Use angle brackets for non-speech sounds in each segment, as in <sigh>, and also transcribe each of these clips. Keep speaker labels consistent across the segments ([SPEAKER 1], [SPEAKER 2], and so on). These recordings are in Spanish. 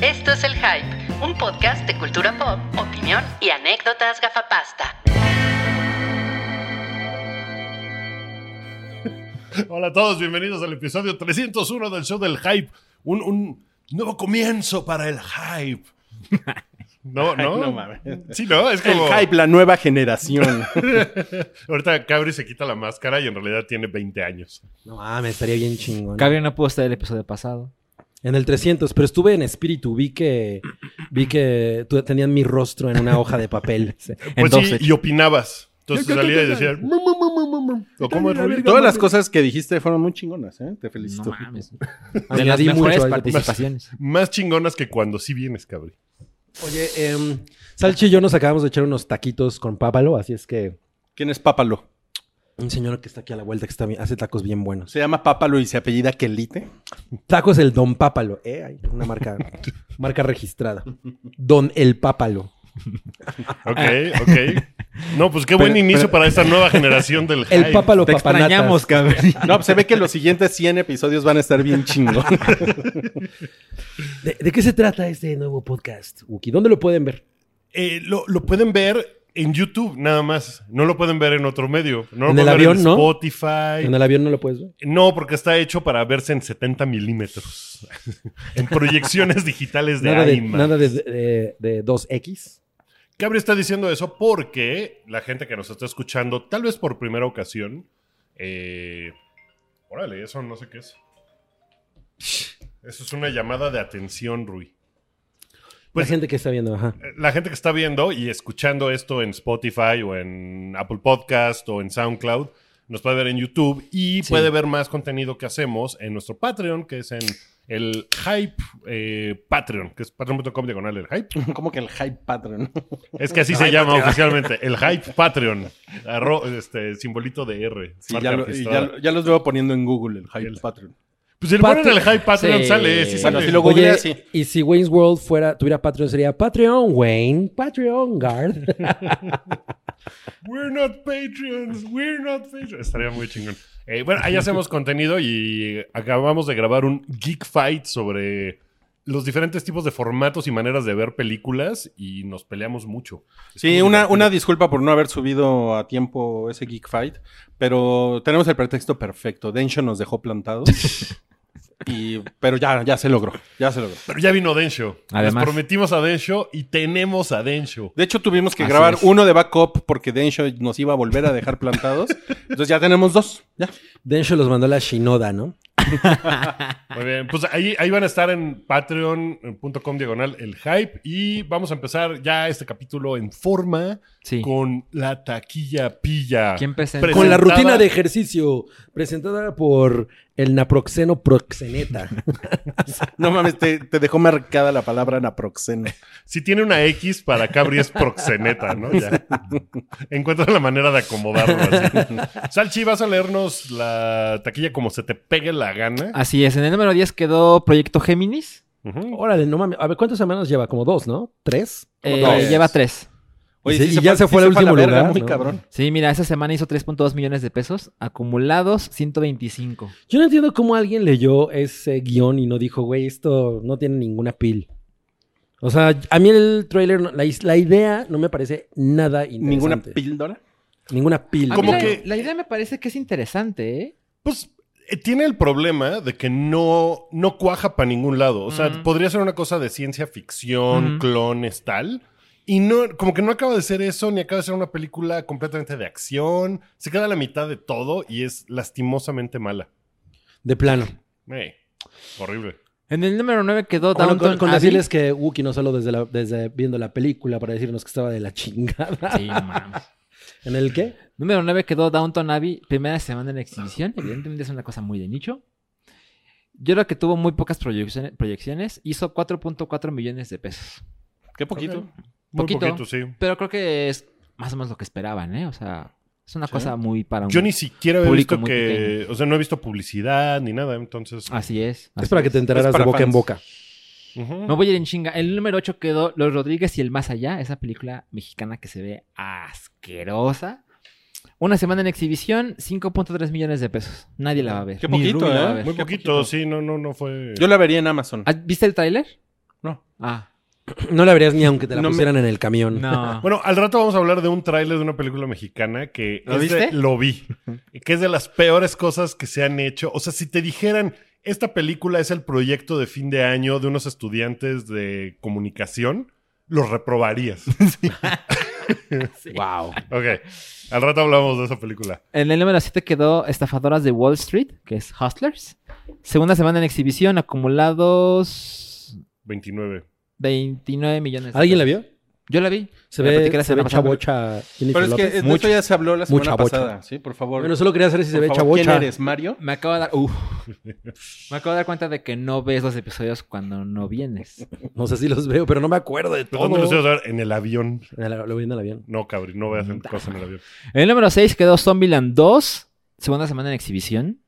[SPEAKER 1] Esto es El Hype, un podcast de cultura pop, opinión y anécdotas gafapasta.
[SPEAKER 2] Hola a todos, bienvenidos al episodio 301 del show del Hype. Un, un nuevo comienzo para el Hype.
[SPEAKER 3] <laughs>
[SPEAKER 2] No, no.
[SPEAKER 3] no mames.
[SPEAKER 2] Sí, no, es como.
[SPEAKER 3] El hype, la nueva <laughs> generación.
[SPEAKER 2] Ahorita Cabri se quita la máscara y en realidad tiene 20 años.
[SPEAKER 4] No mames, estaría bien chingón.
[SPEAKER 5] Gabriel no pudo estar el episodio pasado.
[SPEAKER 4] En el 300, pero estuve en espíritu, vi que vi que tú- tenían mi rostro en una hoja de papel.
[SPEAKER 5] En
[SPEAKER 2] Pues sí,
[SPEAKER 5] Dovsech.
[SPEAKER 2] y opinabas. Entonces tú salías y decías. "Mu, mu, mu, mu, mu, mu". ¿O cómo es Rubio?
[SPEAKER 3] Todas las cosas que dijiste fueron muy chingonas, ¿eh? Te felicito.
[SPEAKER 5] No <laughs> mames. De las
[SPEAKER 4] Añadí
[SPEAKER 5] mejores
[SPEAKER 4] mucho a-
[SPEAKER 5] <laughs> participaciones.
[SPEAKER 2] Más chingonas que cuando sí vienes, Cabri.
[SPEAKER 4] Oye, em, Salchi y yo nos acabamos de echar unos taquitos con pápalo, así es que
[SPEAKER 3] ¿Quién es Pápalo?
[SPEAKER 4] un señor que está aquí a la vuelta que está bien- hace tacos bien buenos.
[SPEAKER 3] Se llama Pápalo y se apellida Kelite.
[SPEAKER 4] Tacos el Don Pápalo, eh, hay una marca marca registrada. Don el Pápalo.
[SPEAKER 2] Ok, ok. No, pues qué buen
[SPEAKER 3] Pero-
[SPEAKER 2] inicio
[SPEAKER 3] pero-
[SPEAKER 2] para esta nueva generación
[SPEAKER 3] <laughs>
[SPEAKER 2] del Hype.
[SPEAKER 4] El Pápalo
[SPEAKER 5] Te
[SPEAKER 4] Papanatas.
[SPEAKER 5] extrañamos, Gabriel.
[SPEAKER 3] No, pues se ve que los siguientes 100 episodios van a estar bien chingón.
[SPEAKER 4] ¿De, de qué se trata este nuevo podcast, Wookie? ¿Dónde lo pueden ver?
[SPEAKER 2] Eh, lo, lo pueden ver en YouTube, nada más. No lo pueden ver en otro medio. No lo
[SPEAKER 4] En
[SPEAKER 2] pueden
[SPEAKER 4] el
[SPEAKER 2] ver
[SPEAKER 4] avión,
[SPEAKER 2] en
[SPEAKER 4] ¿no?
[SPEAKER 2] Spotify.
[SPEAKER 4] En el avión no lo puedes ver.
[SPEAKER 2] No, porque está hecho para verse en 70 milímetros. <laughs> en proyecciones digitales de
[SPEAKER 4] Nada de,
[SPEAKER 2] AIMA.
[SPEAKER 4] nada de, de- de 2X.
[SPEAKER 2] Cabri está diciendo eso porque la gente que nos está escuchando, tal vez por primera ocasión, eh, órale, eso no sé qué es. Eso es una llamada de atención, Rui. Pues-
[SPEAKER 4] la gente que está viendo, ajá.
[SPEAKER 2] la gente que está viendo y escuchando esto en Spotify o en Apple Podcast o en SoundCloud, nos puede ver en YouTube y
[SPEAKER 4] Sí.
[SPEAKER 2] puede ver más contenido que hacemos en nuestro Patreon, que es en el Hype eh, Patreon, que es patreon.com diagonal el Hype.
[SPEAKER 3] <laughs> Como que el hype patron.
[SPEAKER 2] Es
[SPEAKER 3] <laughs>
[SPEAKER 2] que así se llama oficialmente, el Hype Patreon. Arro- este simbolito de R.
[SPEAKER 3] Sí,
[SPEAKER 2] marca
[SPEAKER 3] ya, lo- y
[SPEAKER 2] registrada.
[SPEAKER 3] ya lo- ya los veo poniendo en Google, el hype
[SPEAKER 2] El-
[SPEAKER 3] patron.
[SPEAKER 2] Pues el bueno en el
[SPEAKER 4] Patre-
[SPEAKER 2] Hype Patreon
[SPEAKER 5] Sí.
[SPEAKER 2] sale, sí
[SPEAKER 3] Bueno,
[SPEAKER 2] sale.
[SPEAKER 3] si lo googleas, sí.
[SPEAKER 4] Oye, y si Wayne's World fuera, tuviera Patreon, sería Patreon, Wayne, Patreon, Guard. <laughs>
[SPEAKER 2] We're not Patreons, we're not Patreons. Estaría muy chingón. Eh, bueno,
[SPEAKER 5] <laughs>
[SPEAKER 2] ahí hacemos contenido y acabamos de grabar un Geek Fight sobre los diferentes tipos de formatos y maneras de ver películas y nos peleamos mucho.
[SPEAKER 3] Sí, una, una disculpa por no haber subido a tiempo ese Geek Fight, pero tenemos el pretexto perfecto. Densho nos dejó plantados. Y, pero ya, ya se logró, ya se logró.
[SPEAKER 2] Pero ya vino Densho.
[SPEAKER 5] Además.
[SPEAKER 2] Nos prometimos a Densho y tenemos a Densho.
[SPEAKER 3] De hecho, tuvimos que
[SPEAKER 5] Así
[SPEAKER 3] grabar
[SPEAKER 5] es.
[SPEAKER 3] uno de backup porque Densho nos iba a volver a dejar plantados. Entonces ya tenemos dos. Ya.
[SPEAKER 4] Densho los mandó a la Shinoda, ¿no?
[SPEAKER 2] Muy bien, pues ahí, ahí van a estar en patreon.com diagonal el hype y vamos a empezar ya este capítulo en forma
[SPEAKER 5] <laughs> Sí.
[SPEAKER 2] con la taquilla pilla.
[SPEAKER 5] ¿Quién presenta?
[SPEAKER 2] Presentaba-
[SPEAKER 4] Con la rutina de ejercicio presentada por el naproxeno proxeneta.
[SPEAKER 3] No mames, te, te dejó marcada la palabra naproxeno.
[SPEAKER 2] Si tiene una X, para Cabri es proxeneta, ¿no? Ya. Encuentra la manera de acomodarlo así. Salchi, vas a leernos la taquilla como se te pegue la gana.
[SPEAKER 5] Así es, en el número 10 quedó Proyecto Géminis.
[SPEAKER 2] Ujú.
[SPEAKER 4] <laughs> Órale, no mames. A ver, ¿cuántas semanas lleva? Como dos, ¿no? ¿Tres?
[SPEAKER 5] Eh,
[SPEAKER 3] Dos.
[SPEAKER 5] Lleva 3.
[SPEAKER 4] Sí, y ya se fue
[SPEAKER 3] a
[SPEAKER 4] al
[SPEAKER 3] la
[SPEAKER 4] último
[SPEAKER 3] verga,
[SPEAKER 4] lugar,
[SPEAKER 3] Muy
[SPEAKER 4] ¿no?
[SPEAKER 3] cabrón.
[SPEAKER 5] Sí, mira, esa semana hizo 3.2 millones de pesos. Acumulados, 125.
[SPEAKER 4] Yo no entiendo cómo alguien leyó ese guión y no dijo, güey, esto no tiene ninguna pil. O sea, a mí el trailer, la, is- la idea no me parece nada interesante.
[SPEAKER 3] Ninguna píldora.
[SPEAKER 4] Ninguna pil.
[SPEAKER 5] A mí
[SPEAKER 2] Como
[SPEAKER 5] la,
[SPEAKER 2] que-
[SPEAKER 5] la idea me parece que es interesante, ¿eh?
[SPEAKER 2] Pues eh, tiene el problema de que no, no cuaja para ningún lado. O sea,
[SPEAKER 5] Ujú.
[SPEAKER 2] podría ser una cosa de ciencia ficción,
[SPEAKER 5] Ujú.
[SPEAKER 2] clones, tal. Y no, como que no acaba de ser eso, ni acaba de ser una película completamente de acción. Se queda a la mitad de todo y es lastimosamente mala.
[SPEAKER 4] De plano.
[SPEAKER 2] Eh, horrible.
[SPEAKER 5] En el número 9 quedó
[SPEAKER 4] Bueno,
[SPEAKER 5] Downton
[SPEAKER 4] con, con
[SPEAKER 5] Abbey. <laughs>
[SPEAKER 4] decirles que Wookie no solo desde, la- desde viendo la película para decirnos que estaba de la chingada. <laughs>
[SPEAKER 5] Sí, no mames.
[SPEAKER 4] ¿En el qué?
[SPEAKER 5] Número 9 quedó Downton Abbey, primera semana en exhibición. Evidentemente es una cosa muy de nicho. Yo creo que tuvo muy pocas proyecciones. proyecciones. Hizo 4.4 millones de pesos.
[SPEAKER 3] Qué poquito.
[SPEAKER 2] Muy
[SPEAKER 5] Poquito.
[SPEAKER 2] poquito sí.
[SPEAKER 5] Pero creo que es más o menos lo que esperaban, ¿eh? O sea, es una cosa muy para un...
[SPEAKER 2] Yo ni siquiera he
[SPEAKER 5] Público
[SPEAKER 2] visto
[SPEAKER 5] muy Ah,
[SPEAKER 2] que. O sea, no he visto publicidad ni nada, entonces.
[SPEAKER 5] Así es.
[SPEAKER 4] Es
[SPEAKER 5] así
[SPEAKER 4] para que te
[SPEAKER 3] Es
[SPEAKER 4] enteraras de
[SPEAKER 3] para
[SPEAKER 4] boca en
[SPEAKER 3] fans.
[SPEAKER 4] boca.
[SPEAKER 2] ujú.
[SPEAKER 5] Me voy a ir en chinga. El número 8 quedó Los Rodríguez y el Más Allá, esa película mexicana que se ve asquerosa. Una semana en exhibición, 5.3 millones de pesos. Nadie la va a ver.
[SPEAKER 3] Qué
[SPEAKER 5] Ni
[SPEAKER 3] poquito,
[SPEAKER 5] Rui la va a
[SPEAKER 3] ¿eh?
[SPEAKER 5] ver.
[SPEAKER 2] Muy
[SPEAKER 3] Qué
[SPEAKER 2] poquito,
[SPEAKER 3] poquito.
[SPEAKER 2] sí, no, no, no fue.
[SPEAKER 3] Yo la vería en Amazon.
[SPEAKER 5] Ah, ¿Viste el tráiler?
[SPEAKER 3] No.
[SPEAKER 5] Ah,
[SPEAKER 4] No la verías ni aunque te la
[SPEAKER 3] No me-
[SPEAKER 4] pusieran en el camión.
[SPEAKER 5] no.
[SPEAKER 2] Bueno, al rato vamos a hablar de un tráiler de una película mexicana que
[SPEAKER 5] ¿Lo
[SPEAKER 2] es de-
[SPEAKER 5] viste?
[SPEAKER 2] lo vi, que es de las peores cosas que se han hecho. O sea, si te dijeran esta película es el proyecto de fin de año de unos estudiantes de comunicación, los reprobarías. <laughs>
[SPEAKER 4] Wow.
[SPEAKER 2] ok, al rato hablamos de esa película.
[SPEAKER 5] En el número 7 quedó Estafadoras de Wall Street, que es Hustlers. Segunda semana en exhibición, acumulados
[SPEAKER 2] 29.
[SPEAKER 5] 29 millones. de
[SPEAKER 4] ¿Alguien la
[SPEAKER 5] pesos.
[SPEAKER 4] vio?
[SPEAKER 5] Yo la vi.
[SPEAKER 4] Se
[SPEAKER 5] La
[SPEAKER 4] ve,
[SPEAKER 5] platiqué la
[SPEAKER 4] se
[SPEAKER 5] semana
[SPEAKER 4] ve
[SPEAKER 5] pasada.
[SPEAKER 4] chabocha.
[SPEAKER 3] Pero es que de
[SPEAKER 4] mucho.
[SPEAKER 3] esto ya se habló la semana
[SPEAKER 4] Mucha bocha.
[SPEAKER 3] pasada, ¿sí? Por favor.
[SPEAKER 4] Bueno, solo quería saber si se
[SPEAKER 3] por
[SPEAKER 4] ve
[SPEAKER 3] favor,
[SPEAKER 4] chabocha.
[SPEAKER 3] ¿Quién eres, Mario?
[SPEAKER 5] Me acabo de dar. <laughs> Uf. me acabo de dar cuenta de que no ves los episodios cuando no vienes.
[SPEAKER 4] No sé si los veo, pero no me acuerdo de
[SPEAKER 2] ¿Pero dónde los
[SPEAKER 4] todo.
[SPEAKER 2] ibas a ver? En el avión.
[SPEAKER 4] En el- Lo vi en el avión.
[SPEAKER 2] No, cabrón, no veas
[SPEAKER 4] Mm.
[SPEAKER 2] en- cosas en el avión.
[SPEAKER 5] En el número 6 quedó Zombieland 2, segunda semana en exhibición.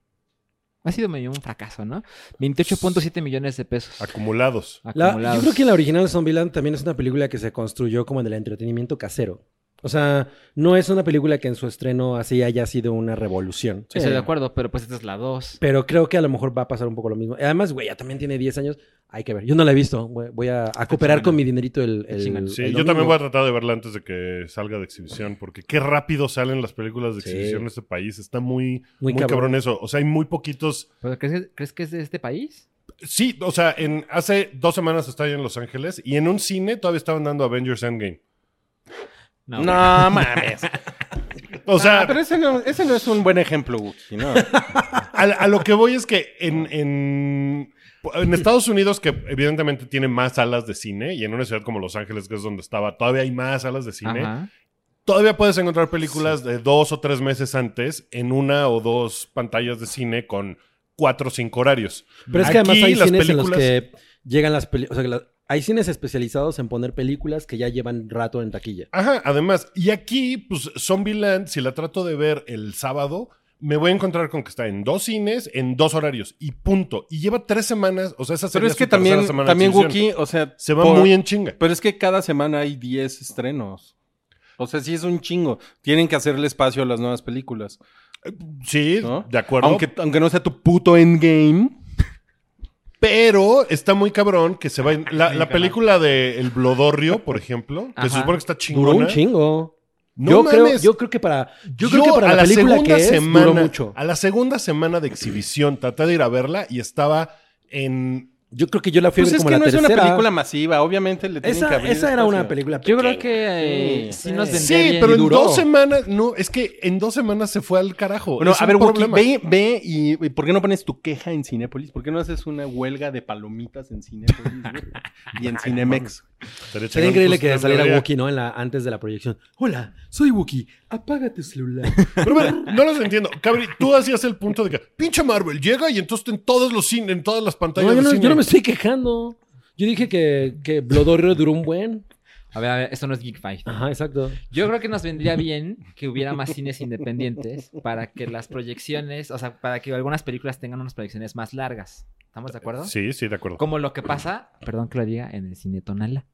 [SPEAKER 5] Ha sido medio un fracaso, ¿no? 28.7 millones de pesos.
[SPEAKER 2] Acumulados.
[SPEAKER 4] La-
[SPEAKER 5] acumulados.
[SPEAKER 4] yo creo que la original Zombieland también es una película que se construyó como del entretenimiento casero. O sea, no es una película que en su estreno así haya sido una revolución. Eh,
[SPEAKER 5] Sí, Estoy de acuerdo, pero pues esta es la 2.
[SPEAKER 4] Pero creo que a lo mejor va a pasar un poco lo mismo. Además, güey, ya también tiene 10 años. Hay que ver. Yo no la he visto. Voy, voy a, a cooperar
[SPEAKER 5] chingona.
[SPEAKER 4] con mi dinerito el, el-
[SPEAKER 5] chingona.
[SPEAKER 2] Sí,
[SPEAKER 4] el
[SPEAKER 2] yo también
[SPEAKER 4] domingo.
[SPEAKER 2] voy a tratar de verla antes de que salga de exhibición, porque qué rápido salen las películas de
[SPEAKER 4] Sí.
[SPEAKER 2] exhibición en este país. Está muy, muy,
[SPEAKER 4] Muy cabrón.
[SPEAKER 2] cabrón. eso. O sea, hay muy poquitos.
[SPEAKER 5] ¿Pero crees, que- crees que es de este país?
[SPEAKER 2] Sí, o sea, en hace dos semanas estaba yo en Los Ángeles y en un cine todavía estaban dando Avengers Endgame.
[SPEAKER 5] No.
[SPEAKER 3] No,
[SPEAKER 4] <laughs>
[SPEAKER 3] mames.
[SPEAKER 2] O sea,
[SPEAKER 3] Ah, pero ese no, ese no es un buen ejemplo, Wookie, ¿no?
[SPEAKER 2] a, a lo que voy es que en, en, en Estados Unidos, que evidentemente tiene más salas de cine, y en una ciudad como Los Ángeles, que es donde estaba, todavía hay más salas de cine.
[SPEAKER 5] Ajá.
[SPEAKER 2] Todavía puedes encontrar películas de dos o tres meses antes en una o dos pantallas de cine con cuatro o cinco horarios.
[SPEAKER 4] Pero es que
[SPEAKER 2] Aquí
[SPEAKER 4] además hay
[SPEAKER 2] las
[SPEAKER 4] cines en los
[SPEAKER 2] películas-
[SPEAKER 4] que llegan las películas. O sea, que la- hay cines especializados en poner películas que ya llevan rato en taquilla.
[SPEAKER 2] Ajá, además. Y aquí, pues, Zombieland, si la trato de ver el sábado, me voy a encontrar con que está en dos cines, en dos horarios, y punto. Y lleva tres semanas, o sea, esa
[SPEAKER 3] Pero
[SPEAKER 2] sería
[SPEAKER 3] es que
[SPEAKER 2] su tercera
[SPEAKER 3] también,
[SPEAKER 2] semana de
[SPEAKER 3] también
[SPEAKER 2] exhibición.
[SPEAKER 3] Wookie, o sea...
[SPEAKER 2] Se va
[SPEAKER 3] por-
[SPEAKER 2] muy en chinga.
[SPEAKER 3] Pero es que cada semana hay 10 estrenos. O sea, sí es un chingo. Tienen que hacerle espacio a las nuevas películas.
[SPEAKER 2] Sí,
[SPEAKER 3] ¿no?
[SPEAKER 2] de acuerdo.
[SPEAKER 3] Aunque, aunque no sea tu puto endgame.
[SPEAKER 2] Pero está muy cabrón que se va...
[SPEAKER 3] Ah,
[SPEAKER 2] en- La, la película de El Blodorrio, por ejemplo, que se
[SPEAKER 5] Ajá.
[SPEAKER 2] supone que está chingona.
[SPEAKER 4] Duró un chingo.
[SPEAKER 2] No
[SPEAKER 4] yo, creo,
[SPEAKER 2] mames.
[SPEAKER 4] yo creo que para, yo creo que para la, película que es, duró mucho.
[SPEAKER 2] A la segunda semana de exhibición traté de ir a verla y estaba en...
[SPEAKER 4] Yo creo que yo la fui a
[SPEAKER 3] Pues
[SPEAKER 4] ver
[SPEAKER 3] es
[SPEAKER 4] como
[SPEAKER 3] que
[SPEAKER 4] la
[SPEAKER 3] no
[SPEAKER 4] tercera.
[SPEAKER 3] es una película masiva. Obviamente le tienen que
[SPEAKER 4] Esa,
[SPEAKER 3] abrir
[SPEAKER 4] esa era una
[SPEAKER 3] espacio.
[SPEAKER 4] película
[SPEAKER 5] Yo
[SPEAKER 4] pequeña.
[SPEAKER 5] creo que eh,
[SPEAKER 3] Sí.
[SPEAKER 5] sí, nos vendría
[SPEAKER 2] Sí,
[SPEAKER 5] bien.
[SPEAKER 2] pero
[SPEAKER 4] y
[SPEAKER 2] en
[SPEAKER 4] duró.
[SPEAKER 2] dos semanas, no, es que en dos semanas se fue al carajo.
[SPEAKER 3] Bueno,
[SPEAKER 2] Es
[SPEAKER 3] a
[SPEAKER 2] un
[SPEAKER 3] ver, Wookie,
[SPEAKER 2] problema.
[SPEAKER 3] ve, ve y, y ¿por qué no pones tu queja en Cinépolis? ¿Por qué no haces una huelga de palomitas en Cinépolis <laughs> güey? y en Cinemex?
[SPEAKER 2] Estaría
[SPEAKER 4] Sería
[SPEAKER 2] chingón,
[SPEAKER 4] increíble
[SPEAKER 2] pues,
[SPEAKER 4] que
[SPEAKER 2] no
[SPEAKER 4] saliera
[SPEAKER 2] debería.
[SPEAKER 4] Wookiee, ¿no? En la, antes de la proyección. Hola, soy Wookiee. Apaga tu celular.
[SPEAKER 2] Pero bueno, no los entiendo. Cabri, tú hacías el punto de que pinche Marvel llega y entonces en todos los cines, en todas las pantallas
[SPEAKER 4] No, yo,
[SPEAKER 2] de
[SPEAKER 4] no,
[SPEAKER 2] cine.
[SPEAKER 4] yo no me estoy quejando. Yo dije que, que Blodorrio duró un buen.
[SPEAKER 5] A ver, a ver, esto no es Geek Fight.
[SPEAKER 4] Ajá, exacto.
[SPEAKER 5] Yo creo que nos vendría bien que hubiera más cines independientes para que las proyecciones, o sea, para que algunas películas tengan unas proyecciones más largas. ¿Estamos de acuerdo?
[SPEAKER 2] Sí, sí, de acuerdo.
[SPEAKER 5] Como lo que pasa, perdón que lo diga, en el cine Tonala.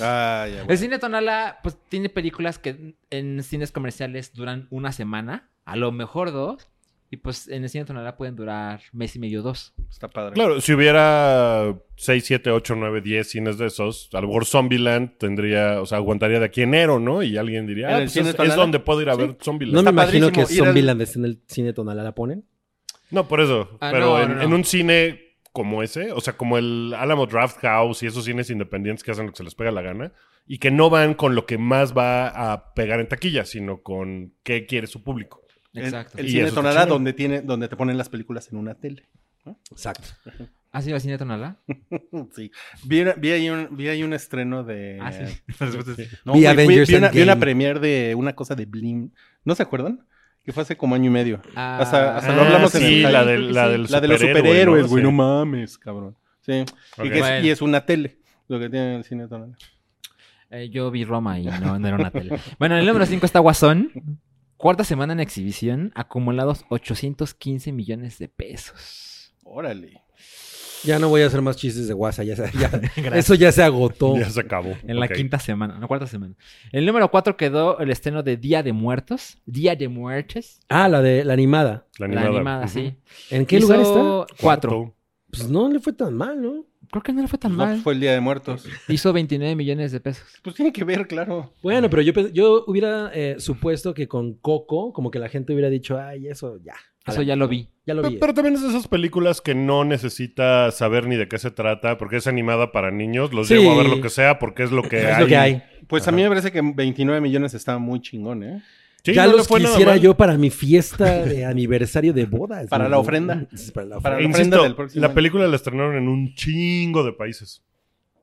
[SPEAKER 3] Ah, ya,
[SPEAKER 5] El cine Tonala, pues tiene películas que en cines comerciales duran una semana, a lo mejor dos, y pues en el cine Tonala pueden durar mes y medio, dos.
[SPEAKER 3] está padre.
[SPEAKER 2] Claro, si hubiera 6, 7, 8, 9, 10 cines de esos, a lo mejor Zombieland tendría, o sea, aguantaría de aquí a enero, ¿no? Y alguien diría,
[SPEAKER 3] ¿En
[SPEAKER 2] ah,
[SPEAKER 3] el
[SPEAKER 2] pues
[SPEAKER 3] cine
[SPEAKER 2] es,
[SPEAKER 3] Tonalá?
[SPEAKER 2] es donde puedo ir a
[SPEAKER 3] Sí.
[SPEAKER 2] ver Zombieland.
[SPEAKER 4] No me
[SPEAKER 3] Está
[SPEAKER 4] imagino que
[SPEAKER 3] padrísimo ir al-
[SPEAKER 4] Zombieland esté en el cine Tonalá. ¿La ponen?
[SPEAKER 2] No, por eso.
[SPEAKER 5] Ah,
[SPEAKER 2] pero
[SPEAKER 5] no,
[SPEAKER 2] en,
[SPEAKER 5] no, no.
[SPEAKER 2] en un cine como ese, o sea, como el Alamo Draft House y esos cines independientes que hacen lo que se les pega la gana y que no van con lo que más va a pegar en taquilla, sino con qué quiere su público.
[SPEAKER 3] El-
[SPEAKER 5] Exacto.
[SPEAKER 3] El,
[SPEAKER 2] Y eso
[SPEAKER 3] cine
[SPEAKER 2] está
[SPEAKER 3] tonalá
[SPEAKER 2] chingón.
[SPEAKER 3] donde, tiene, donde te ponen las películas en una tele.
[SPEAKER 4] Exacto.
[SPEAKER 5] ¿Has ido al cine Tonala?
[SPEAKER 3] <laughs> Sí. Vi, vi ahí, un, vi ahí un estreno de... <laughs> este,
[SPEAKER 5] Ah, sí.
[SPEAKER 3] No,
[SPEAKER 4] Vi
[SPEAKER 3] güey, fui-
[SPEAKER 4] Avengers
[SPEAKER 3] vi, una, vi una
[SPEAKER 4] Endgame.
[SPEAKER 3] premier de una cosa de Blim. ¿No se acuerdan? Que fue hace como año y medio.
[SPEAKER 5] Ah,
[SPEAKER 3] Hasta- hasta
[SPEAKER 2] lo hablamos
[SPEAKER 3] en
[SPEAKER 2] sí,
[SPEAKER 3] el
[SPEAKER 2] la,
[SPEAKER 3] hype.
[SPEAKER 2] del, la, del
[SPEAKER 3] La de los
[SPEAKER 2] superhéroe,
[SPEAKER 3] superhéroes,
[SPEAKER 2] ¿no?
[SPEAKER 3] güey.
[SPEAKER 2] Sí.
[SPEAKER 3] No mames, cabrón. Sí. Y,
[SPEAKER 2] Ok.
[SPEAKER 3] que es,
[SPEAKER 5] Bueno.
[SPEAKER 3] y es una tele. Lo que tiene el cine tonalá.
[SPEAKER 5] Eh, yo vi Roma y no, no era una tele. Bueno, en el número 5 está Guasón. Cuarta semana en exhibición, acumulados 815 millones de pesos.
[SPEAKER 3] Órale.
[SPEAKER 4] Ya no voy a hacer más chistes de WhatsApp. Ya, <laughs> se- ya- eso ya se agotó.
[SPEAKER 2] Ya se acabó.
[SPEAKER 5] En la
[SPEAKER 2] Ok.
[SPEAKER 5] quinta semana, no, cuarta semana. En el número 4 quedó el estreno de Día de Muertos. Día de Muertes.
[SPEAKER 4] Ah, la de la animada.
[SPEAKER 2] La
[SPEAKER 5] La
[SPEAKER 2] animada.
[SPEAKER 5] animada, sí.
[SPEAKER 4] ¿En qué lugar está?
[SPEAKER 5] Cuatro.
[SPEAKER 2] Cuarto.
[SPEAKER 4] Pues no le fue tan mal, ¿no?
[SPEAKER 5] Creo que no le fue tan
[SPEAKER 3] No,
[SPEAKER 5] mal.
[SPEAKER 3] pues fue el Día de Muertos.
[SPEAKER 5] Hizo 29 millones de pesos.
[SPEAKER 3] Pues tiene que ver, claro.
[SPEAKER 4] Bueno, pero yo, pe- yo hubiera eh, supuesto que con Coco, como que la gente hubiera dicho, ay, eso ya.
[SPEAKER 5] Eso ya lo vi.
[SPEAKER 4] Ya lo
[SPEAKER 2] Pe-
[SPEAKER 4] vi.
[SPEAKER 2] Pero, también es de esas películas que no necesita saber ni de qué se trata, porque es animada para niños. Los
[SPEAKER 4] Sí.
[SPEAKER 2] llevo a ver lo que sea, porque es lo que
[SPEAKER 4] es
[SPEAKER 2] hay.
[SPEAKER 4] lo que hay.
[SPEAKER 3] Pues a mí me parece que 29 millones está muy chingón, ¿eh?
[SPEAKER 2] Sí,
[SPEAKER 4] ya
[SPEAKER 2] no le
[SPEAKER 4] los
[SPEAKER 2] fue nada
[SPEAKER 4] quisiera
[SPEAKER 2] mal.
[SPEAKER 4] yo para mi fiesta de aniversario de bodas.
[SPEAKER 3] Para
[SPEAKER 4] ¿no?
[SPEAKER 3] la ofrenda.
[SPEAKER 4] Sí, Para la
[SPEAKER 3] Para
[SPEAKER 4] ofrenda.
[SPEAKER 3] la
[SPEAKER 2] Insisto,
[SPEAKER 3] ofrenda del próximo
[SPEAKER 2] la
[SPEAKER 3] año.
[SPEAKER 2] película la estrenaron en un chingo de países.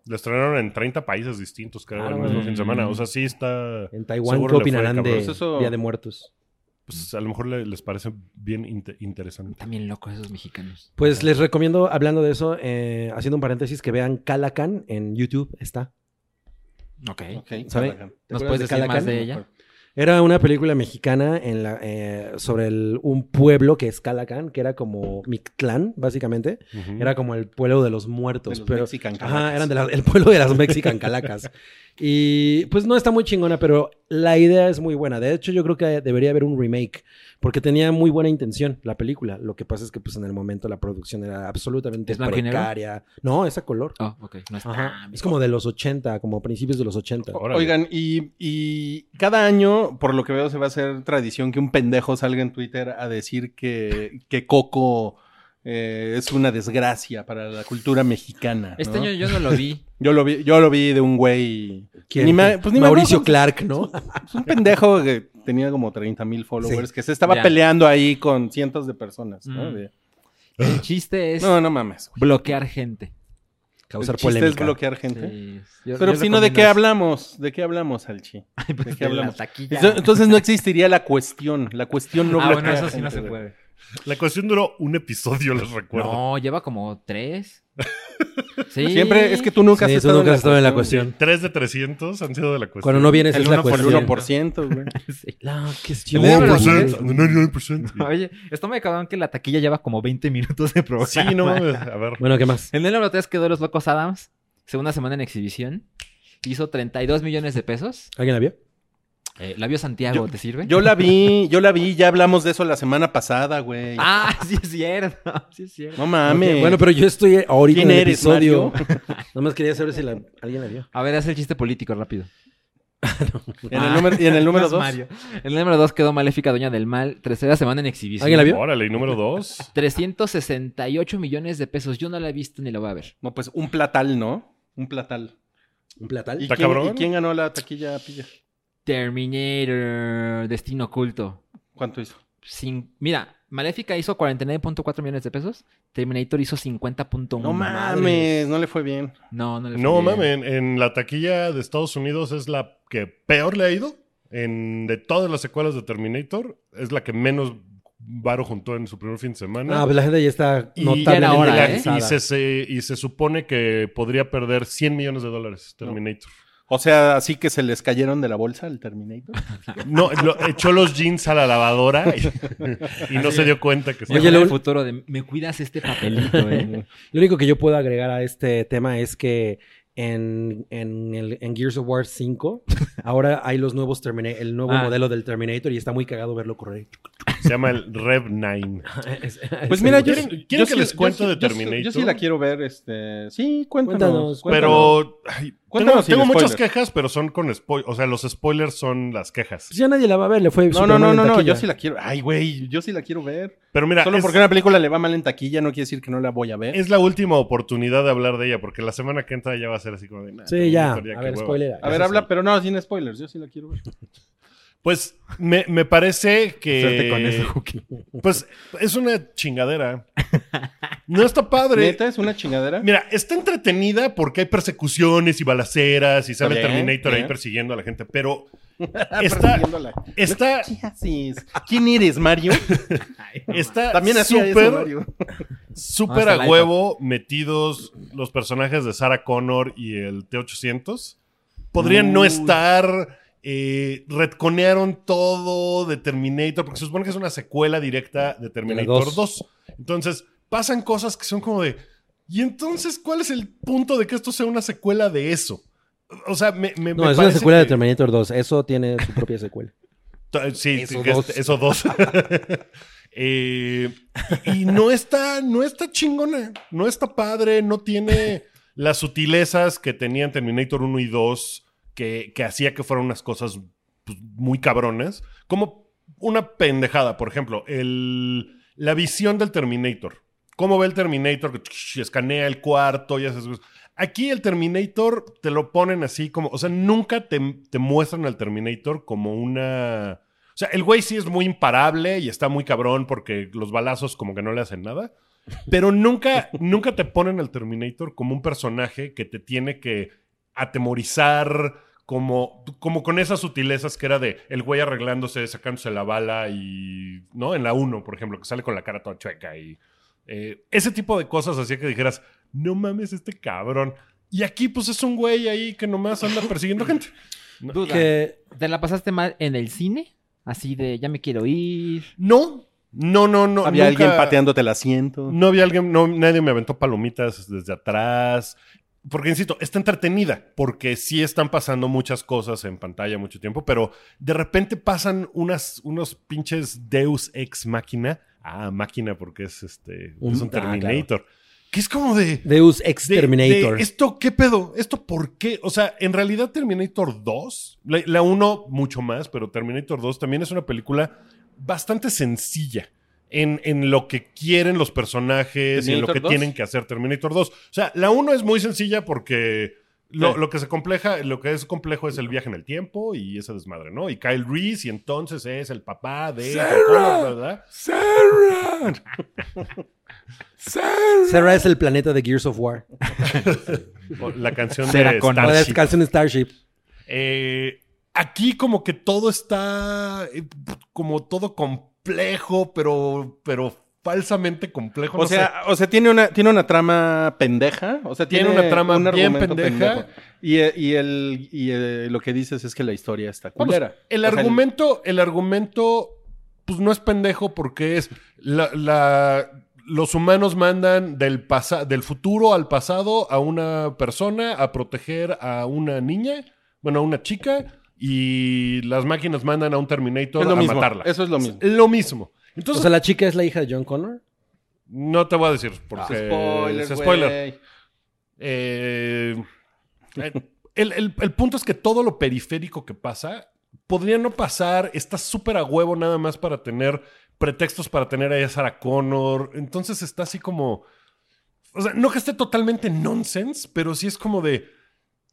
[SPEAKER 2] La estrenaron en 30 países distintos, creo,
[SPEAKER 4] Ah,
[SPEAKER 2] el
[SPEAKER 4] no
[SPEAKER 2] mismo
[SPEAKER 5] mames.
[SPEAKER 2] fin de semana. O sea, sí está...
[SPEAKER 4] En Taiwán,
[SPEAKER 2] Seguro
[SPEAKER 4] ¿qué
[SPEAKER 2] le fue,
[SPEAKER 4] opinarán
[SPEAKER 2] cabrón.
[SPEAKER 4] de
[SPEAKER 3] Pues eso-
[SPEAKER 4] Día de Muertos?
[SPEAKER 2] Pues a lo mejor le- les parece bien inte- interesante.
[SPEAKER 5] También locos esos mexicanos.
[SPEAKER 4] Pues les recomiendo, hablando de eso, eh, haciendo un paréntesis, que vean Calacan en YouTube. Está.
[SPEAKER 5] Ok.
[SPEAKER 3] Ok,
[SPEAKER 4] ¿Sabe?
[SPEAKER 3] Calacan. ¿Te
[SPEAKER 5] ¿Nos
[SPEAKER 3] acuerdas
[SPEAKER 5] puedes decir
[SPEAKER 4] Calacan?
[SPEAKER 5] más de ella?
[SPEAKER 4] Era una película mexicana en la, eh, sobre el- un pueblo que es Calacan, que era como Mictlán, básicamente.
[SPEAKER 2] Ujú.
[SPEAKER 4] Era como el pueblo de los
[SPEAKER 3] De
[SPEAKER 4] muertos.
[SPEAKER 3] los
[SPEAKER 4] pero,
[SPEAKER 3] Mexican
[SPEAKER 4] Ajá,
[SPEAKER 3] Calacas.
[SPEAKER 4] eran del pueblo de las Mexican Calacas. Y pues no está muy chingona, pero la idea es muy buena. De hecho, yo creo que debería haber un remake, porque tenía muy buena intención la película. Lo que pasa es que pues en el momento la producción era absolutamente
[SPEAKER 5] ¿Es blanco y negro?
[SPEAKER 4] precaria. No, es a color.
[SPEAKER 5] Oh, ok. No está.
[SPEAKER 4] Ajá. Es como de los 80, como principios de los 80.
[SPEAKER 3] O-
[SPEAKER 2] Órale.
[SPEAKER 3] Oigan, y, y cada año, por lo que veo, se va a hacer tradición que un pendejo salga en Twitter a decir que, que Coco eh, es una desgracia para la cultura mexicana. ¿no?
[SPEAKER 5] Este año yo no lo vi.
[SPEAKER 3] Yo lo vi, yo lo vi de un güey.
[SPEAKER 4] ¿Quién?
[SPEAKER 3] Ni me- pues ni me
[SPEAKER 4] Mauricio
[SPEAKER 3] acuerdo.
[SPEAKER 4] Clark, ¿no?
[SPEAKER 3] Es
[SPEAKER 5] <laughs>
[SPEAKER 3] un pendejo que tenía como 30 mil followers que se estaba
[SPEAKER 5] Ya.
[SPEAKER 3] peleando ahí con cientos de personas. ¿no?
[SPEAKER 5] Mm.
[SPEAKER 3] De-
[SPEAKER 5] El chiste es
[SPEAKER 3] Ah. no, no mames. güey.
[SPEAKER 5] bloquear gente.
[SPEAKER 4] <laughs> Causar
[SPEAKER 3] El chiste es
[SPEAKER 4] polémica.
[SPEAKER 3] bloquear gente.
[SPEAKER 5] Sí, yo-
[SPEAKER 3] Pero
[SPEAKER 5] yo
[SPEAKER 3] si no, ¿de
[SPEAKER 5] recomiendo
[SPEAKER 3] qué
[SPEAKER 5] eso.
[SPEAKER 3] hablamos? ¿De qué hablamos, Alchi?
[SPEAKER 5] <laughs> Ay, pues,
[SPEAKER 3] ¿De qué
[SPEAKER 5] de la
[SPEAKER 3] hablamos?
[SPEAKER 5] taquilla.
[SPEAKER 3] Entonces entonces no existiría la cuestión. La cuestión no
[SPEAKER 5] ah, bueno,
[SPEAKER 3] bloquea
[SPEAKER 5] eso sí no
[SPEAKER 3] gente,
[SPEAKER 5] se
[SPEAKER 3] güey.
[SPEAKER 5] puede.
[SPEAKER 2] La cuestión duró un episodio, les recuerdo.
[SPEAKER 5] No, lleva como tres.
[SPEAKER 3] <laughs>
[SPEAKER 5] Sí.
[SPEAKER 3] Siempre es que tú nunca has
[SPEAKER 4] Sí, tú
[SPEAKER 3] estado,
[SPEAKER 4] nunca
[SPEAKER 3] en, la
[SPEAKER 4] has estado en la
[SPEAKER 2] Sí,
[SPEAKER 4] cuestión.
[SPEAKER 2] Tres de 300 han sido de la cuestión.
[SPEAKER 4] Cuando no vienes es
[SPEAKER 3] El
[SPEAKER 4] la
[SPEAKER 3] 1 por el
[SPEAKER 4] cuestión.
[SPEAKER 3] 1%, güey.
[SPEAKER 5] <laughs> Sí.
[SPEAKER 4] La cuestión.
[SPEAKER 2] The
[SPEAKER 5] pero-
[SPEAKER 2] 1%, the 99%.
[SPEAKER 5] Oye, está muy cabrón que la taquilla lleva como 20 minutos de <laughs> programa.
[SPEAKER 2] Sí, no mames. A ver.
[SPEAKER 4] Bueno, ¿qué más?
[SPEAKER 5] En el número 3 quedó Los Locos Adams, segunda semana en exhibición. Hizo 32 millones de pesos.
[SPEAKER 4] ¿Alguien la vio?
[SPEAKER 5] Eh, ¿La vio Santiago?
[SPEAKER 3] Yo-
[SPEAKER 5] ¿Te sirve?
[SPEAKER 3] Yo la vi, yo la vi, ya hablamos de eso la semana pasada, güey.
[SPEAKER 5] <laughs> Ah, sí es cierto. Sí es cierto.
[SPEAKER 3] no mames.
[SPEAKER 4] Ok, Bueno, pero yo estoy ahorita
[SPEAKER 3] ¿Quién
[SPEAKER 4] en el
[SPEAKER 3] eres,
[SPEAKER 4] episodio.
[SPEAKER 3] Mario?
[SPEAKER 4] <laughs> Nada más quería saber si la- alguien la vio.
[SPEAKER 5] A ver, haz el chiste político rápido.
[SPEAKER 3] En el número- y en el número
[SPEAKER 5] No es
[SPEAKER 3] 2.
[SPEAKER 5] Mario. En el número 2 quedó Maléfica, Doña del Mal, tercera semana en exhibición.
[SPEAKER 4] ¿Alguien la vio?
[SPEAKER 2] Órale, y número dos.
[SPEAKER 5] 368 millones de pesos. Yo no la he visto ni la voy a ver.
[SPEAKER 3] No, pues un platal, ¿no? Un platal.
[SPEAKER 4] ¿Un platal?
[SPEAKER 3] ¿Y
[SPEAKER 2] ¿Está
[SPEAKER 3] quién,
[SPEAKER 2] cabrón?
[SPEAKER 3] y quién ganó la taquilla pilla?
[SPEAKER 5] Terminator, Destino Oculto.
[SPEAKER 3] ¿Cuánto hizo?
[SPEAKER 5] Sin- Mira, Maléfica hizo 49.4 millones de pesos. Terminator hizo 50.1.
[SPEAKER 3] No mames,
[SPEAKER 5] Madres.
[SPEAKER 3] no le fue bien.
[SPEAKER 5] No, no le fue
[SPEAKER 2] No
[SPEAKER 5] bien.
[SPEAKER 2] mames, en, en la taquilla de Estados Unidos es la que peor le ha ido. En, de todas las secuelas de Terminator, es la que menos varo juntó en su primer fin de semana.
[SPEAKER 4] Ah, pues la gente ya está
[SPEAKER 2] y,
[SPEAKER 5] ya era
[SPEAKER 4] notablemente
[SPEAKER 5] hora,
[SPEAKER 2] la-
[SPEAKER 5] ¿eh?
[SPEAKER 4] cansada.
[SPEAKER 2] y se, se- y se supone que podría perder 100 millones de dólares Terminator.
[SPEAKER 3] O sea, así que se les cayeron de la bolsa
[SPEAKER 2] <laughs>
[SPEAKER 3] al Terminator.
[SPEAKER 2] No, lo- echó los jeans a la lavadora y, <laughs> y no se dio cuenta que
[SPEAKER 5] Oye,
[SPEAKER 4] Oye,
[SPEAKER 5] el
[SPEAKER 4] lo-
[SPEAKER 5] futuro de me cuidas este papelito, <laughs> eh.
[SPEAKER 4] Lo único que yo puedo agregar a este tema es que en, en, el- en Gears of
[SPEAKER 3] <laughs>
[SPEAKER 4] War 5 ahora hay los nuevos Termina- el nuevo
[SPEAKER 5] Ah.
[SPEAKER 4] modelo del Terminator y está muy cagado
[SPEAKER 3] <laughs>
[SPEAKER 4] verlo correr.
[SPEAKER 2] se llama el Rev 9.
[SPEAKER 4] Es-
[SPEAKER 3] Pues mira, yo,
[SPEAKER 2] ¿Quieren-
[SPEAKER 3] yo
[SPEAKER 2] quieren que
[SPEAKER 3] sí-
[SPEAKER 2] les
[SPEAKER 3] yo
[SPEAKER 2] cuente
[SPEAKER 3] sí-
[SPEAKER 2] de
[SPEAKER 3] yo sí-
[SPEAKER 2] Terminator?
[SPEAKER 3] Yo sí la quiero ver, este, sí, cuéntanos.
[SPEAKER 4] Cuéntanos,
[SPEAKER 2] Pero
[SPEAKER 3] cuéntanos.
[SPEAKER 2] ay, tengo,
[SPEAKER 3] Cuéntanos sin
[SPEAKER 2] tengo muchas
[SPEAKER 3] spoilers.
[SPEAKER 2] quejas, pero son con spoilers. O sea, los spoilers son las quejas.
[SPEAKER 4] Pues ya nadie la va a ver, le fue
[SPEAKER 3] No, no,
[SPEAKER 4] Superman
[SPEAKER 3] no,
[SPEAKER 4] en
[SPEAKER 3] no, no,
[SPEAKER 4] taquilla.
[SPEAKER 3] yo sí la quiero. Ay, güey, yo sí la quiero ver.
[SPEAKER 2] Pero mira,
[SPEAKER 3] Solo
[SPEAKER 2] es,
[SPEAKER 3] porque una película le va mal en taquilla no quiere decir que no la voy a ver.
[SPEAKER 2] es la última oportunidad de hablar de ella, porque la semana que entra ya va a ser así como de "Nah,
[SPEAKER 4] Sí,
[SPEAKER 2] Terminator,
[SPEAKER 4] ya.
[SPEAKER 2] qué
[SPEAKER 4] A ver,
[SPEAKER 2] hueva".
[SPEAKER 4] spoiler.
[SPEAKER 3] a ver, habla, pero no, sin spoilers, yo sí la quiero ver.
[SPEAKER 2] Pues me, me parece
[SPEAKER 5] Suerte
[SPEAKER 2] que.
[SPEAKER 5] con eso, Juki.
[SPEAKER 2] Pues es una
[SPEAKER 3] <laughs>
[SPEAKER 2] chingadera. No está padre.
[SPEAKER 3] ¿Neta es una chingadera?
[SPEAKER 2] Mira, está entretenida porque hay persecuciones y balaceras y sale
[SPEAKER 3] bien,
[SPEAKER 2] Terminator ahí
[SPEAKER 3] bien.
[SPEAKER 2] persiguiendo a la gente,
[SPEAKER 3] <laughs>
[SPEAKER 2] pero
[SPEAKER 3] Ah,
[SPEAKER 2] está,
[SPEAKER 3] Persiguiéndola.
[SPEAKER 2] está,
[SPEAKER 3] ¿Qué haces? ¿Quién eres, Mario?
[SPEAKER 2] está
[SPEAKER 3] También hacía eso,
[SPEAKER 2] súper,
[SPEAKER 3] Mario.
[SPEAKER 2] súper
[SPEAKER 4] Ah,
[SPEAKER 5] No,
[SPEAKER 2] a
[SPEAKER 5] está light.
[SPEAKER 2] huevo metidos los personajes de Sarah Connor y el T-800. Podrían no
[SPEAKER 3] Uy.
[SPEAKER 2] estar, eh, retconearon todo de Terminator, porque se supone que es una secuela directa de Terminator
[SPEAKER 4] dos.
[SPEAKER 2] 2. Entonces, pasan cosas que son como de, ¿y entonces cuál es el punto de que esto sea una secuela de eso? O sea, me, me,
[SPEAKER 4] No,
[SPEAKER 2] me
[SPEAKER 4] es una
[SPEAKER 2] parece
[SPEAKER 4] secuela de
[SPEAKER 2] que-
[SPEAKER 4] Terminator 2. Eso tiene su propia secuela.
[SPEAKER 2] Ta- eh, Sí,
[SPEAKER 4] Eso
[SPEAKER 2] sí, que es-
[SPEAKER 4] dos.
[SPEAKER 2] eso dos. Eh, y no está, no está chingona, no está padre, no tiene las sutilezas que tenían Terminator 1 y 2, que, que hacía que fueran unas cosas pues, muy cabronas, como una pendejada, por ejemplo, el, la visión del Terminator. ¿Cómo ve el Terminator? Que tsh, escanea el cuarto y esas cosas. Aquí el Terminator te lo ponen así como, o sea, nunca te, te muestran al Terminator como una... O sea, el güey sí es muy imparable y está muy cabrón porque los balazos como que no le hacen nada. Pero
[SPEAKER 3] <laughs>
[SPEAKER 2] nunca, nunca te ponen al Terminator como un personaje que te tiene que atemorizar, como, como con esas sutilezas que era de el güey arreglándose, sacándose la bala y. ¿No? En la 1, por ejemplo, que sale con la cara toda chueca y. eh, ese tipo de cosas hacía que dijeras, no mames, este cabrón. Y aquí, pues es un güey ahí que nomás anda persiguiendo gente.
[SPEAKER 5] Duda,
[SPEAKER 4] Que-
[SPEAKER 5] ¿Te la pasaste mal en el cine? Así de, ya me quiero ir.
[SPEAKER 2] No, no, no, no.
[SPEAKER 3] Había
[SPEAKER 2] nunca-
[SPEAKER 3] alguien pateándote el asiento.
[SPEAKER 2] No había alguien, no, nadie me aventó palomitas desde atrás. Porque, insisto, está entretenida, porque sí están pasando muchas cosas en pantalla mucho tiempo, pero de repente pasan unas, unos pinches Deus ex máquina. Ah, máquina, porque es este.
[SPEAKER 4] Un-
[SPEAKER 2] es un
[SPEAKER 4] ah, claro.
[SPEAKER 2] Terminator. Que es como de.
[SPEAKER 4] Deus Ex
[SPEAKER 2] de-
[SPEAKER 4] Terminator.
[SPEAKER 2] de, ¿Esto qué pedo? ¿Esto por qué? O sea, en realidad Terminator 2, la- la 1 mucho más, pero Terminator 2 también es una película bastante sencilla en, en lo que quieren los personajes y en lo
[SPEAKER 3] ¿Terminator
[SPEAKER 2] que
[SPEAKER 3] 2?
[SPEAKER 2] tienen que hacer Terminator 2. O sea, la 1 es muy sencilla porque lo,
[SPEAKER 3] Sí.
[SPEAKER 2] lo que se compleja, lo que es complejo es el viaje en el tiempo y ese desmadre, ¿no? Y Kyle Reese y entonces es el papá de Connor, ¿verdad?
[SPEAKER 4] Será es el planeta de Gears of War.
[SPEAKER 2] O La canción
[SPEAKER 5] Sarah
[SPEAKER 2] de
[SPEAKER 5] Connor.
[SPEAKER 4] La
[SPEAKER 2] Starship.
[SPEAKER 4] canción Starship.
[SPEAKER 2] Eh, aquí como que todo está eh, como todo complejo, pero, pero falsamente complejo.
[SPEAKER 3] O
[SPEAKER 2] no
[SPEAKER 3] sea, o sea, tiene una, tiene una trama pendeja. O sea, tiene,
[SPEAKER 2] Tiene una trama bien
[SPEAKER 3] argumento
[SPEAKER 2] pendeja.
[SPEAKER 3] pendejo. Y, eh, y el, y eh, lo que dices es que la historia está
[SPEAKER 2] Vamos,
[SPEAKER 3] culera.
[SPEAKER 2] el
[SPEAKER 3] O sea,
[SPEAKER 2] argumento, el argumento, pues no es pendejo porque es la, la- los humanos mandan del, pasa- del futuro al pasado a una persona a proteger a una niña, bueno, a una chica, y las máquinas mandan a un Terminator
[SPEAKER 3] es lo
[SPEAKER 2] a
[SPEAKER 3] mismo.
[SPEAKER 2] matarla.
[SPEAKER 3] Eso es lo mismo.
[SPEAKER 2] Lo mismo. Entonces,
[SPEAKER 4] O sea, la chica es la hija de John Connor.
[SPEAKER 2] no te voy a decir porque
[SPEAKER 3] Ah, Spoiler,
[SPEAKER 2] es spoiler.
[SPEAKER 3] güey.
[SPEAKER 2] Eh, eh, el, el- el punto es que todo lo periférico que pasa podría no pasar. Está súper a huevo nada más para tener pretextos para tener ahí a Sarah Connor. Entonces está así como. O sea, no que esté totalmente nonsense, pero sí es como de.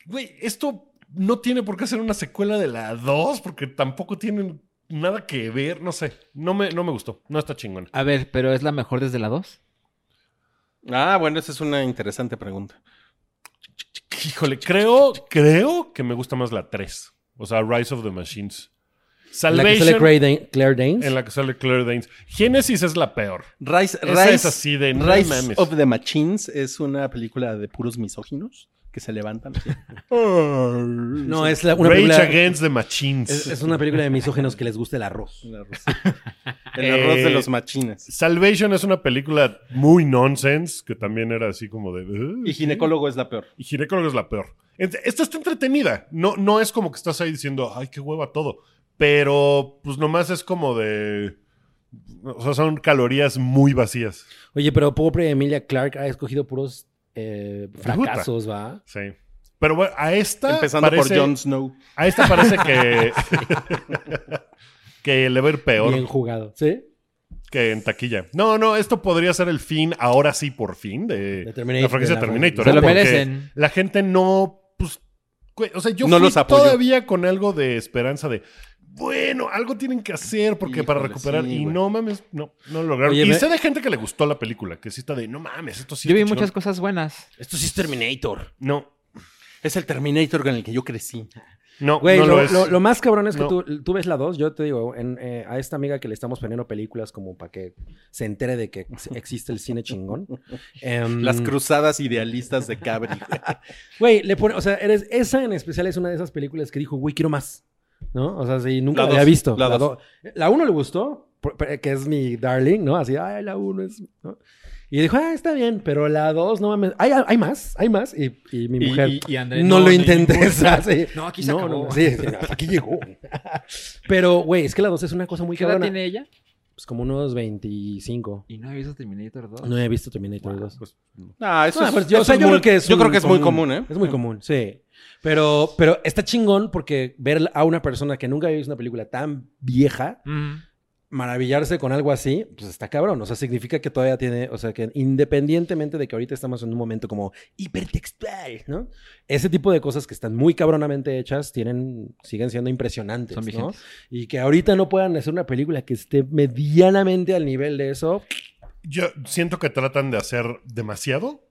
[SPEAKER 2] Güey, esto no tiene por qué ser una secuela de la 2 porque tampoco tienen nada que ver. No sé, no me, no me gustó. No está chingón.
[SPEAKER 5] A ver, pero es la mejor desde la 2.
[SPEAKER 3] Ah, bueno, esa es una interesante pregunta.
[SPEAKER 2] Híjole, creo, creo que me gusta más la 3. O sea, Rise of the Machines.
[SPEAKER 4] En la que sale
[SPEAKER 2] Salvation.
[SPEAKER 4] Claire, Dan- Claire Danes.
[SPEAKER 2] En la que sale Claire Danes. Génesis es la peor.
[SPEAKER 3] Rise,
[SPEAKER 2] Esa
[SPEAKER 3] Rise-
[SPEAKER 2] es así de, no
[SPEAKER 3] Rise
[SPEAKER 2] mames.
[SPEAKER 3] of the Machines es una película de puros misóginos que se levantan. así.
[SPEAKER 4] No, es la- una
[SPEAKER 2] Rage
[SPEAKER 4] película.
[SPEAKER 2] Against the Machines.
[SPEAKER 4] Es, es una película de misógenos que les gusta el arroz.
[SPEAKER 3] El arroz, El arroz
[SPEAKER 2] Eh,
[SPEAKER 3] de los machines.
[SPEAKER 2] Salvation es una película muy nonsense, que también era así como de... "Ugh".
[SPEAKER 3] Y ginecólogo es la peor.
[SPEAKER 2] Y Ginecólogo es la peor. Ent- Esta está entretenida. No, no es como que estás ahí diciendo, ay, qué hueva todo. Pero, pues nomás es como de... O sea, son calorías muy vacías.
[SPEAKER 4] Oye, pero pobre Emilia Clark ha escogido puros eh, fracasos, ¿va?
[SPEAKER 2] Sí. Pero bueno, a esta.
[SPEAKER 3] Empezando
[SPEAKER 2] parece-
[SPEAKER 3] por Jon Snow.
[SPEAKER 2] A esta parece
[SPEAKER 3] <laughs>
[SPEAKER 2] que. que le va a ir peor
[SPEAKER 4] Bien jugado. ¿Sí?
[SPEAKER 2] que en taquilla. No, no, esto podría ser el fin, ahora sí, por fin, de,
[SPEAKER 4] De Terminator,
[SPEAKER 2] la franquicia
[SPEAKER 4] de la
[SPEAKER 2] Terminator. ¿eh?
[SPEAKER 4] franquicia.
[SPEAKER 5] Se lo
[SPEAKER 2] ¿no? Porque
[SPEAKER 5] merecen.
[SPEAKER 2] La gente no. Pues, güey, o sea, yo
[SPEAKER 3] No
[SPEAKER 2] fui
[SPEAKER 3] los apoyó.
[SPEAKER 2] todavía con algo de esperanza de. Bueno, algo tienen que hacer porque para
[SPEAKER 3] Híjole,
[SPEAKER 2] recuperar.
[SPEAKER 3] sí,
[SPEAKER 2] y
[SPEAKER 3] güey.
[SPEAKER 2] no mames, no, no lo lograron.
[SPEAKER 4] Oye,
[SPEAKER 2] y
[SPEAKER 4] me-
[SPEAKER 2] sé de gente que le gustó la película, que sí está de no mames, esto sí
[SPEAKER 5] Yo vi
[SPEAKER 2] está
[SPEAKER 5] muchas
[SPEAKER 2] chingón".
[SPEAKER 5] cosas buenas.
[SPEAKER 4] Esto sí es Terminator.
[SPEAKER 2] No,
[SPEAKER 3] Es el Terminator con el que yo crecí.
[SPEAKER 2] no,
[SPEAKER 4] Güey,
[SPEAKER 2] no
[SPEAKER 4] lo,
[SPEAKER 2] lo, es.
[SPEAKER 4] lo- lo más cabrón es que
[SPEAKER 2] No.
[SPEAKER 4] tú, tú ves la 2. Yo te digo, en, eh, a esta amiga que le estamos poniendo películas como para que se entere de que ex- existe el cine chingón. Em,
[SPEAKER 3] Las cruzadas idealistas de <laughs> Cabri.
[SPEAKER 4] Güey, le pone, o sea, eres, esa en especial es una de esas películas que dijo, güey, quiero más. ¿No? O sea, sí, nunca
[SPEAKER 3] La
[SPEAKER 4] la, había
[SPEAKER 3] dos,
[SPEAKER 4] visto.
[SPEAKER 3] la
[SPEAKER 4] La,
[SPEAKER 3] dos.
[SPEAKER 4] do- la uno le gustó, por- por- que es mi darling, ¿no? Así, ay, la uno es. ¿no? Y dijo, ah, está bien, pero la dos, no mames. Hay, hay más, hay más. Y, y mi mujer. no, lo
[SPEAKER 3] <laughs>
[SPEAKER 4] intentes. <laughs> así.
[SPEAKER 5] No, aquí se acabó.
[SPEAKER 4] sí, sí, hasta aquí llegó. <laughs> Pero, güey, es que la dos es una cosa muy
[SPEAKER 5] ¿Qué edad
[SPEAKER 4] cabrona.
[SPEAKER 5] tiene ella?
[SPEAKER 4] Pues como unos 25.
[SPEAKER 5] Y no he visto Terminator 2.
[SPEAKER 4] No he visto Terminator 2.
[SPEAKER 2] Pues,
[SPEAKER 3] Ah, eso
[SPEAKER 4] Ah,
[SPEAKER 3] es-
[SPEAKER 4] pues yo,
[SPEAKER 3] eso
[SPEAKER 4] o sea,
[SPEAKER 3] es
[SPEAKER 4] yo
[SPEAKER 3] muy-
[SPEAKER 4] creo que es
[SPEAKER 3] yo
[SPEAKER 4] un
[SPEAKER 3] creo que es muy común, ¿eh?
[SPEAKER 4] Es muy común, sí. Pero, pero está chingón porque ver a una persona que nunca había visto una película tan vieja,
[SPEAKER 5] Mm.
[SPEAKER 4] maravillarse con algo así, pues está cabrón. O sea, significa que todavía tiene, o sea, que independientemente de que ahorita estamos en un momento como hipertextual, ¿no? Ese tipo de cosas que están muy cabronamente hechas tienen, siguen siendo impresionantes,
[SPEAKER 5] Son
[SPEAKER 4] ¿no?
[SPEAKER 5] vigentes.
[SPEAKER 4] Y que ahorita no puedan hacer una película que esté medianamente al nivel de eso.
[SPEAKER 2] Yo siento que tratan de hacer demasiado.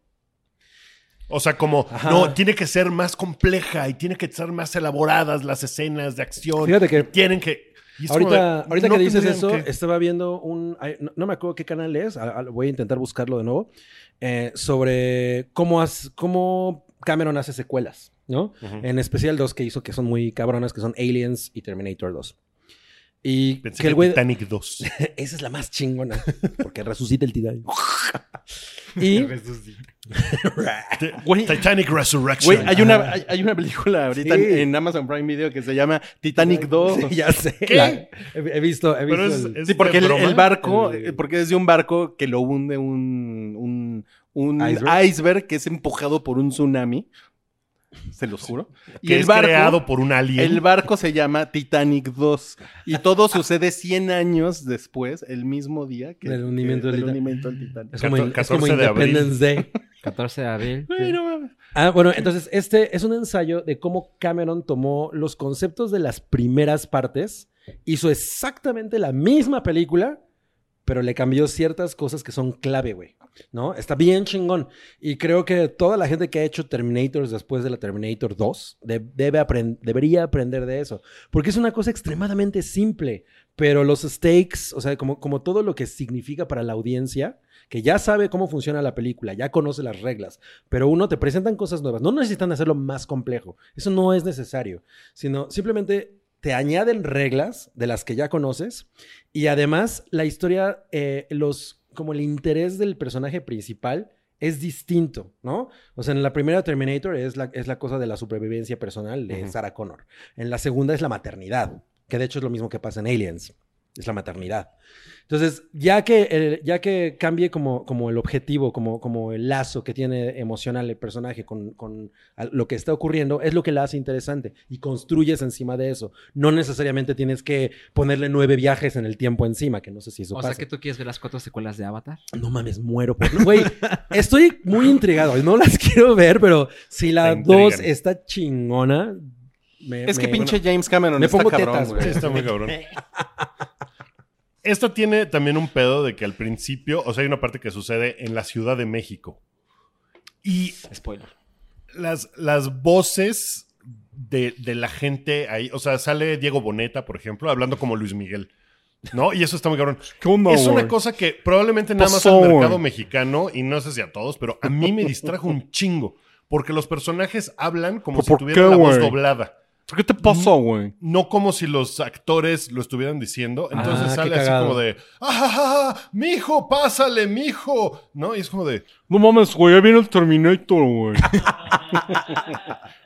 [SPEAKER 2] O sea, como,
[SPEAKER 4] Ajá.
[SPEAKER 2] no, tiene que ser más compleja y tiene que ser más elaboradas las escenas de acción.
[SPEAKER 4] Fíjate que
[SPEAKER 2] Tienen que... y es como
[SPEAKER 4] Ahorita,
[SPEAKER 2] de,
[SPEAKER 4] ahorita
[SPEAKER 2] no
[SPEAKER 4] que dices
[SPEAKER 2] tendrían
[SPEAKER 4] eso,
[SPEAKER 2] que-
[SPEAKER 4] estaba viendo un. ay, No, no me acuerdo qué canal es, a- a- voy a intentar buscarlo de nuevo. eh, sobre cómo, has- cómo Cameron hace secuelas, ¿no?
[SPEAKER 2] Ujú.
[SPEAKER 4] En especial dos que hizo que son muy cabronas, que son Aliens y Terminator 2. Y
[SPEAKER 2] Pensé
[SPEAKER 4] que el
[SPEAKER 2] que
[SPEAKER 4] güey.
[SPEAKER 2] Titanic 2.
[SPEAKER 4] <laughs> Esa es la más chingona, porque resucita
[SPEAKER 2] <laughs>
[SPEAKER 4] el Titanic. y.
[SPEAKER 2] Titanic Resurrection.
[SPEAKER 3] Güey, hay una, hay, hay una película ahorita
[SPEAKER 4] Sí.
[SPEAKER 3] en- en Amazon Prime Video que se llama Titanic 2.
[SPEAKER 4] Sí, ya sé. la- he, he visto. he
[SPEAKER 2] Pero
[SPEAKER 4] visto
[SPEAKER 2] es,
[SPEAKER 4] el-
[SPEAKER 2] es
[SPEAKER 3] Sí, porque
[SPEAKER 2] de
[SPEAKER 3] el,
[SPEAKER 2] broma.
[SPEAKER 3] el barco,
[SPEAKER 4] El-
[SPEAKER 3] eh, porque es de un barco que lo hunde un, un, un
[SPEAKER 4] Iceberg.
[SPEAKER 3] iceberg. que es empujado por un tsunami, se los juro.
[SPEAKER 2] que es creado por un alien.
[SPEAKER 3] el barco se llama Titanic 2 y todo sucede 100 años después, el mismo día que
[SPEAKER 4] Del hundimiento
[SPEAKER 3] que-
[SPEAKER 4] del
[SPEAKER 3] del
[SPEAKER 4] Titanic.
[SPEAKER 3] hundimiento del Titanic.
[SPEAKER 4] es como,
[SPEAKER 2] Cator-
[SPEAKER 4] es como
[SPEAKER 2] 14 de abril.
[SPEAKER 4] Independence Day.
[SPEAKER 5] 14 de abril.
[SPEAKER 3] Güey, no mames.
[SPEAKER 4] Ah, bueno, entonces este es un ensayo de cómo Cameron tomó los conceptos de las primeras partes, hizo exactamente la misma película, pero le cambió ciertas cosas que son clave, güey. ¿No? Está bien chingón. Y creo que toda la gente que ha hecho Terminators después de la Terminator 2 de- debe aprend- debería aprender de eso. Porque es una cosa extremadamente simple, pero los stakes, o sea, como, como todo lo que significa para la audiencia, que ya sabe cómo funciona la película, ya conoce las reglas, pero uno, te presentan cosas nuevas. No necesitan hacerlo más complejo. Eso no es necesario. Sino simplemente te añaden reglas de las que ya conoces. Y además, la historia, eh, los, como el interés del personaje principal es distinto, ¿no? O sea, en la primera Terminator es la, es la cosa de la supervivencia personal de
[SPEAKER 3] Ujú.
[SPEAKER 4] Sarah Connor. En la segunda es la maternidad, que de hecho es lo mismo que pasa en Aliens. Es la maternidad. Entonces, ya que, el- ya que cambie como, como el objetivo, como, como el lazo que tiene emocional el personaje con, con a- lo que está ocurriendo, es lo que la hace interesante y construyes encima de eso. No necesariamente tienes que ponerle nueve viajes en el tiempo encima, que no sé si eso
[SPEAKER 5] O sea
[SPEAKER 4] pasa.
[SPEAKER 5] que tú quieres ver las cuatro secuelas de Avatar.
[SPEAKER 4] No mames, muero. Por... Güey, estoy muy intrigado. No las <laughs> quiero ver, pero si la
[SPEAKER 2] Te intrigan.
[SPEAKER 4] dos está chingona... me-
[SPEAKER 3] Es que
[SPEAKER 4] me-
[SPEAKER 3] pinche James Cameron
[SPEAKER 4] me
[SPEAKER 3] está
[SPEAKER 4] pongo
[SPEAKER 3] cabrón,
[SPEAKER 4] tetas,
[SPEAKER 3] güey.
[SPEAKER 2] Sí, está muy cabrón. Esta tiene también un pedo de que al principio, o sea, hay una parte que sucede en la Ciudad de México. Y
[SPEAKER 5] Spoiler.
[SPEAKER 2] las, las voces de, de la gente ahí, o sea, sale Diego Boneta, por ejemplo, hablando como Luis Miguel. ¿No? Y eso está muy cabrón. es una cosa que probablemente nada más
[SPEAKER 3] Pasó,
[SPEAKER 2] al mercado
[SPEAKER 3] güey.
[SPEAKER 2] mexicano, y no sé si a todos, pero a mí me distrajo un chingo. Porque los personajes hablan como
[SPEAKER 3] ¿Pero
[SPEAKER 2] si
[SPEAKER 3] por
[SPEAKER 2] tuvieran
[SPEAKER 3] qué,
[SPEAKER 2] la voz
[SPEAKER 3] güey?
[SPEAKER 2] doblada.
[SPEAKER 3] ¿Qué te pasó, güey?
[SPEAKER 2] no como si los actores lo estuvieran diciendo. Entonces
[SPEAKER 4] Ah, qué
[SPEAKER 2] sale así
[SPEAKER 4] cagado.
[SPEAKER 2] como de, ¡ah, mijo, pásale, mijo! ¿No? Y es como de,
[SPEAKER 3] No mames, güey, ya viene el Terminator,
[SPEAKER 4] <laughs>
[SPEAKER 3] güey.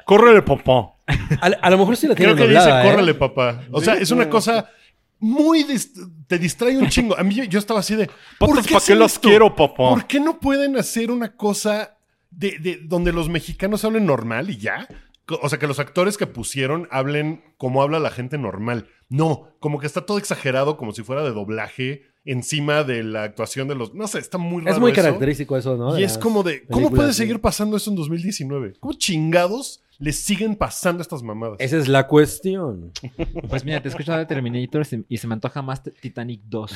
[SPEAKER 3] Córrele, papá.
[SPEAKER 4] A, a lo mejor sí la tiene
[SPEAKER 2] creo que
[SPEAKER 4] doblada,
[SPEAKER 2] dice,
[SPEAKER 4] ¿eh?
[SPEAKER 2] córrele, papá. O sea, es una cosa muy... dis- te distrae un chingo. A mí yo, yo estaba así de, ¿por
[SPEAKER 3] Patas,
[SPEAKER 2] qué,
[SPEAKER 3] ¿pa' qué
[SPEAKER 2] hacen
[SPEAKER 3] las
[SPEAKER 2] esto?
[SPEAKER 3] quiero, papá?
[SPEAKER 2] ¿Por qué no pueden hacer una cosa de, de- donde los mexicanos hablen normal y ya? Co- O sea, que los actores que pusieron hablen como habla la gente normal. No, como que está todo exagerado, como si fuera de doblaje encima de la actuación de los... No sé, está muy raro.
[SPEAKER 4] Es muy
[SPEAKER 2] eso.
[SPEAKER 4] característico eso, ¿no?
[SPEAKER 2] Y
[SPEAKER 4] De
[SPEAKER 2] es
[SPEAKER 4] las
[SPEAKER 2] como de, ¿cómo
[SPEAKER 4] películas,
[SPEAKER 2] puede
[SPEAKER 4] sí.
[SPEAKER 2] seguir pasando eso en 2019? ¿Cómo chingados les siguen pasando estas mamadas?
[SPEAKER 4] Esa es la cuestión.
[SPEAKER 5] Pues mira, te escucho hablar de Terminator y se- y se me antoja más t- Titanic
[SPEAKER 4] <laughs>
[SPEAKER 5] 2.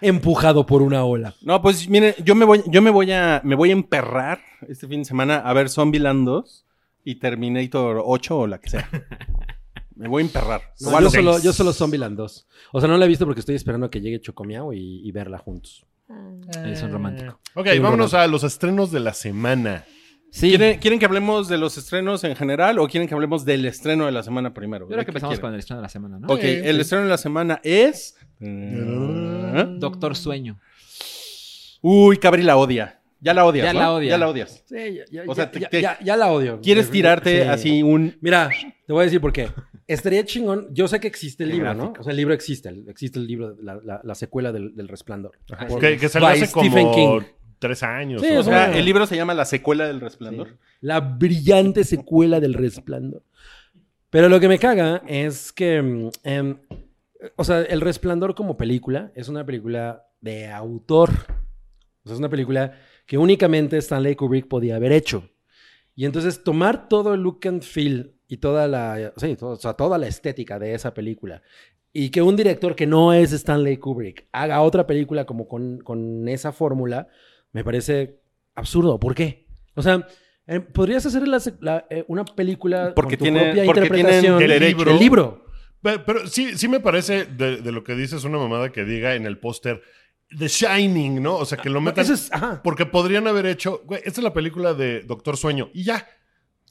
[SPEAKER 4] Empujado por una ola.
[SPEAKER 3] No, pues miren, yo me voy, yo me voy a, me voy a emperrar este fin de semana a ver Zombieland 2 y Terminator 8 o la que
[SPEAKER 5] <laughs>
[SPEAKER 3] sea. me voy a emperrar.
[SPEAKER 4] No,
[SPEAKER 3] Lo vale.
[SPEAKER 4] yo, solo, yo solo Zombieland 2. O sea, no la he visto porque estoy esperando a que llegue Chocomiao y, y verla juntos.
[SPEAKER 5] Es un romántico.
[SPEAKER 2] ok,
[SPEAKER 4] Estoy
[SPEAKER 2] vámonos a los estrenos de la semana.
[SPEAKER 5] Sí,
[SPEAKER 3] ¿Quieren, quieren que hablemos de los estrenos en general o quieren que hablemos del estreno de la semana primero?
[SPEAKER 5] yo creo que empezamos con
[SPEAKER 3] quieren?
[SPEAKER 5] el estreno de la semana, ¿no?
[SPEAKER 3] Ok, el estreno de la semana es...
[SPEAKER 4] Ah.
[SPEAKER 5] Doctor Sueño.
[SPEAKER 3] Uy, Cabri la odia. Ya la odias,
[SPEAKER 5] Ya
[SPEAKER 3] ¿no?
[SPEAKER 5] la odia.
[SPEAKER 3] Ya la odias.
[SPEAKER 4] Sí, ya,
[SPEAKER 3] O sea, te-
[SPEAKER 4] ya-
[SPEAKER 3] te-
[SPEAKER 4] ya- ya la odio.
[SPEAKER 3] ¿Quieres tirarte
[SPEAKER 4] Sí.
[SPEAKER 3] así un...
[SPEAKER 4] Mira, te voy a decir por qué. Estaría chingón. Yo sé que existe el
[SPEAKER 5] Qué
[SPEAKER 4] libro, ¿no?
[SPEAKER 5] gráfico.
[SPEAKER 4] O sea, el libro existe. el- Existe el libro, la, la- la secuela del, del resplandor.
[SPEAKER 5] Ajá.
[SPEAKER 4] Por-
[SPEAKER 2] Que, que salió
[SPEAKER 4] By
[SPEAKER 2] hace
[SPEAKER 4] Stephen
[SPEAKER 2] como
[SPEAKER 4] King.
[SPEAKER 2] tres años.
[SPEAKER 4] Sí,
[SPEAKER 2] ¿no?
[SPEAKER 3] O
[SPEAKER 4] es una-
[SPEAKER 3] sea, el libro se llama La secuela del resplandor.
[SPEAKER 4] Sí. La brillante secuela del resplandor. Pero lo que me caga es que, mm, em, o sea, el resplandor como película es una película de autor. O sea, es una película que únicamente Stanley Kubrick podía haber hecho. Y entonces tomar todo el look and feel y toda la, sí, to- o sea, toda la estética de esa película y que un director que no es Stanley Kubrick haga otra película como con, con esa fórmula, me parece absurdo. ¿Por qué? O sea, eh, podrías hacer la sec- la, eh, una película
[SPEAKER 3] Porque
[SPEAKER 4] con tu
[SPEAKER 3] tiene-
[SPEAKER 4] propia
[SPEAKER 3] porque tienen
[SPEAKER 4] interpretación
[SPEAKER 2] el
[SPEAKER 4] del
[SPEAKER 2] derecho.
[SPEAKER 4] libro.
[SPEAKER 2] Pe- Pero, sí, sí me parece de, de lo que dices una mamada que diga en el póster The Shining, ¿no? O sea, que lo metan.
[SPEAKER 4] Eso Ah, es, ajá.
[SPEAKER 2] Porque podrían haber hecho. güey, esta es la película de Doctor Sueño y ya.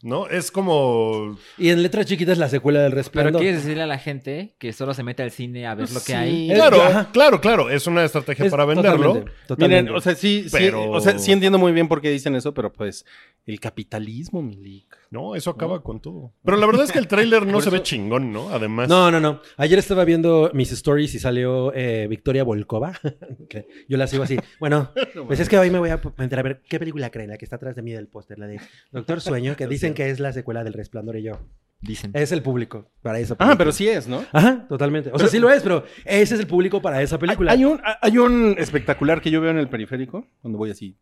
[SPEAKER 2] ¿No? Es como.
[SPEAKER 4] Y en letras chiquitas la secuela del
[SPEAKER 5] Pero
[SPEAKER 4] resplandor.
[SPEAKER 5] quieres decirle a la gente que solo se mete al cine a ver lo que
[SPEAKER 4] Sí.
[SPEAKER 5] hay.
[SPEAKER 4] Es-
[SPEAKER 2] Claro,
[SPEAKER 4] ajá.
[SPEAKER 2] claro, claro. Es una estrategia
[SPEAKER 4] Es
[SPEAKER 2] para venderlo.
[SPEAKER 4] totalmente, totalmente.
[SPEAKER 3] Miren, o sea, sí, sí,
[SPEAKER 2] Pero-
[SPEAKER 3] o sea, sí entiendo muy bien por qué dicen eso, pero pues el capitalismo, <laughs> Milik.
[SPEAKER 2] No, eso acaba con todo. Pero la verdad es que el tráiler no
[SPEAKER 3] Por
[SPEAKER 2] se ve
[SPEAKER 3] eso-
[SPEAKER 2] chingón, ¿no? Además.
[SPEAKER 4] No, no, no. Ayer estaba viendo mis stories y salió eh, Victoria Volkova. <laughs> que yo la sigo así. Bueno, pues es que hoy me voy a meter a ver qué película creen, la que está atrás de mí del póster, la de Doctor Sueño,
[SPEAKER 3] <laughs>
[SPEAKER 4] que dicen que es la secuela del Resplandor y yo.
[SPEAKER 5] Dicen.
[SPEAKER 4] Es el público para esa película.
[SPEAKER 3] Ah, pero sí es, ¿no?
[SPEAKER 4] Ajá, totalmente. O sea, sí lo es, pero ese es el público para esa película.
[SPEAKER 3] Hay un, hay un espectacular que yo veo en el periférico, cuando voy así.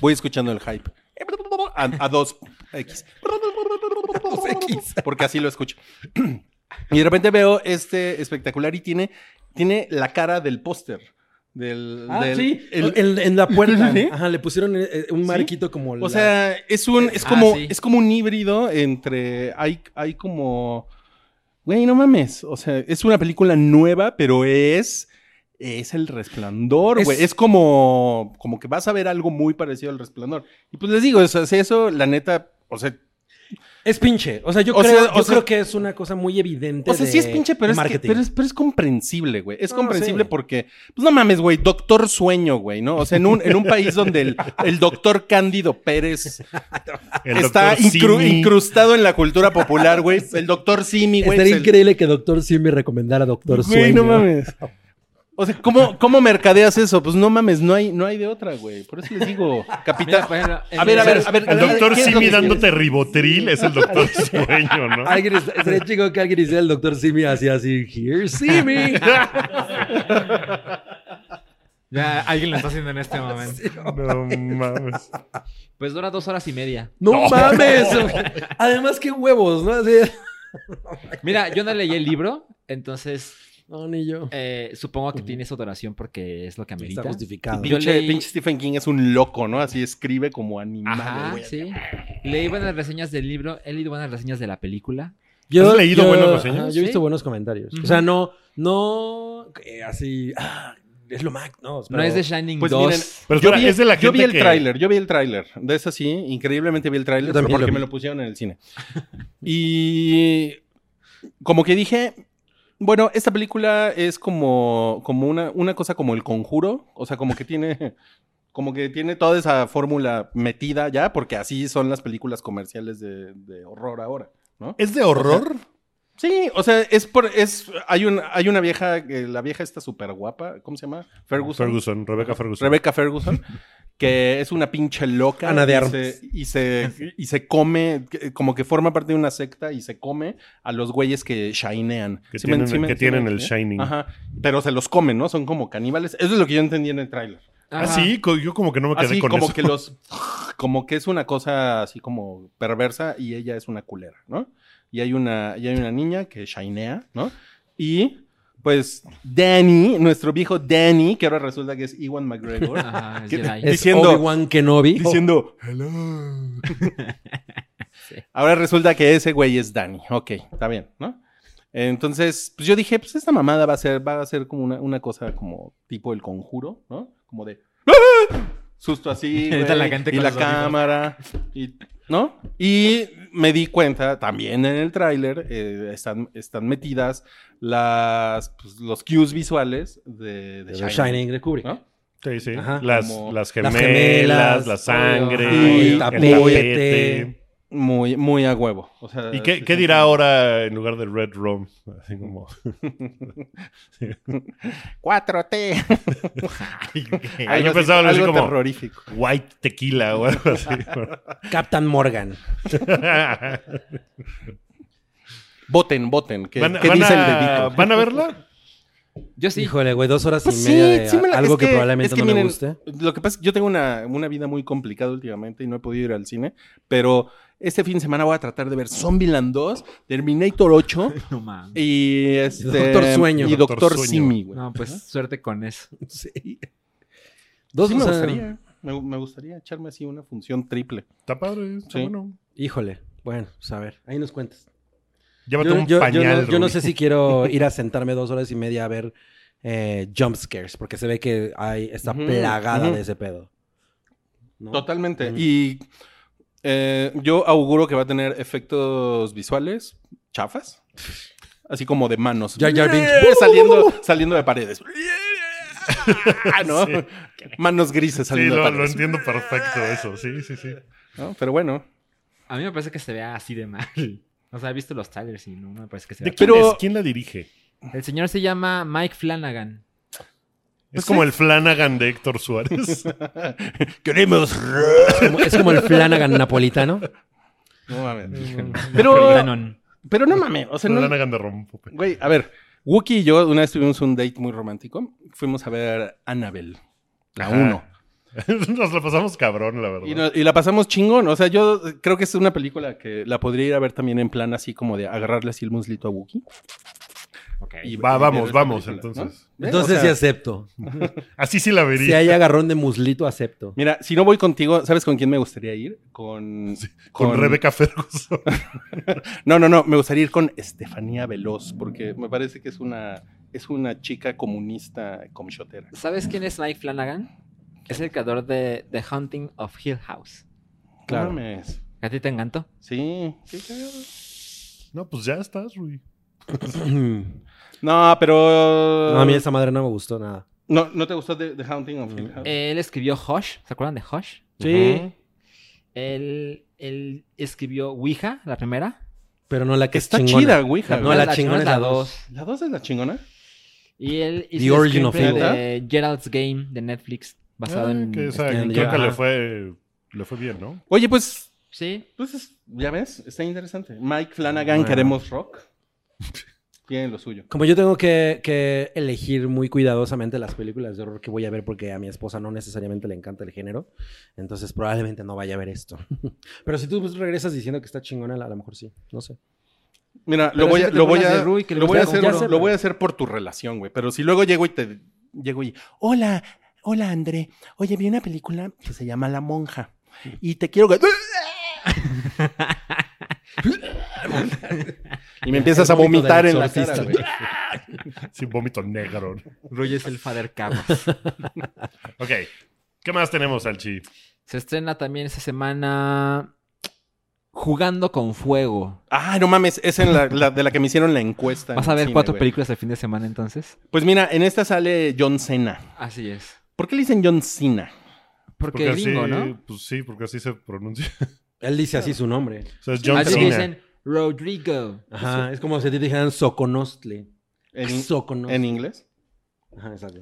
[SPEAKER 3] Voy escuchando el hype. A, a 2X. Porque así lo escucho. Y de repente veo este espectacular y tiene, tiene la cara del póster. Del,
[SPEAKER 4] Ah,
[SPEAKER 3] del-
[SPEAKER 4] sí,
[SPEAKER 3] el-
[SPEAKER 4] en, en la
[SPEAKER 3] <laughs>
[SPEAKER 4] puerta.
[SPEAKER 3] ¿Sí?
[SPEAKER 4] Ajá, le pusieron eh, un
[SPEAKER 3] ¿Sí?
[SPEAKER 4] marquito como la-
[SPEAKER 3] O sea, es un, es
[SPEAKER 5] Ah,
[SPEAKER 3] como,
[SPEAKER 5] sí.
[SPEAKER 3] es como un híbrido entre, hay, hay como, güey, no mames, o sea, es una película nueva, pero es, es el resplandor,
[SPEAKER 4] Es-
[SPEAKER 3] güey, es como, como que vas a ver algo muy parecido al resplandor. Y pues les digo, o sea, si eso, la neta, o sea,
[SPEAKER 4] es pinche. O sea, yo,
[SPEAKER 3] O
[SPEAKER 4] creo,
[SPEAKER 3] sea,
[SPEAKER 4] yo
[SPEAKER 3] o sea-
[SPEAKER 4] creo que es una cosa muy evidente.
[SPEAKER 3] o sea, sí es
[SPEAKER 4] de
[SPEAKER 3] pinche, pero es, que-
[SPEAKER 4] marketing.
[SPEAKER 3] pero es, pero es comprensible, güey. Es
[SPEAKER 4] Ah,
[SPEAKER 3] comprensible
[SPEAKER 4] sí.
[SPEAKER 3] porque, pues no mames, güey, doctor sueño, güey, ¿no? O sea, en un, en un país donde el, el doctor Cándido Pérez
[SPEAKER 2] El
[SPEAKER 3] está
[SPEAKER 2] Dr.
[SPEAKER 3] incru-
[SPEAKER 2] Simi.
[SPEAKER 3] incrustado en la cultura popular, güey. El doctor Simi, güey.
[SPEAKER 4] Estaría
[SPEAKER 3] es el-
[SPEAKER 4] increíble que Doctor Simi recomendara Doctor
[SPEAKER 3] Güey,
[SPEAKER 4] Sueño.
[SPEAKER 3] no mames. O sea, ¿cómo, ¿cómo mercadeas eso? Pues no mames, no hay, no hay de otra, güey. Por eso les digo,
[SPEAKER 5] <laughs> Mira, pues,
[SPEAKER 3] capitán.
[SPEAKER 5] por ejemplo,
[SPEAKER 3] A ver, a ver,
[SPEAKER 5] el-
[SPEAKER 3] a ver.
[SPEAKER 2] El doctor
[SPEAKER 3] ¿qué es
[SPEAKER 2] Simi
[SPEAKER 3] lo que quieres?
[SPEAKER 2] dándote ribotril es el
[SPEAKER 3] <laughs>
[SPEAKER 2] doctor sueño, ¿no?
[SPEAKER 4] Alguien es- estaría chico que alguien hiciera el Doctor Simi así, así,
[SPEAKER 3] <laughs>
[SPEAKER 4] Here Simi.
[SPEAKER 5] Ya, alguien lo está haciendo en este momento.
[SPEAKER 2] No mames.
[SPEAKER 5] Pues dura dos horas y media.
[SPEAKER 4] No, mames. Además, qué huevos, ¿no? Así,
[SPEAKER 5] Mira, yo no leí el libro, entonces
[SPEAKER 4] no, ni yo.
[SPEAKER 5] eh, supongo que tiene su donación porque es lo que amerita.
[SPEAKER 4] Está justificado.
[SPEAKER 5] Yo
[SPEAKER 3] Pinche,
[SPEAKER 5] leí-
[SPEAKER 3] pinche Stephen King es un loco, ¿no? Así escribe como animal,
[SPEAKER 5] Ajá,
[SPEAKER 3] güey.
[SPEAKER 5] sí. Leí buenas reseñas del libro, he leído buenas reseñas de la película.
[SPEAKER 2] ¿Has leído buenas reseñas?
[SPEAKER 4] ajá, Yo he visto
[SPEAKER 5] Sí.
[SPEAKER 4] buenos comentarios.
[SPEAKER 5] Ujú.
[SPEAKER 4] O sea, no, no, eh, así, ah, es lo Mac, no. pero-
[SPEAKER 5] No es de Shining
[SPEAKER 3] Pues
[SPEAKER 5] 2.
[SPEAKER 3] miren,
[SPEAKER 2] Pero
[SPEAKER 3] yo
[SPEAKER 2] espera,
[SPEAKER 3] vi,
[SPEAKER 2] es de la
[SPEAKER 3] yo vi
[SPEAKER 2] gente
[SPEAKER 3] el
[SPEAKER 2] que-
[SPEAKER 3] tráiler, yo vi el tráiler. De eso sí, increíblemente vi el tráiler
[SPEAKER 4] Yo también
[SPEAKER 3] pero
[SPEAKER 4] lo
[SPEAKER 3] porque
[SPEAKER 4] vi.
[SPEAKER 3] me lo pusieron en el cine. Y como que dije, bueno, esta película es como, como una, una cosa como el conjuro, o sea, como que tiene <laughs> como que tiene toda esa fórmula metida ya, porque así son las películas comerciales de, de horror ahora, ¿no?
[SPEAKER 2] ¿Es de horror?
[SPEAKER 3] Sí, o sea, es por es hay un hay una vieja, eh, la vieja está súper guapa, ¿cómo se llama? Ferguson.
[SPEAKER 2] Ferguson, Rebeca Ferguson. <laughs>
[SPEAKER 3] Rebecca Ferguson, que es una pinche loca.
[SPEAKER 4] Ana de
[SPEAKER 3] y
[SPEAKER 4] Armas.
[SPEAKER 3] se- Y se, y se come, que- como que forma parte de una secta y se come a los güeyes que shinean.
[SPEAKER 2] Que
[SPEAKER 3] ¿Sí me-
[SPEAKER 2] tienen-
[SPEAKER 3] sí me-
[SPEAKER 2] que
[SPEAKER 3] sí
[SPEAKER 2] tienen
[SPEAKER 3] me-
[SPEAKER 2] el
[SPEAKER 3] sí?
[SPEAKER 2] shining.
[SPEAKER 3] Ajá. Pero se los comen, ¿no? Son como caníbales. Eso es lo que yo entendí en el tráiler.
[SPEAKER 2] Ah,
[SPEAKER 5] Ajá.
[SPEAKER 2] sí, co- yo como que no me quedé
[SPEAKER 3] Así
[SPEAKER 2] con
[SPEAKER 3] Ah, como
[SPEAKER 2] eso.
[SPEAKER 3] que los... Como que es una cosa así como perversa y ella es una culera, ¿no? Y hay una, y hay una niña que shinea, ¿no? Y... Pues Danny, nuestro viejo Danny, que ahora resulta que es Iwan McGregor,
[SPEAKER 5] Ajá, es
[SPEAKER 3] ¿Qué-
[SPEAKER 5] Jedi.
[SPEAKER 4] Es
[SPEAKER 3] diciendo-
[SPEAKER 4] Obi-Wan Kenobi.
[SPEAKER 3] diciendo hello. <laughs> Ahora resulta que ese güey es Dani. Ok, está bien, ¿no? Entonces, pues yo dije, pues esta mamada va a ser, va a ser como una, una cosa como tipo el conjuro, ¿no? Como de ¡ah! susto así,
[SPEAKER 5] <laughs> Ahorita
[SPEAKER 3] güey,
[SPEAKER 5] la gente
[SPEAKER 3] y
[SPEAKER 5] con
[SPEAKER 3] la
[SPEAKER 5] los audífonos.
[SPEAKER 3] cámara, y, ¿no? Y me di cuenta también en el tráiler eh, están, están metidas las pues, los cues visuales de, de
[SPEAKER 4] De The Shining de Kubrick.
[SPEAKER 3] ¿no?
[SPEAKER 2] Sí, sí.
[SPEAKER 4] Ajá.
[SPEAKER 2] las,
[SPEAKER 3] Como-
[SPEAKER 2] las
[SPEAKER 4] Las
[SPEAKER 2] gemelas,
[SPEAKER 4] gemelas,
[SPEAKER 2] la sangre,
[SPEAKER 5] Ajá.
[SPEAKER 2] el
[SPEAKER 3] el
[SPEAKER 2] tapete.
[SPEAKER 4] tapete.
[SPEAKER 3] muy, muy a huevo. O sea,
[SPEAKER 2] ¿Y qué,
[SPEAKER 3] sí,
[SPEAKER 2] qué
[SPEAKER 3] sí,
[SPEAKER 2] dirá
[SPEAKER 3] sí.
[SPEAKER 2] ahora en lugar de Red Rum? Así como. <laughs>
[SPEAKER 3] 4T.
[SPEAKER 2] Ay, yo
[SPEAKER 3] <laughs> Algo
[SPEAKER 2] pensaba algo así
[SPEAKER 3] algo
[SPEAKER 2] como
[SPEAKER 3] terrorífico.
[SPEAKER 2] White Tequila o algo así.
[SPEAKER 4] Captain Morgan.
[SPEAKER 3] Voten, voten. <laughs> ¿Qué,
[SPEAKER 2] ¿Van,
[SPEAKER 3] qué
[SPEAKER 2] van
[SPEAKER 3] dice el
[SPEAKER 2] a,
[SPEAKER 3] dedito?
[SPEAKER 2] ¿Van a verla?
[SPEAKER 5] Yo sí.
[SPEAKER 4] Híjole, güey, dos
[SPEAKER 3] <laughs>
[SPEAKER 4] horas
[SPEAKER 3] Pues
[SPEAKER 4] y
[SPEAKER 3] sí,
[SPEAKER 4] media de
[SPEAKER 3] sí me la-
[SPEAKER 4] algo
[SPEAKER 3] es
[SPEAKER 4] que, probablemente
[SPEAKER 3] es que
[SPEAKER 4] no me
[SPEAKER 3] miren,
[SPEAKER 4] guste.
[SPEAKER 3] Lo que pasa es que yo tengo una, una vida muy complicada últimamente y no he podido ir al cine, pero este fin de semana voy a tratar de ver Zombieland 2, Terminator
[SPEAKER 2] <laughs>
[SPEAKER 3] 8
[SPEAKER 5] No mames.
[SPEAKER 3] y este
[SPEAKER 4] Doctor Sueño.
[SPEAKER 3] y Doctor,
[SPEAKER 2] Doctor Sueño.
[SPEAKER 3] Simi, güey.
[SPEAKER 5] No, pues suerte con eso.
[SPEAKER 4] <laughs> Sí. Dos
[SPEAKER 3] Sí me
[SPEAKER 4] o sea,
[SPEAKER 3] gustaría. Me, me gustaría echarme así una función triple.
[SPEAKER 2] Está padre, está
[SPEAKER 3] Sí.
[SPEAKER 2] bueno.
[SPEAKER 4] Híjole. Bueno, pues a ver, ahí nos cuentas.
[SPEAKER 2] Llévate
[SPEAKER 4] Yo,
[SPEAKER 2] un
[SPEAKER 4] yo- yo
[SPEAKER 2] pañal.
[SPEAKER 4] no, yo no
[SPEAKER 2] Rubí. <laughs>
[SPEAKER 4] sé si quiero ir a sentarme dos horas y media a ver eh, jump scares, porque se ve que hay, está
[SPEAKER 3] Ujú,
[SPEAKER 4] plagada
[SPEAKER 3] ujú.
[SPEAKER 4] de ese pedo. ¿No?
[SPEAKER 3] Totalmente.
[SPEAKER 4] Mm.
[SPEAKER 3] Y eh, yo auguro que va a tener efectos visuales chafas, así como de manos.
[SPEAKER 4] Jar Jar Binks.
[SPEAKER 3] <laughs> saliendo, saliendo
[SPEAKER 2] <laughs>
[SPEAKER 3] de paredes. Ah, ¿no?
[SPEAKER 2] ¡Uh! Sí.
[SPEAKER 3] Manos grises
[SPEAKER 2] Sí,
[SPEAKER 3] saliendo de
[SPEAKER 2] lo, lo
[SPEAKER 3] paredes.
[SPEAKER 2] entiendo perfecto eso. Sí, sí, sí.
[SPEAKER 3] ¿no? Pero bueno.
[SPEAKER 5] A mí me parece que se vea así de mal. O sea, he visto los trailers y no me parece que se
[SPEAKER 2] ¿De
[SPEAKER 5] vea.
[SPEAKER 2] quién
[SPEAKER 3] Pero-
[SPEAKER 2] es? ¿Quién la dirige?
[SPEAKER 5] El señor se llama Mike Flanagan.
[SPEAKER 2] es como el Flanagan de Héctor Suárez.
[SPEAKER 3] Queremos.
[SPEAKER 4] Es como, es como el Flanagan
[SPEAKER 5] <laughs>
[SPEAKER 4] napolitano.
[SPEAKER 3] No mames. Pero,
[SPEAKER 5] Flanagan.
[SPEAKER 3] pero no mames. O sea, no,
[SPEAKER 2] Flanagan de Rompope.
[SPEAKER 3] Güey, a ver, Wookie y yo una vez tuvimos un date muy romántico. Fuimos a ver Annabelle, la
[SPEAKER 2] Ajá.
[SPEAKER 3] 1.
[SPEAKER 2] <laughs> Nos la pasamos cabrón, la verdad.
[SPEAKER 3] Y, no- y la pasamos chingón. O sea, yo creo que es una película que la podría ir a ver también en plan así como de agarrarle así el muslito a Wookie.
[SPEAKER 5] Ok.
[SPEAKER 3] Y
[SPEAKER 2] Va,
[SPEAKER 3] y
[SPEAKER 2] vamos,
[SPEAKER 3] ver esa
[SPEAKER 2] vamos,
[SPEAKER 3] película,
[SPEAKER 2] entonces.
[SPEAKER 3] ¿no? ¿Eh?
[SPEAKER 4] Entonces
[SPEAKER 3] O
[SPEAKER 4] sí
[SPEAKER 3] sea,
[SPEAKER 4] acepto.
[SPEAKER 2] Así sí la
[SPEAKER 4] Si
[SPEAKER 2] vería.
[SPEAKER 4] hay agarrón de muslito,
[SPEAKER 2] <clears throat>
[SPEAKER 4] acepto. <clears throat>
[SPEAKER 3] Mira, si no voy contigo, ¿sabes con quién me gustaría ir? Con,
[SPEAKER 2] con, Rebeca Ferguson. <laughs>
[SPEAKER 3] No, no, no. Me gustaría ir con Estefanía Veloz, porque me parece que es una, es una chica comunista comichotera.
[SPEAKER 5] ¿Sabes quién es Mike Flanagan? Es el creador de The Hunting of Hill House.
[SPEAKER 4] Claro.
[SPEAKER 3] No mames.
[SPEAKER 5] ¿A ti te encantó?
[SPEAKER 3] Sí. Qué cagado.
[SPEAKER 2] No, pues ya estás, Rui.
[SPEAKER 4] No,
[SPEAKER 3] No, pero.
[SPEAKER 4] a mí esa madre no me gustó nada.
[SPEAKER 3] No, ¿no te gustó The, The Haunting of Hill
[SPEAKER 4] Eh,
[SPEAKER 3] House?
[SPEAKER 5] Él escribió Hush. ¿Se acuerdan de Hush?
[SPEAKER 4] Sí.
[SPEAKER 3] Ujú.
[SPEAKER 5] Él, él escribió Ouija, la primera.
[SPEAKER 4] Pero no la que es
[SPEAKER 3] Está
[SPEAKER 4] chingona.
[SPEAKER 3] chida, Ouija.
[SPEAKER 4] No,
[SPEAKER 3] güey.
[SPEAKER 4] la
[SPEAKER 5] primera
[SPEAKER 4] chingona es la
[SPEAKER 5] dos.
[SPEAKER 3] ¿La 2 es la chingona?
[SPEAKER 5] Y él
[SPEAKER 4] The
[SPEAKER 5] el
[SPEAKER 4] Origin of
[SPEAKER 5] screenplay
[SPEAKER 3] Evil.
[SPEAKER 5] de Gerald's Game de Netflix. Basado
[SPEAKER 2] Ah,
[SPEAKER 5] en.
[SPEAKER 2] que esa-
[SPEAKER 5] este, en-
[SPEAKER 2] creo que
[SPEAKER 4] ajá.
[SPEAKER 2] le fue, le fue bien, ¿no?
[SPEAKER 3] Oye, pues,
[SPEAKER 5] Sí.
[SPEAKER 3] pues es- ya ves, está interesante. Mike Flanagan,
[SPEAKER 4] Ah.
[SPEAKER 3] queremos
[SPEAKER 5] <laughs>
[SPEAKER 3] rock. Tiene lo suyo.
[SPEAKER 4] Como yo tengo que, que elegir muy cuidadosamente las películas de horror que voy a ver porque a mi esposa no necesariamente le encanta el género, entonces probablemente no vaya a ver esto. <laughs> Pero si tú pues, regresas diciendo que está chingona, a lo mejor sí, no sé.
[SPEAKER 3] Mira,
[SPEAKER 5] Pero
[SPEAKER 3] lo voy, a,
[SPEAKER 5] siempre te
[SPEAKER 3] lo, voy
[SPEAKER 5] burlas
[SPEAKER 3] a,
[SPEAKER 5] de Rui, que le
[SPEAKER 3] lo voy a
[SPEAKER 5] gusta
[SPEAKER 3] hacer,
[SPEAKER 4] el rock. Ya sé,
[SPEAKER 3] lo voy a
[SPEAKER 4] pero-
[SPEAKER 3] hacer por tu relación, güey. Pero si luego llego y te llego y, hola, hola André, oye, vi una película que se llama La Monja y te quiero... que-" <laughs> y me empiezas a
[SPEAKER 4] El vómito
[SPEAKER 3] vomitar
[SPEAKER 4] del
[SPEAKER 3] en la
[SPEAKER 4] exorcista,
[SPEAKER 3] cara, güey.
[SPEAKER 4] güey.
[SPEAKER 2] Sí, vómito negro.
[SPEAKER 5] Roy es el Father Cabas.
[SPEAKER 2] Ok. ¿Qué más tenemos, Alchi?
[SPEAKER 5] <laughs> Se estrena también esta semana Jugando con Fuego.
[SPEAKER 3] Ah, no mames, es en la, la- de la que me hicieron la encuesta. en
[SPEAKER 5] ¿Vas a
[SPEAKER 3] el
[SPEAKER 5] ver
[SPEAKER 3] cine,
[SPEAKER 5] cuatro
[SPEAKER 3] güey.
[SPEAKER 5] películas el fin de semana entonces?
[SPEAKER 3] Pues mira, en esta sale John Cena.
[SPEAKER 5] Así es.
[SPEAKER 3] ¿Por qué le dicen John Cena?
[SPEAKER 5] Porque, es gringo,
[SPEAKER 2] así,
[SPEAKER 5] ¿no?
[SPEAKER 2] Pues sí, porque así se pronuncia.
[SPEAKER 4] Él dice así su nombre.
[SPEAKER 2] O sea, es John
[SPEAKER 5] así
[SPEAKER 2] Cena. Ah,
[SPEAKER 5] que dicen Rodrigo.
[SPEAKER 4] Ajá, es como si te dijeran Soconostle.
[SPEAKER 3] ¿En,
[SPEAKER 4] Soconostle.
[SPEAKER 3] en inglés?
[SPEAKER 4] Ajá, exacto.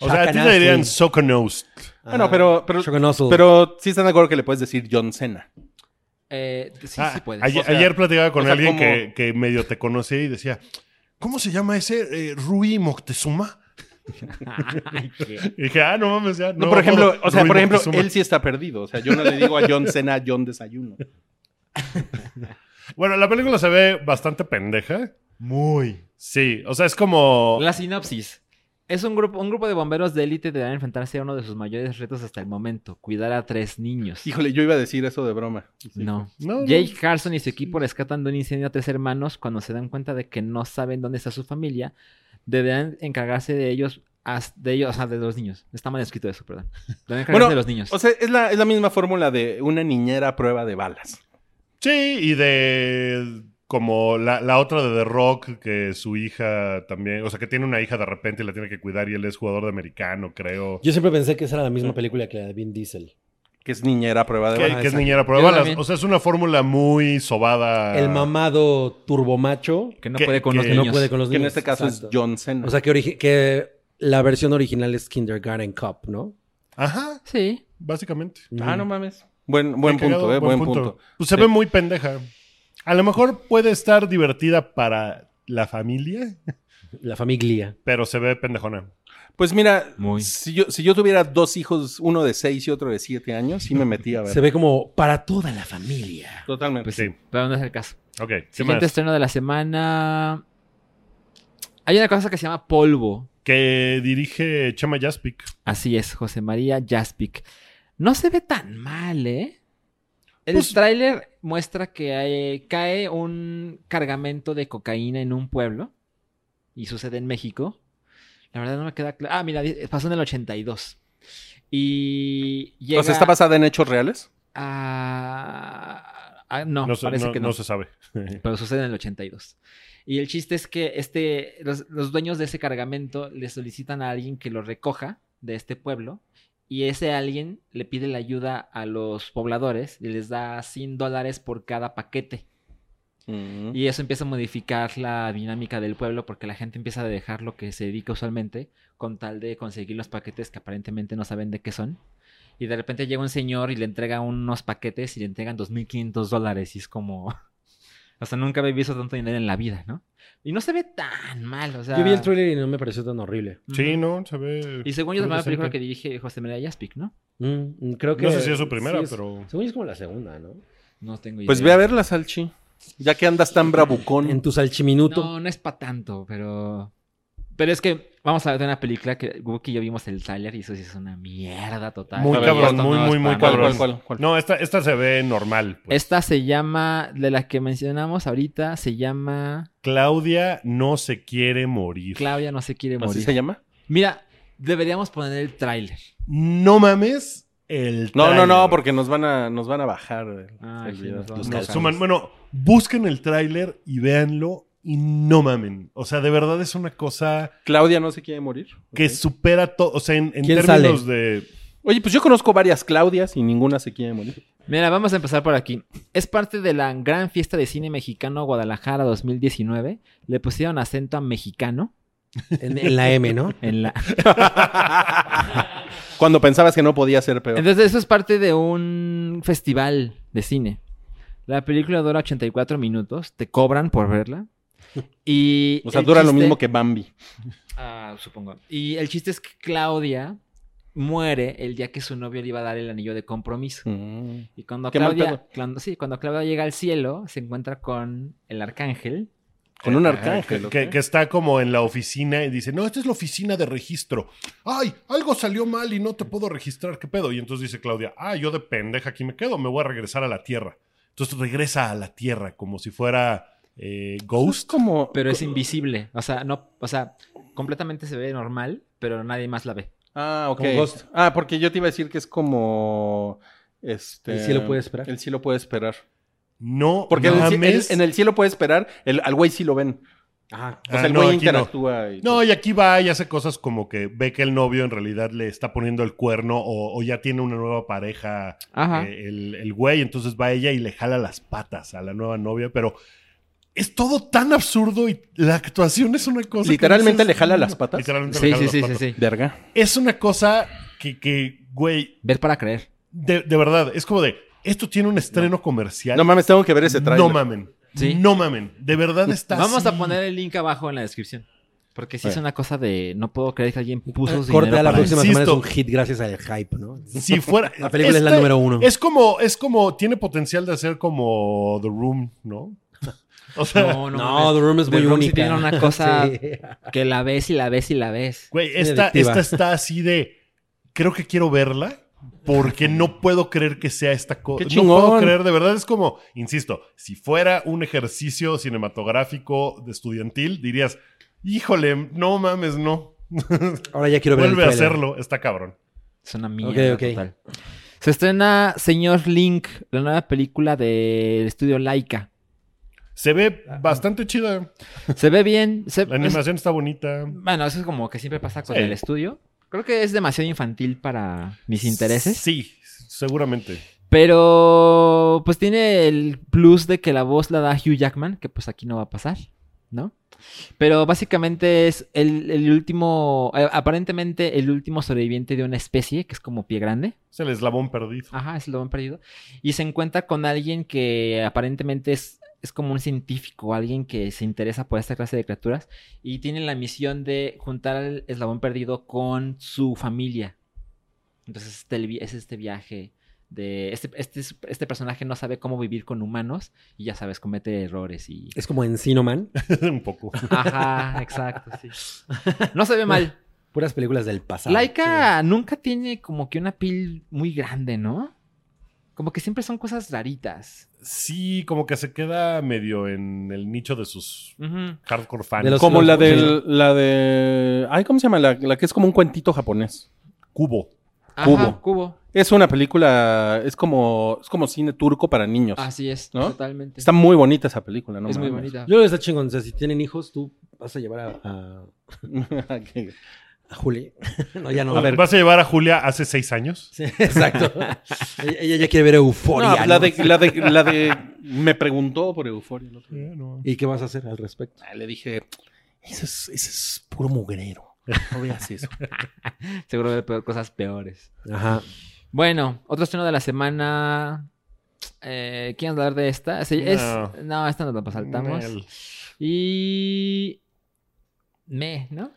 [SPEAKER 2] O sea, a ti te dirían Soconost.
[SPEAKER 3] Bueno, pero, pero,
[SPEAKER 4] Soconostle.
[SPEAKER 3] pero sí están de acuerdo que le puedes decir John Cena.
[SPEAKER 5] Eh, sí,
[SPEAKER 2] Ah,
[SPEAKER 5] sí puedes.
[SPEAKER 2] Ayer,
[SPEAKER 3] O sea,
[SPEAKER 2] ayer platicaba con
[SPEAKER 3] o sea,
[SPEAKER 2] alguien
[SPEAKER 3] como-
[SPEAKER 2] que, que medio te conocía y decía, ¿cómo se llama ese eh, Rui
[SPEAKER 3] <laughs>
[SPEAKER 2] Moctezuma?
[SPEAKER 5] Ay, qué-
[SPEAKER 2] Y dije, ah, no mames, ya.
[SPEAKER 3] No, por ejemplo,
[SPEAKER 2] modo,
[SPEAKER 3] o sea,
[SPEAKER 2] Rui
[SPEAKER 3] por ejemplo,
[SPEAKER 2] Moctezuma.
[SPEAKER 3] él sí está perdido. O sea, yo no le digo a John Cena <laughs> John Desayuno.
[SPEAKER 2] Bueno, la película se ve bastante pendeja. Muy. Sí, o sea, es como...
[SPEAKER 5] La sinopsis. Es un grupo, un grupo de bomberos de élite deberán enfrentarse a uno de sus mayores retos hasta el momento, cuidar a tres niños.
[SPEAKER 3] Híjole, yo iba a decir eso de broma.
[SPEAKER 5] No.
[SPEAKER 2] No, no.
[SPEAKER 5] Jake Carson y su equipo rescatan de un incendio a tres hermanos cuando se dan cuenta de que no saben dónde está su familia. Deberán encargarse de ellos, as- de ellos, o sea, de los niños. Está mal escrito eso, perdón. Deberán encargarse
[SPEAKER 3] Bueno,
[SPEAKER 5] de los niños.
[SPEAKER 3] O sea, es la, es la misma fórmula de una niñera a prueba de balas.
[SPEAKER 2] Sí, y de como la, la otra de The Rock, que su hija también, o sea, que tiene una hija de repente y la tiene que cuidar y él es jugador de americano, creo.
[SPEAKER 4] Yo siempre pensé que esa era la misma película que la de Vin Diesel.
[SPEAKER 3] que es niñera a prueba de
[SPEAKER 2] Que,
[SPEAKER 3] balas.
[SPEAKER 2] que es
[SPEAKER 4] exacto.
[SPEAKER 2] niñera
[SPEAKER 5] Yo
[SPEAKER 2] prueba.
[SPEAKER 5] también.
[SPEAKER 2] O sea, es una fórmula muy
[SPEAKER 3] Ah.
[SPEAKER 2] sobada.
[SPEAKER 4] El mamado turbomacho
[SPEAKER 5] Que no
[SPEAKER 2] Que-
[SPEAKER 5] puede con los
[SPEAKER 2] que-
[SPEAKER 4] que no
[SPEAKER 5] niños.
[SPEAKER 4] puede con los
[SPEAKER 3] Que
[SPEAKER 4] niños.
[SPEAKER 3] en este caso
[SPEAKER 4] Exacto.
[SPEAKER 3] es John Cena.
[SPEAKER 4] O sea, que, origi- que la versión original es Kindergarten Cup, ¿no?
[SPEAKER 2] Ajá,
[SPEAKER 5] Sí.
[SPEAKER 2] básicamente.
[SPEAKER 3] ah, no mames. Buen, buen
[SPEAKER 2] Qué cagado,
[SPEAKER 3] punto, eh, buen, punto.
[SPEAKER 2] Pues se
[SPEAKER 3] Sí.
[SPEAKER 2] ve muy pendeja. A lo mejor puede estar divertida para la familia,
[SPEAKER 4] La familia.
[SPEAKER 2] pero se ve pendejona.
[SPEAKER 3] Pues mira,
[SPEAKER 5] Muy.
[SPEAKER 3] Si, yo, si yo tuviera dos hijos, uno de seis y otro de siete años, sí me metí a ver.
[SPEAKER 4] Se ve como para toda la familia.
[SPEAKER 3] Totalmente.
[SPEAKER 5] Pues
[SPEAKER 2] Sí.
[SPEAKER 5] sí. Pero no es el caso.
[SPEAKER 2] Ok, ¿qué
[SPEAKER 5] Siguiente
[SPEAKER 2] más?
[SPEAKER 5] estreno de la semana. Hay una cosa que se llama polvo.
[SPEAKER 2] Que dirige Chema Jaspic.
[SPEAKER 5] Así es, José María Jaspic. No se ve tan mal, ¿eh? El
[SPEAKER 2] Pues-
[SPEAKER 5] tráiler muestra que eh, cae un cargamento de cocaína en un pueblo y sucede en México. La verdad no me queda claro. Ah, mira, di- pasó en el 82. Y llega
[SPEAKER 3] O sea, ¿está basada en hechos reales?
[SPEAKER 5] a... a- no,
[SPEAKER 2] No, se-
[SPEAKER 5] parece
[SPEAKER 2] no-
[SPEAKER 5] que
[SPEAKER 2] no se sabe.
[SPEAKER 5] pero sucede en el 82. Y el chiste es que este, los, los dueños de ese cargamento le solicitan a alguien que lo recoja de este pueblo y ese alguien le pide la ayuda a los pobladores y les da 100 dólares por cada paquete.
[SPEAKER 3] Y-
[SPEAKER 2] Mm.
[SPEAKER 5] Y eso empieza a modificar la dinámica del pueblo porque la gente empieza a dejar lo que se dedica usualmente con tal de conseguir los paquetes que aparentemente no saben de qué son. Y de repente llega un señor y le entrega unos paquetes y le entregan 2.500 dólares y es como... <laughs> O sea, nunca había visto tanto dinero en la vida, ¿no? Y no se ve tan mal, o sea...
[SPEAKER 4] Yo vi el tráiler y no me pareció tan horrible.
[SPEAKER 5] Ujú.
[SPEAKER 2] Sí, no, se ve.
[SPEAKER 5] Y según yo, es la primera
[SPEAKER 2] decente.
[SPEAKER 5] película que dirige José María Jaspic, ¿no?
[SPEAKER 4] Mm, mm, creo que
[SPEAKER 2] No sé si es su primera,
[SPEAKER 4] sí es-
[SPEAKER 2] pero.
[SPEAKER 4] Según yo es como la segunda, ¿no?
[SPEAKER 5] No tengo idea.
[SPEAKER 3] Pues ve a verla, Salchi. Ya que andas tan bravucón.
[SPEAKER 4] En tu salchiminuto.
[SPEAKER 5] No, no es para tanto, pero. Pero es que vamos a ver una película que Wookie y yo vimos el tráiler y eso sí es una mierda total.
[SPEAKER 2] Muy
[SPEAKER 5] A ver,
[SPEAKER 2] cabrón,
[SPEAKER 5] esto
[SPEAKER 2] muy,
[SPEAKER 5] no es
[SPEAKER 2] muy, muy
[SPEAKER 5] pa'
[SPEAKER 3] ¿Cuál,
[SPEAKER 5] nada.
[SPEAKER 2] cabrón.
[SPEAKER 3] cuál, cuál, cuál?
[SPEAKER 2] No, esta, esta se ve normal. pues.
[SPEAKER 5] Esta se llama, de la que mencionamos ahorita, se llama
[SPEAKER 2] Claudia no se quiere morir.
[SPEAKER 5] Claudia no se quiere
[SPEAKER 3] ¿Así
[SPEAKER 5] morir.
[SPEAKER 3] se llama?
[SPEAKER 5] Mira, deberíamos poner el tráiler.
[SPEAKER 2] No mames el
[SPEAKER 3] No, no,
[SPEAKER 2] tráiler.
[SPEAKER 3] no, porque nos van a, nos van a bajar. el-
[SPEAKER 5] Ah,
[SPEAKER 3] el
[SPEAKER 5] sí,
[SPEAKER 3] video.
[SPEAKER 5] nos van a
[SPEAKER 3] Los
[SPEAKER 5] bajar.
[SPEAKER 2] Nos
[SPEAKER 3] calzones.
[SPEAKER 2] suman. Bueno, busquen el tráiler y véanlo y no mamen. O sea, de verdad es una cosa
[SPEAKER 3] Claudia no se quiere morir.
[SPEAKER 2] que
[SPEAKER 3] Ok.
[SPEAKER 2] supera todo. O sea, en, en
[SPEAKER 4] ¿Quién
[SPEAKER 2] términos de.
[SPEAKER 3] Oye, pues yo conozco varias Claudias y ninguna se quiere morir.
[SPEAKER 5] Mira, vamos a empezar por aquí. Es parte de la gran fiesta de cine mexicano Guadalajara 2019. Le pusieron acento a mexicano
[SPEAKER 4] En, en la M, ¿no?
[SPEAKER 5] en la...
[SPEAKER 3] Cuando pensabas que no podía ser peor.
[SPEAKER 5] Entonces, eso es parte de un festival de cine. La película dura 84 minutos, te cobran por verla. Y
[SPEAKER 3] <laughs> O sea,
[SPEAKER 5] el
[SPEAKER 3] dura lo
[SPEAKER 5] chiste-
[SPEAKER 3] mismo que Bambi.
[SPEAKER 5] Ah, supongo. Y el chiste es que Claudia muere el día que su novio le iba a dar el anillo de compromiso.
[SPEAKER 3] Mm.
[SPEAKER 5] Y cuando
[SPEAKER 3] Qué mal
[SPEAKER 5] Claudia,
[SPEAKER 3] pedo.
[SPEAKER 5] cuando, sí, cuando Claudia llega al cielo, se encuentra con el arcángel.
[SPEAKER 3] Con un
[SPEAKER 5] Ah,
[SPEAKER 3] arcángel.
[SPEAKER 2] Que,
[SPEAKER 3] ok.
[SPEAKER 2] que está como en la oficina y dice, no, esta es la oficina de registro. Ay, algo salió mal y no te puedo registrar, ¿qué pedo? Y entonces dice Claudia, ah, yo de pendeja aquí me quedo, me voy a regresar a la Tierra. Entonces regresa a la Tierra como si fuera eh,
[SPEAKER 3] Pues Es
[SPEAKER 2] Ghost.
[SPEAKER 3] como.
[SPEAKER 5] Pero es invisible. O sea, no, o sea, completamente se ve normal, pero nadie más la ve.
[SPEAKER 3] Ah, ok.
[SPEAKER 4] Como Ghost.
[SPEAKER 3] Ah, porque yo te iba a decir que es como. Este,
[SPEAKER 4] El cielo puede esperar.
[SPEAKER 3] El cielo puede esperar.
[SPEAKER 2] No,
[SPEAKER 3] Porque en el ci-
[SPEAKER 2] mames.
[SPEAKER 3] en, en el cielo puede esperar, el, al güey sí lo ven.
[SPEAKER 4] Ah,
[SPEAKER 3] O
[SPEAKER 2] <laughs>
[SPEAKER 3] sea,
[SPEAKER 2] Ah,
[SPEAKER 3] el
[SPEAKER 2] no,
[SPEAKER 3] güey
[SPEAKER 2] aquí no.
[SPEAKER 3] interactúa. y-
[SPEAKER 2] No, y aquí va y hace cosas como que ve que el novio en realidad le está poniendo el cuerno o, o ya tiene una nueva pareja
[SPEAKER 5] Ajá.
[SPEAKER 2] eh, el, el güey, entonces va ella y le jala las patas a la nueva novia, pero es todo tan absurdo y la actuación es una cosa... que
[SPEAKER 3] Literalmente
[SPEAKER 2] dices,
[SPEAKER 3] le jala
[SPEAKER 2] "No".
[SPEAKER 3] las patas.
[SPEAKER 2] Literalmente le
[SPEAKER 5] sí,
[SPEAKER 2] jala
[SPEAKER 5] sí,
[SPEAKER 2] las
[SPEAKER 5] sí, sí,
[SPEAKER 2] patas.
[SPEAKER 5] sí.
[SPEAKER 3] Verga.
[SPEAKER 2] Es una cosa que, que, güey,
[SPEAKER 5] Ver para creer.
[SPEAKER 2] de, de verdad, es como de, esto tiene un estreno comercial.
[SPEAKER 3] No mames, tengo que ver ese trailer.
[SPEAKER 2] No mamen.
[SPEAKER 5] Sí.
[SPEAKER 2] No mamen. De verdad está
[SPEAKER 5] Vamos a
[SPEAKER 2] así.
[SPEAKER 5] poner el link abajo en la descripción. Porque sí es
[SPEAKER 3] Bueno.
[SPEAKER 5] una cosa de no puedo creer que alguien puso su
[SPEAKER 4] Eh, corte
[SPEAKER 5] dinero
[SPEAKER 4] a la
[SPEAKER 5] para
[SPEAKER 4] próxima
[SPEAKER 2] Insisto.
[SPEAKER 4] semana es un hit gracias al hype, ¿no?
[SPEAKER 2] Si fuera...
[SPEAKER 4] <laughs> La película es la número uno.
[SPEAKER 2] Es como, es como, tiene potencial de hacer como The Room, ¿no? <laughs> O
[SPEAKER 4] <laughs>
[SPEAKER 2] sea,
[SPEAKER 5] No, no,
[SPEAKER 4] No, The
[SPEAKER 5] mames.
[SPEAKER 4] Room es
[SPEAKER 5] The
[SPEAKER 4] muy
[SPEAKER 5] Room sí
[SPEAKER 4] única.
[SPEAKER 5] tiene
[SPEAKER 4] <laughs>
[SPEAKER 5] una cosa-
[SPEAKER 4] Sí.
[SPEAKER 5] que la ves y la ves y la ves.
[SPEAKER 2] güey,
[SPEAKER 4] es
[SPEAKER 2] esta,
[SPEAKER 4] adictiva.
[SPEAKER 2] esta está así de, creo que quiero verla porque no puedo creer que sea esta cosa.
[SPEAKER 3] ¡Qué
[SPEAKER 2] No puedo
[SPEAKER 3] chingón!
[SPEAKER 2] creer, de verdad, es como, insisto, si fuera un ejercicio cinematográfico de estudiantil, dirías, híjole, no mames, no.
[SPEAKER 4] Ahora ya quiero ver el
[SPEAKER 2] Vuelve a
[SPEAKER 4] tráiler.
[SPEAKER 2] hacerlo, está cabrón.
[SPEAKER 5] Es una mierda
[SPEAKER 4] ok.
[SPEAKER 5] total. Se estrena Señor Link, la nueva película del estudio Laika.
[SPEAKER 2] Se ve bastante chida.
[SPEAKER 5] Se ve bien. se-
[SPEAKER 2] La
[SPEAKER 5] es-
[SPEAKER 2] animación está bonita.
[SPEAKER 5] bueno, eso es como que siempre pasa con
[SPEAKER 2] Sí.
[SPEAKER 5] el estudio. Creo que es demasiado infantil para mis intereses.
[SPEAKER 2] Sí. Seguramente.
[SPEAKER 5] Pero pues tiene el plus de que la voz la da Hugh Jackman, que pues aquí no va a pasar, ¿no? Pero básicamente es el, el último, eh, aparentemente el último sobreviviente de una especie, que es como pie grande.
[SPEAKER 2] Es el eslabón perdido.
[SPEAKER 5] Ajá, es lo han perdido. Y se encuentra con alguien que aparentemente es, es como un científico, alguien que se interesa por esta clase de criaturas y tiene la misión de juntar al eslabón perdido con su familia. Entonces este el vi- es este viaje de... Este, este, es- este personaje no sabe cómo vivir con humanos y ya sabes, comete
[SPEAKER 4] <laughs>
[SPEAKER 5] errores y...
[SPEAKER 4] Es como Encino Man.
[SPEAKER 2] <laughs> Un poco.
[SPEAKER 5] Ajá, exacto, sí. No se ve mal.
[SPEAKER 4] Puras películas del pasado.
[SPEAKER 5] Laika nunca tiene como que una piel muy grande, ¿no? Como que siempre son cosas raritas.
[SPEAKER 2] Sí, como que se queda medio en el nicho de sus
[SPEAKER 5] Ujú.
[SPEAKER 2] hardcore fans.
[SPEAKER 4] De los-
[SPEAKER 3] Como la
[SPEAKER 4] sí.
[SPEAKER 3] del, la de, ay, ¿cómo se llama? La, la que es como un cuentito japonés.
[SPEAKER 2] Cubo.
[SPEAKER 5] Ajá,
[SPEAKER 3] Cubo.
[SPEAKER 5] cubo.
[SPEAKER 3] Es una película, es como, es como cine turco para niños.
[SPEAKER 4] Ah,
[SPEAKER 5] Así es,
[SPEAKER 3] Pues, ¿No?
[SPEAKER 5] totalmente.
[SPEAKER 3] Está muy bonita esa película, ¿no?
[SPEAKER 5] es
[SPEAKER 3] <laughs>
[SPEAKER 5] muy
[SPEAKER 3] mames.
[SPEAKER 5] bonita.
[SPEAKER 4] Yo creo que está chingón. O sea, si tienen hijos, tú vas a llevar a, a,
[SPEAKER 3] Que-
[SPEAKER 4] a Juli. <laughs> no, ya no.
[SPEAKER 2] A ver, ¿Vas a llevar a Julia hace seis años?
[SPEAKER 4] Sí, exacto. ella, ella ya quiere ver euforia.
[SPEAKER 3] No, pues la,
[SPEAKER 4] ¿no?
[SPEAKER 3] de, la, de, la de, me preguntó por Euforia el otro día.
[SPEAKER 2] Eh, no.
[SPEAKER 4] ¿Y qué vas a hacer al respecto?
[SPEAKER 3] Ah, Le dije, ese es, ese es puro mugrero. No veas eso.
[SPEAKER 5] Seguro de peor- cosas peores.
[SPEAKER 4] Ajá.
[SPEAKER 5] Bueno, otro estreno de la semana. Eh, ¿Quieren hablar de esta? Sí, es- no.
[SPEAKER 2] No.
[SPEAKER 5] esta nos la saltamos.
[SPEAKER 2] El-
[SPEAKER 5] Y. Me, ¿no?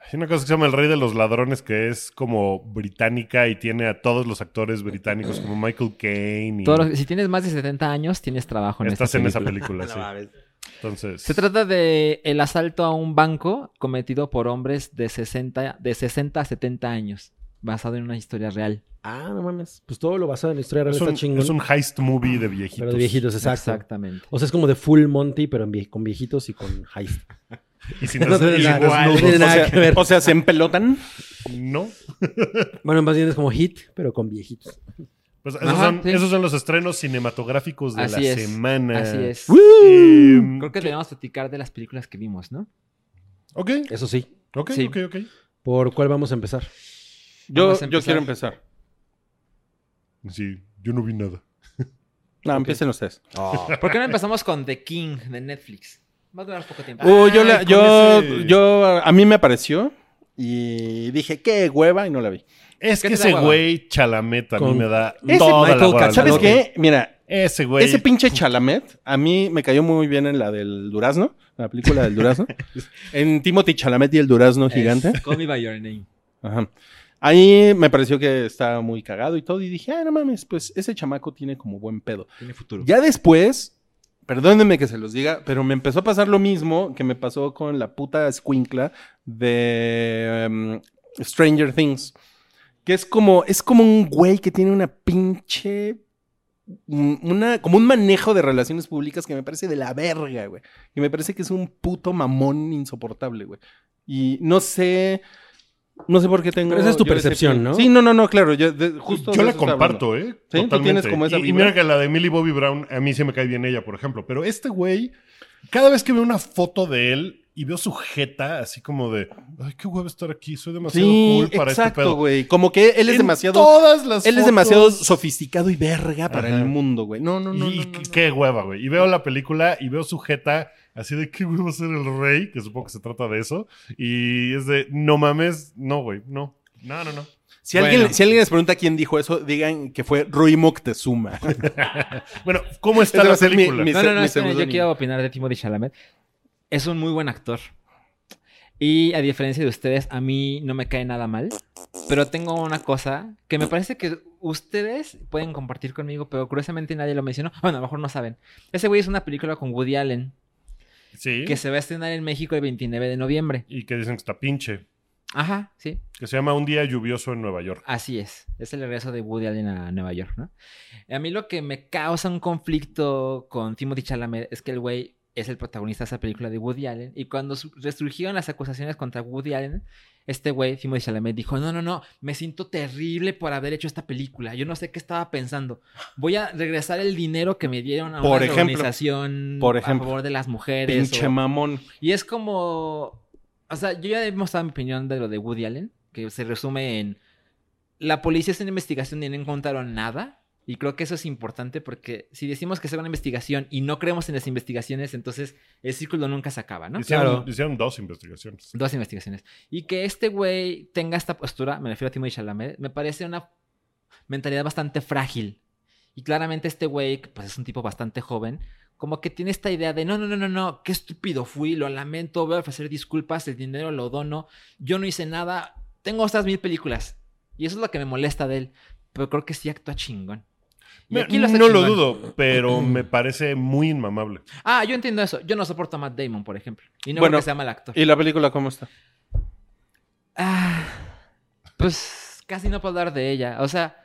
[SPEAKER 2] Hay una cosa que se llama El Rey de los Ladrones, que es como británica y tiene a todos los actores británicos, como Michael Caine. Y
[SPEAKER 5] Todos los- si tienes más de 70 años, tienes trabajo en
[SPEAKER 2] estás
[SPEAKER 5] esta
[SPEAKER 2] en esa
[SPEAKER 5] película.
[SPEAKER 2] película, sí. Entonces,
[SPEAKER 5] Se trata de el asalto a un banco cometido por hombres de 60, de 60 a 70 años, basado en una historia real.
[SPEAKER 4] Ah, no mames. Pues todo lo basado en la historia real
[SPEAKER 2] es
[SPEAKER 4] está
[SPEAKER 2] un,
[SPEAKER 4] chingón.
[SPEAKER 2] es un heist movie de viejitos.
[SPEAKER 4] pero de viejitos, exacto.
[SPEAKER 5] Exactamente.
[SPEAKER 4] O sea, es como de full Monty, pero en vie- con viejitos y con heist.
[SPEAKER 2] Y sin,
[SPEAKER 4] No tiene
[SPEAKER 2] y sin
[SPEAKER 4] nada- no
[SPEAKER 2] desnudos.
[SPEAKER 4] tiene
[SPEAKER 3] O
[SPEAKER 4] nada
[SPEAKER 3] sea,
[SPEAKER 4] que ver.
[SPEAKER 3] o sea, se empelotan.
[SPEAKER 2] No.
[SPEAKER 4] Bueno, más bien es como hit, pero con viejitos.
[SPEAKER 2] Pues esos,
[SPEAKER 5] Ajá,
[SPEAKER 2] son,
[SPEAKER 5] sí.
[SPEAKER 2] esos son los estrenos cinematográficos de
[SPEAKER 5] Así
[SPEAKER 2] la
[SPEAKER 5] es,
[SPEAKER 2] semana.
[SPEAKER 5] Así es.
[SPEAKER 2] Eh,
[SPEAKER 5] Creo que debemos platicar de las películas que vimos, ¿no?
[SPEAKER 2] ok,
[SPEAKER 4] Eso sí.
[SPEAKER 2] ok,
[SPEAKER 5] Sí.
[SPEAKER 2] ok, ok.
[SPEAKER 4] ¿Por cuál vamos a empezar?
[SPEAKER 3] Yo,
[SPEAKER 5] Vamos
[SPEAKER 3] yo
[SPEAKER 5] a empezar.
[SPEAKER 3] quiero empezar.
[SPEAKER 2] Sí, yo no vi nada.
[SPEAKER 3] No, empiecen ustedes. Ah.
[SPEAKER 5] ¿Por qué no empezamos con The King de Netflix? Va a durar poco tiempo.
[SPEAKER 3] Uy, Uh, yo, la-
[SPEAKER 2] con
[SPEAKER 3] yo,
[SPEAKER 2] ese-
[SPEAKER 3] yo, a mí me apareció y dije, qué hueva, y no la vi.
[SPEAKER 2] Es
[SPEAKER 5] ¿Qué
[SPEAKER 2] que
[SPEAKER 5] te da
[SPEAKER 2] ese
[SPEAKER 5] hueva?
[SPEAKER 2] güey chalameta a mí
[SPEAKER 4] Con-
[SPEAKER 2] me da
[SPEAKER 4] Ese
[SPEAKER 2] toda la
[SPEAKER 4] Michael
[SPEAKER 2] hueva del
[SPEAKER 3] ¿Sabes
[SPEAKER 4] Cachalote.
[SPEAKER 2] mundo.
[SPEAKER 3] qué? Mira,
[SPEAKER 2] Ese güey.
[SPEAKER 3] ese pinche Chalamet a mí me cayó muy bien en la del Durazno, la película del
[SPEAKER 2] <laughs>
[SPEAKER 3] Durazno. en Timothy Chalamet y el Durazno gigante.
[SPEAKER 5] Es Call Me By Your Name.
[SPEAKER 3] Ajá. Ahí me pareció que estaba muy cagado y todo, y dije, ah, no mames, pues ese chamaco tiene como buen pedo.
[SPEAKER 5] Tiene futuro.
[SPEAKER 3] Ya después, perdónenme que se los diga, pero me empezó a pasar lo mismo que me pasó con la puta escuincla de em, Stranger Things. Que es como, es como un güey que tiene una pinche. un- Una, como un manejo de relaciones públicas que me parece de la verga, güey. Y me parece que es un puto mamón insoportable, güey. Y no sé. No sé por qué tengo.
[SPEAKER 4] Pero esa es tu
[SPEAKER 3] yo ese
[SPEAKER 4] percepción,
[SPEAKER 3] pin-
[SPEAKER 4] ¿no?
[SPEAKER 3] Sí, no, no, no, claro. Yo, de- justo
[SPEAKER 2] yo
[SPEAKER 3] de
[SPEAKER 2] la
[SPEAKER 3] eso estaba hablando.
[SPEAKER 2] comparto, ¿eh?
[SPEAKER 3] Sí, tú
[SPEAKER 2] Totalmente.
[SPEAKER 3] tienes como esa
[SPEAKER 2] y, y
[SPEAKER 3] vibra.
[SPEAKER 2] mira que la de Millie Bobby Brown, a mí sí me cae bien ella, por ejemplo. Pero este güey, cada vez que veo una foto de él y veo su jeta, así como de, ay, qué huevo estar aquí, soy demasiado
[SPEAKER 3] Sí,
[SPEAKER 2] cool para este
[SPEAKER 3] exacto,
[SPEAKER 2] pedo.
[SPEAKER 3] güey. Como que él es
[SPEAKER 2] En
[SPEAKER 3] demasiado.
[SPEAKER 2] Todas las
[SPEAKER 3] Él es
[SPEAKER 2] fotos.
[SPEAKER 3] demasiado sofisticado y verga para
[SPEAKER 2] Ajá.
[SPEAKER 3] el mundo, güey. No, no, no.
[SPEAKER 2] y
[SPEAKER 3] no, no, no.
[SPEAKER 2] qué hueva, güey. Y veo la película y veo su jeta así de qué huevo ser el rey, que supongo que se trata de eso. Y es de no mames, no, güey, no. No, no, no.
[SPEAKER 3] Si, alguien,
[SPEAKER 5] Bueno.
[SPEAKER 3] si alguien les pregunta quién dijo eso, digan que fue Rui
[SPEAKER 4] <laughs>
[SPEAKER 3] Moctezuma.
[SPEAKER 2] Bueno, ¿cómo está
[SPEAKER 3] Ese va
[SPEAKER 2] la
[SPEAKER 3] a ser mi-
[SPEAKER 2] película?
[SPEAKER 3] mi-
[SPEAKER 5] No, no, no,
[SPEAKER 3] mi
[SPEAKER 5] espera, yo
[SPEAKER 3] seudónimo.
[SPEAKER 5] quiero opinar de Timothy Chalamet. Es un muy buen actor. Y a diferencia de ustedes, a mí no me cae nada mal. Pero tengo una cosa que me parece que ustedes pueden compartir conmigo, pero curiosamente nadie lo mencionó. Bueno, a lo mejor no saben. Ese güey es una película con Woody Allen
[SPEAKER 2] Sí.
[SPEAKER 5] que se va a estrenar en México el 29 de noviembre.
[SPEAKER 2] Y que dicen que está pinche.
[SPEAKER 5] Ajá, sí.
[SPEAKER 2] Que se llama Un día lluvioso en Nueva York.
[SPEAKER 5] Así es, es el regreso de Woody Allen a Nueva York, ¿no? A mí lo que me causa un conflicto con Timothy Chalamet es que el güey es el protagonista de esa película de Woody Allen y cuando su- resurgieron las acusaciones contra Woody Allen, este güey, Timothy Chalamet, dijo, no, no, no, me siento terrible por haber hecho esta película, yo no sé qué estaba pensando, voy a regresar el dinero que me dieron a
[SPEAKER 3] Por
[SPEAKER 5] una
[SPEAKER 3] ejemplo.
[SPEAKER 5] organización
[SPEAKER 3] Por
[SPEAKER 5] a
[SPEAKER 3] ejemplo.
[SPEAKER 5] favor de las mujeres.
[SPEAKER 3] Pinche
[SPEAKER 5] o-
[SPEAKER 3] mamón.
[SPEAKER 5] y es como. O sea, yo ya he mostrado mi opinión de lo de Woody Allen, que se resume en. la policía hizo una investigación y no encontraron nada. Y creo que eso es importante porque si decimos que se va una investigación y no creemos en las investigaciones, entonces el círculo nunca se acaba, ¿no?
[SPEAKER 2] Hicieron,
[SPEAKER 4] Claro.
[SPEAKER 2] hicieron dos investigaciones.
[SPEAKER 5] Dos investigaciones. Y que este güey tenga esta postura, me refiero a Timothée Chalamet, me parece una mentalidad bastante frágil. Y claramente este güey, que pues es un tipo bastante joven, como que tiene esta idea de, no, no, no, no, no, qué estúpido fui, lo lamento, voy a ofrecer disculpas, el dinero lo dono, yo no hice nada, tengo estas mil películas. Y eso es lo que me molesta de él, pero creo que sí actúa chingón. Y
[SPEAKER 2] Me-
[SPEAKER 5] aquí lo hace
[SPEAKER 2] no lo
[SPEAKER 5] chingón.
[SPEAKER 2] dudo, pero me parece muy inmamable.
[SPEAKER 5] Ah, yo entiendo eso. Yo no soporto a Matt Damon, por ejemplo. Y no
[SPEAKER 3] Bueno,
[SPEAKER 5] creo que sea mal actor.
[SPEAKER 3] ¿Y la película cómo está?
[SPEAKER 5] Ah, pues casi no puedo hablar de ella. O sea,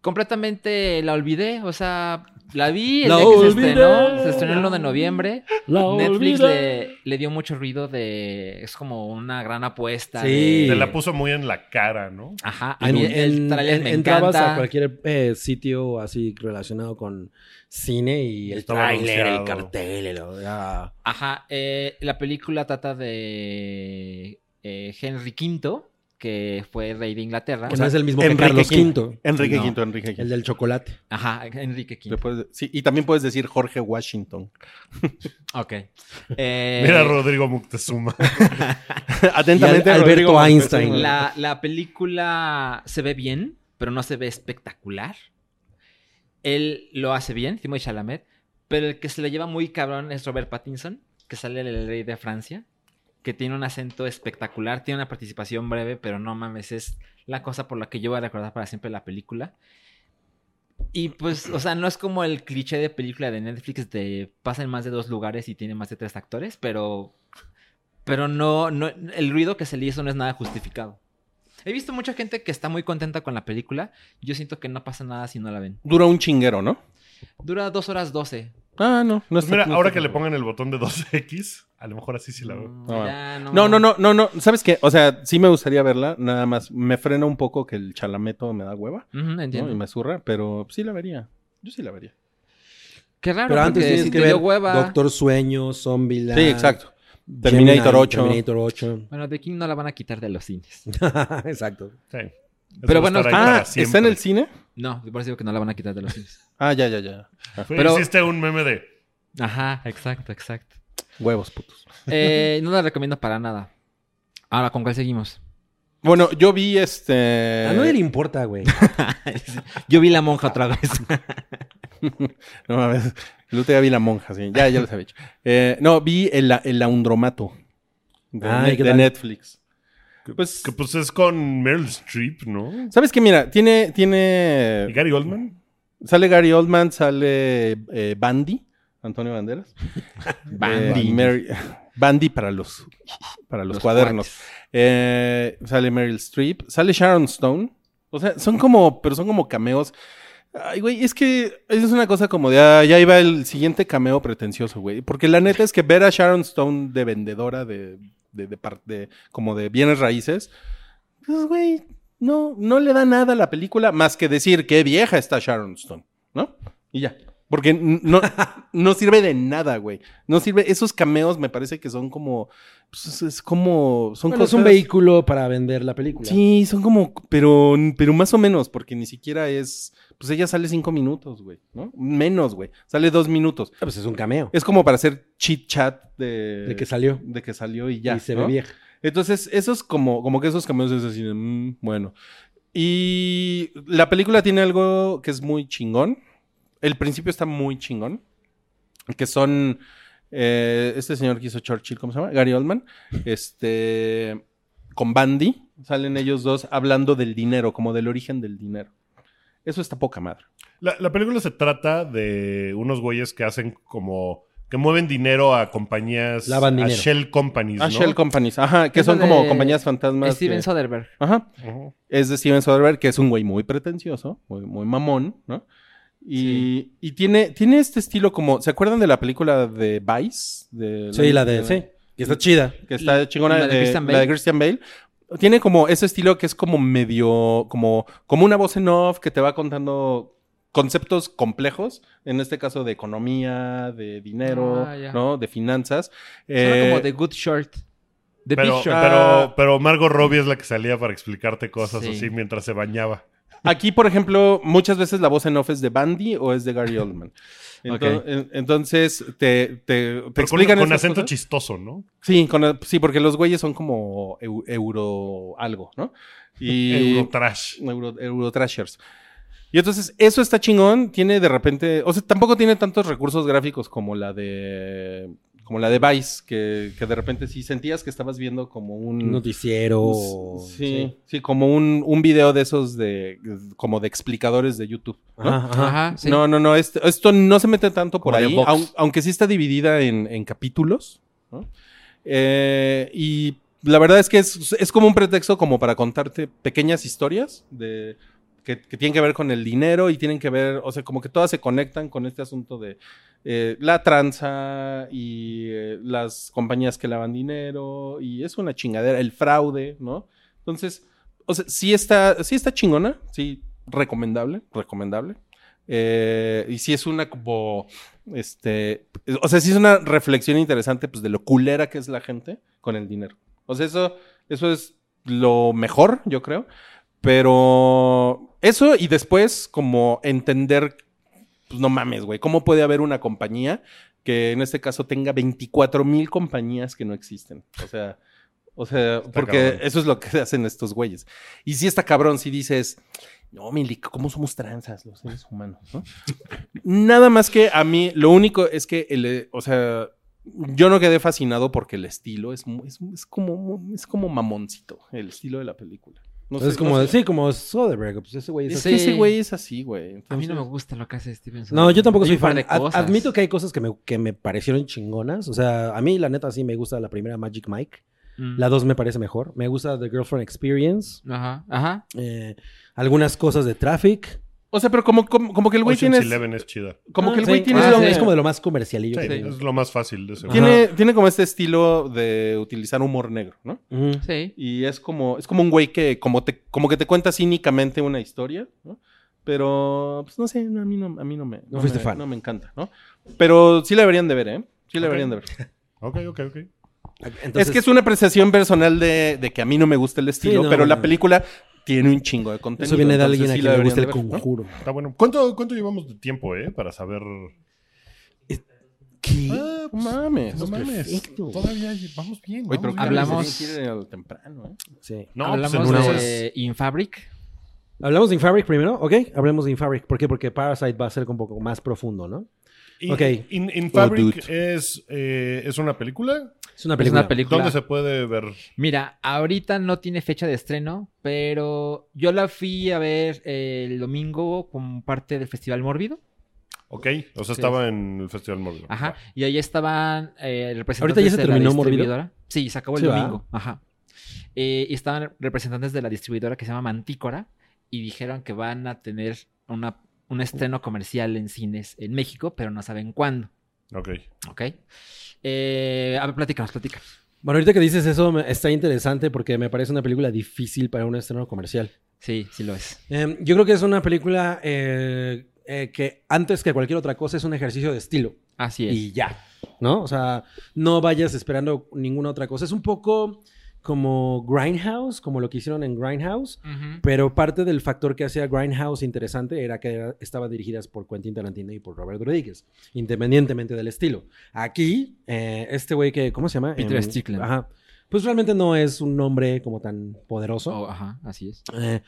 [SPEAKER 5] completamente la olvidé. O sea, la vi el
[SPEAKER 4] La
[SPEAKER 5] día que se
[SPEAKER 4] olvidé.
[SPEAKER 5] estrenó. Se estrenó el 1 de noviembre.
[SPEAKER 4] La
[SPEAKER 5] Netflix
[SPEAKER 4] olvidé.
[SPEAKER 5] le, le dio mucho ruido de... Es como una gran apuesta.
[SPEAKER 4] Sí.
[SPEAKER 2] Te
[SPEAKER 5] de-
[SPEAKER 2] la puso muy en la cara, ¿no?
[SPEAKER 5] Ajá. A
[SPEAKER 4] En-
[SPEAKER 5] mí
[SPEAKER 4] en-
[SPEAKER 5] el trailer
[SPEAKER 4] en-
[SPEAKER 5] me
[SPEAKER 4] entrabas
[SPEAKER 5] encanta.
[SPEAKER 4] a cualquier eh, sitio así relacionado con cine y el
[SPEAKER 2] Estaba
[SPEAKER 4] tráiler, el
[SPEAKER 2] anunciado.
[SPEAKER 4] cartel, el- ah.
[SPEAKER 5] Ajá, eh, la película trata de eh, Henry V, que fue rey de Inglaterra.
[SPEAKER 4] que
[SPEAKER 5] O sea,
[SPEAKER 4] no es el mismo que
[SPEAKER 3] Enrique
[SPEAKER 4] Carlos
[SPEAKER 3] Quinto.
[SPEAKER 4] V,
[SPEAKER 3] Enrique
[SPEAKER 5] No.
[SPEAKER 3] Quinto, Enrique
[SPEAKER 4] el
[SPEAKER 3] Quinto.
[SPEAKER 4] del chocolate.
[SPEAKER 5] Ajá, Enrique V.
[SPEAKER 3] Le puedes- sí, y también puedes decir Jorge
[SPEAKER 4] <laughs>
[SPEAKER 3] Washington. <laughs>
[SPEAKER 5] Ok. Eh,
[SPEAKER 2] Mira a Rodrigo Moctezuma. Pues
[SPEAKER 3] Atentamente,
[SPEAKER 4] Y al-
[SPEAKER 3] Rodrigo
[SPEAKER 4] Alberto
[SPEAKER 3] Montezuma.
[SPEAKER 4] Einstein.
[SPEAKER 5] La, la película se ve bien, pero no se ve espectacular. Él lo hace bien, Timothée Chalamet, pero el que se le lleva muy cabrón es Robert Pattinson, que sale el rey de Francia, que tiene un acento espectacular, tiene una participación breve, pero no mames, es la cosa por la que yo voy a recordar para siempre la película. Y pues, o sea, no es como el cliché de película de Netflix de pasa en más de dos lugares y tiene más de tres actores, pero. Pero no, no. El ruido que se le hizo no es nada justificado. He visto mucha gente que está muy contenta con la película. Yo siento que no pasa nada si no la ven.
[SPEAKER 3] Dura un chinguero, ¿no?
[SPEAKER 5] Dura dos horas doce.
[SPEAKER 3] Ah, no. no
[SPEAKER 2] Pues
[SPEAKER 3] está-
[SPEAKER 2] mira,
[SPEAKER 3] no
[SPEAKER 2] ahora
[SPEAKER 3] está
[SPEAKER 2] que le
[SPEAKER 3] tan-
[SPEAKER 2] pongan el botón de 2X, a lo mejor así sí la veo.
[SPEAKER 5] No, Mm, ya
[SPEAKER 3] No, no, no, no, no. ¿Sabes qué? O sea, sí me gustaría verla, nada más. Me frena un poco que el chalameto me da hueva,
[SPEAKER 5] Ujú,
[SPEAKER 3] ¿no?
[SPEAKER 5] entiendo.
[SPEAKER 3] Y me zurra, pero sí la vería. Yo sí la vería.
[SPEAKER 5] Qué raro,
[SPEAKER 4] Pero antes
[SPEAKER 5] porque
[SPEAKER 4] tienes
[SPEAKER 5] si
[SPEAKER 4] que
[SPEAKER 5] te
[SPEAKER 4] ver
[SPEAKER 5] dio hueva.
[SPEAKER 4] Doctor Sueño, Zombieland.
[SPEAKER 3] Sí, exacto.
[SPEAKER 4] Gemini,
[SPEAKER 3] Terminator 8.
[SPEAKER 4] Terminator 8.
[SPEAKER 5] Bueno, de King no la van a quitar de los cines.
[SPEAKER 4] <laughs> exacto.
[SPEAKER 2] Sí. Eso
[SPEAKER 5] Pero
[SPEAKER 2] va a
[SPEAKER 5] bueno,
[SPEAKER 2] estar ahí para
[SPEAKER 3] Ah, ¿está en
[SPEAKER 2] siempre.
[SPEAKER 3] el cine?
[SPEAKER 5] No, por eso digo que no la van a quitar de los cines.
[SPEAKER 3] Ah, ya, ya, ya.
[SPEAKER 2] Fue-
[SPEAKER 5] pero-
[SPEAKER 2] Hiciste un meme de.
[SPEAKER 5] Ajá, exacto, exacto.
[SPEAKER 3] Huevos, putos.
[SPEAKER 5] Eh, no la recomiendo para nada. Ahora, ¿con cuál seguimos?
[SPEAKER 3] Bueno, yo vi este.
[SPEAKER 4] A nadie le importa, güey.
[SPEAKER 5] Yo vi la monja otra vez. <laughs>
[SPEAKER 3] No mames. El otro día vi La Monja, sí. Ya, ya les había dicho. Eh, no, vi El, el Laundromato de,
[SPEAKER 4] Ah,
[SPEAKER 3] Ne-
[SPEAKER 4] ¿y qué
[SPEAKER 3] de
[SPEAKER 4] tal?
[SPEAKER 3] Netflix. Pues,
[SPEAKER 2] Que pues es con Meryl Streep, ¿no?
[SPEAKER 3] ¿sabes qué? Mira, tiene.
[SPEAKER 2] ¿Y
[SPEAKER 3] tiene
[SPEAKER 2] Gary Goldman?
[SPEAKER 3] Sale Gary Oldman, sale eh, Bandy, Antonio Banderas.
[SPEAKER 5] Bandy.
[SPEAKER 3] Eh, Mary- <laughs> Bandy para los, para los, cuadernos. Eh, sale Meryl Streep, sale Sharon Stone. O sea, son como, pero son como cameos. Ay, güey, es que eso es una cosa como de, ah, ya iba el siguiente cameo pretencioso, güey. Porque la neta es que ver a Sharon Stone de vendedora de, de, de par- de- como de bienes raíces, pues, güey, no, no le da nada a la película más que decir qué vieja está Sharon Stone, ¿no? Y ya. Porque n- no, no sirve de nada, güey. No sirve. Esos cameos me parece que son como. pues, es- es como. Son
[SPEAKER 4] Bueno, es un
[SPEAKER 3] cosas-
[SPEAKER 4] vehículo para vender la película.
[SPEAKER 3] Sí, son como, pero, pero más o menos, porque ni siquiera es, pues ella sale cinco minutos, güey, ¿no? Menos, güey, sale dos minutos.
[SPEAKER 4] Ah, Pues es un cameo.
[SPEAKER 3] Es como para hacer chit chat de,
[SPEAKER 4] De que salió.
[SPEAKER 3] de que salió y Eh, ya.
[SPEAKER 4] y se
[SPEAKER 3] ¿no?
[SPEAKER 4] ve vieja.
[SPEAKER 3] Entonces, esos como, como que esos cameos es así de, mm, bueno. Y la película tiene algo que es muy chingón. El principio está muy chingón. Que son, eh, este señor que hizo Churchill, ¿cómo se llama? Gary Oldman. Este, con Bandy. Salen ellos dos hablando del dinero, como del origen del dinero. Eso está poca madre.
[SPEAKER 2] La, la película se trata de unos güeyes que hacen como. que mueven dinero a compañías.
[SPEAKER 4] Lavan
[SPEAKER 2] a
[SPEAKER 4] dinero.
[SPEAKER 2] Shell Companies.
[SPEAKER 3] Ah,
[SPEAKER 2] ¿no?
[SPEAKER 3] Shell Companies, ajá, que
[SPEAKER 5] Eso
[SPEAKER 3] son como
[SPEAKER 5] de
[SPEAKER 3] compañías fantasmas.
[SPEAKER 5] Steven
[SPEAKER 3] que-
[SPEAKER 5] Soderbergh.
[SPEAKER 3] Ajá.
[SPEAKER 2] Ujú.
[SPEAKER 3] es de Steven Soderbergh, que es un güey muy pretencioso, muy, muy mamón, ¿no? Y, y tiene, tiene este estilo como... ¿Se acuerdan de la película de Vice? De
[SPEAKER 4] Sí, la de. Sí. Que está chida.
[SPEAKER 3] Que está chingona,
[SPEAKER 5] la
[SPEAKER 3] de,
[SPEAKER 5] de Christian
[SPEAKER 3] la de
[SPEAKER 5] Bale.
[SPEAKER 3] Christian Bale. Tiene como ese estilo que es como medio... Como, como una voz en off que te va contando conceptos complejos. En este caso de economía, de dinero,
[SPEAKER 5] Ah, ya.
[SPEAKER 3] ¿no? De finanzas.
[SPEAKER 5] Suena
[SPEAKER 3] Eh,
[SPEAKER 5] como The Good Short. The
[SPEAKER 2] Pero,
[SPEAKER 5] Big Short.
[SPEAKER 3] Ah.
[SPEAKER 5] Ah,
[SPEAKER 2] pero, pero Margot Robbie es la que salía para explicarte cosas
[SPEAKER 5] Sí.
[SPEAKER 2] así mientras se bañaba.
[SPEAKER 3] Aquí, por ejemplo, muchas veces la voz en off es de Bandy o es de Gary Oldman. Ento-
[SPEAKER 5] Ok.
[SPEAKER 3] en- Entonces, te, te- te
[SPEAKER 2] Pero con,
[SPEAKER 3] explican
[SPEAKER 2] con
[SPEAKER 3] esas
[SPEAKER 2] acento
[SPEAKER 3] cosas.
[SPEAKER 2] chistoso, ¿no?
[SPEAKER 3] Sí, con- sí, porque los güeyes son como eu- euro algo, ¿no? Y
[SPEAKER 2] Eurotrash.
[SPEAKER 3] Euro- Eurotrashers. Y entonces, eso está chingón. Tiene de repente. O sea, tampoco tiene tantos recursos gráficos como la de. Como la de Vice, que, que de repente sí sentías que estabas viendo como un.
[SPEAKER 4] Noticiero.
[SPEAKER 3] Mm. sí, Pues, sí, como un, un video de esos de. como de explicadores de YouTube. ¿no?
[SPEAKER 4] Ajá, ajá.
[SPEAKER 5] Ajá, sí.
[SPEAKER 3] No, no, no. Esto, esto no se mete tanto por
[SPEAKER 5] Como de
[SPEAKER 3] ahí,
[SPEAKER 5] box.
[SPEAKER 3] aun- aunque sí está dividida en, en capítulos. ¿no? Eh, y la verdad es que es, es como un pretexto como para contarte pequeñas historias de, que, que tienen que ver con el dinero y tienen que ver, o sea, como que todas se conectan con este asunto de eh, la tranza y eh, las compañías que lavan dinero y es una chingadera, el fraude, ¿no? Entonces, o sea, sí está, sí está chingona, sí, recomendable, recomendable. Eh, y sí es una como, este, o sea, sí es una reflexión interesante, pues, de lo culera que es la gente con el dinero. O sea, eso, eso es lo mejor, yo creo. Pero eso y después como entender, pues no mames, güey, ¿cómo puede haber una compañía que en este caso tenga 24 mil compañías que no existen? O sea, o sea, porque
[SPEAKER 2] cabrón.
[SPEAKER 3] eso es lo que hacen estos güeyes. Y si está cabrón, si dices, no, Milik, ¿cómo somos tranzas los seres humanos? no?" Nada más que a mí, lo único es que, el, eh, o sea, yo no quedé fascinado porque el estilo es, mu- es, es como, mu- es como mamoncito, el estilo de la película. No
[SPEAKER 4] Entonces,
[SPEAKER 3] sé,
[SPEAKER 4] como,
[SPEAKER 3] no sé.
[SPEAKER 4] sí, como Soderbergh. Pues ese güey es
[SPEAKER 3] Es
[SPEAKER 5] Sí.
[SPEAKER 3] que ese güey es así, güey.
[SPEAKER 5] A mí no me
[SPEAKER 3] Entonces,
[SPEAKER 5] gusta lo que hace Steven
[SPEAKER 4] No, yo tampoco
[SPEAKER 5] Hay
[SPEAKER 4] soy
[SPEAKER 5] un par
[SPEAKER 4] fan.
[SPEAKER 5] de
[SPEAKER 4] Ad-
[SPEAKER 5] cosas.
[SPEAKER 4] admito que hay cosas que me, que me parecieron chingonas. O sea, a mí la neta sí me gusta la primera Magic Mike.
[SPEAKER 5] Mm.
[SPEAKER 4] La dos me parece mejor. Me gusta The Girlfriend Experience.
[SPEAKER 5] Ajá, ajá.
[SPEAKER 4] eh, algunas cosas de Traffic.
[SPEAKER 3] O sea, pero como, como, como que el güey tiene...
[SPEAKER 2] Ocean's Eleven es chida.
[SPEAKER 3] Como que el
[SPEAKER 4] Sí,
[SPEAKER 3] güey tiene...
[SPEAKER 4] es,
[SPEAKER 5] ah,
[SPEAKER 4] lo-
[SPEAKER 5] sí.
[SPEAKER 4] es como de lo más comercial.
[SPEAKER 2] Sí,
[SPEAKER 4] Yo creo.
[SPEAKER 2] es lo más fácil de ese güey.
[SPEAKER 3] Tiene, tiene como este estilo de utilizar humor negro, ¿no?
[SPEAKER 4] Ujú.
[SPEAKER 5] Sí.
[SPEAKER 3] Y es como, es como un güey que como, te, como que te cuenta cínicamente una historia, ¿no? Pero, pues no sé, no, a mí no, a mí no me... No,
[SPEAKER 4] fuiste
[SPEAKER 3] me,
[SPEAKER 4] fan.
[SPEAKER 3] no me encanta, ¿no? Pero sí la deberían de ver, ¿eh? Sí la deberían de ver.
[SPEAKER 2] Ok, ok, ok.
[SPEAKER 4] Entonces,
[SPEAKER 3] es que es una apreciación personal de, de que a mí no me gusta el estilo,
[SPEAKER 4] no,
[SPEAKER 3] pero la
[SPEAKER 4] no.
[SPEAKER 3] película tiene un chingo de contenido.
[SPEAKER 4] eso viene de
[SPEAKER 3] entonces
[SPEAKER 4] alguien a
[SPEAKER 3] sí
[SPEAKER 4] quien
[SPEAKER 3] la
[SPEAKER 4] le gusta el
[SPEAKER 3] deberían de ver, ¿no?
[SPEAKER 4] conjuro.
[SPEAKER 2] Está bueno. ¿Cuánto, cuánto llevamos de tiempo, eh? Para saber.
[SPEAKER 4] ¿Qué?
[SPEAKER 2] Ah,
[SPEAKER 3] No mames.
[SPEAKER 2] no mames.
[SPEAKER 4] perfecto.
[SPEAKER 2] Todavía vamos bien.
[SPEAKER 3] Oye, pero
[SPEAKER 2] vamos bien.
[SPEAKER 5] Hablamos-
[SPEAKER 3] Tienen que ir al temprano, ¿eh?
[SPEAKER 4] Sí.
[SPEAKER 2] No, pues en
[SPEAKER 5] Hablamos
[SPEAKER 2] una hora.
[SPEAKER 5] de Infabric.
[SPEAKER 4] Hablamos de Infabric primero, ¿ok? Hablemos de Infabric. ¿Por qué? Porque Parasite va a ser un poco más profundo, ¿no?
[SPEAKER 2] In,
[SPEAKER 4] Ok.
[SPEAKER 2] In, In
[SPEAKER 3] Oh,
[SPEAKER 2] Fabric
[SPEAKER 3] dude.
[SPEAKER 2] es, eh, es una película.
[SPEAKER 4] Es una
[SPEAKER 5] Es
[SPEAKER 4] película.
[SPEAKER 5] una película.
[SPEAKER 2] ¿Dónde se puede ver?
[SPEAKER 5] Mira, ahorita no tiene fecha de estreno, pero yo la fui a ver eh, el domingo como parte del Festival Mórbido.
[SPEAKER 2] Ok. O sea, estaba en el Festival Móvil.
[SPEAKER 5] Ajá. Y ahí estaban eh, representantes
[SPEAKER 4] ¿Ahorita ya se
[SPEAKER 5] de la
[SPEAKER 4] terminó Mórbido?
[SPEAKER 5] distribuidora. Sí, se acabó el
[SPEAKER 4] Sí, ¿verdad?
[SPEAKER 5] domingo. Ajá. Eh, y estaban representantes de la distribuidora que se llama Mantícora y dijeron que van a tener una, un estreno comercial en cines en México, pero no saben cuándo.
[SPEAKER 2] Ok.
[SPEAKER 5] ¿Ok? Eh, a ver, platícanos, platícanos.
[SPEAKER 4] Bueno, ahorita que dices eso me- está interesante porque me parece una película difícil para un estreno comercial.
[SPEAKER 5] Sí, sí lo es.
[SPEAKER 4] Eh, yo creo que es una película eh, eh, que antes que cualquier otra cosa es un ejercicio de estilo.
[SPEAKER 5] Así es.
[SPEAKER 4] Y ya, ¿no? O sea, no vayas esperando ninguna otra cosa. Es un poco como Grindhouse, como lo que hicieron en Grindhouse.
[SPEAKER 5] Ujú.
[SPEAKER 4] Pero parte del factor que hacía Grindhouse interesante era que era- estaba dirigidas por Quentin Tarantino y por Robert Rodríguez, independientemente del estilo. Aquí, eh, este güey que, ¿cómo se llama?
[SPEAKER 5] Peter
[SPEAKER 4] Em,
[SPEAKER 5] Strickland.
[SPEAKER 4] Ajá. Pues realmente no es un nombre como tan poderoso.
[SPEAKER 5] Oh, ajá, así es.
[SPEAKER 4] Eh,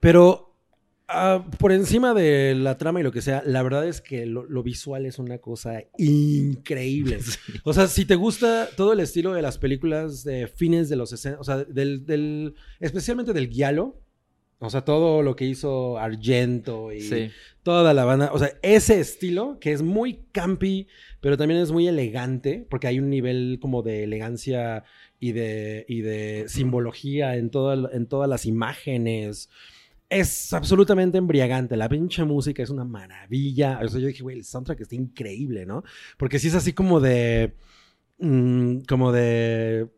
[SPEAKER 4] pero ah, por encima de la trama y lo que sea, la verdad es que lo, lo visual es una cosa increíble. O sea, si te gusta todo el estilo de las películas de fines de los 60, o sea, del, del- especialmente del Giallo, o sea, todo lo que hizo Argento y
[SPEAKER 5] Sí.
[SPEAKER 4] toda la banda, o sea, ese estilo que es muy campi, pero también es muy elegante, porque hay un nivel como de elegancia y de, y de simbología en, toda la- en todas las imágenes. Es absolutamente embriagante. La pinche música es una maravilla. O sea, yo dije, güey, el soundtrack está increíble, ¿no? Porque sí es así como de. mm, como de.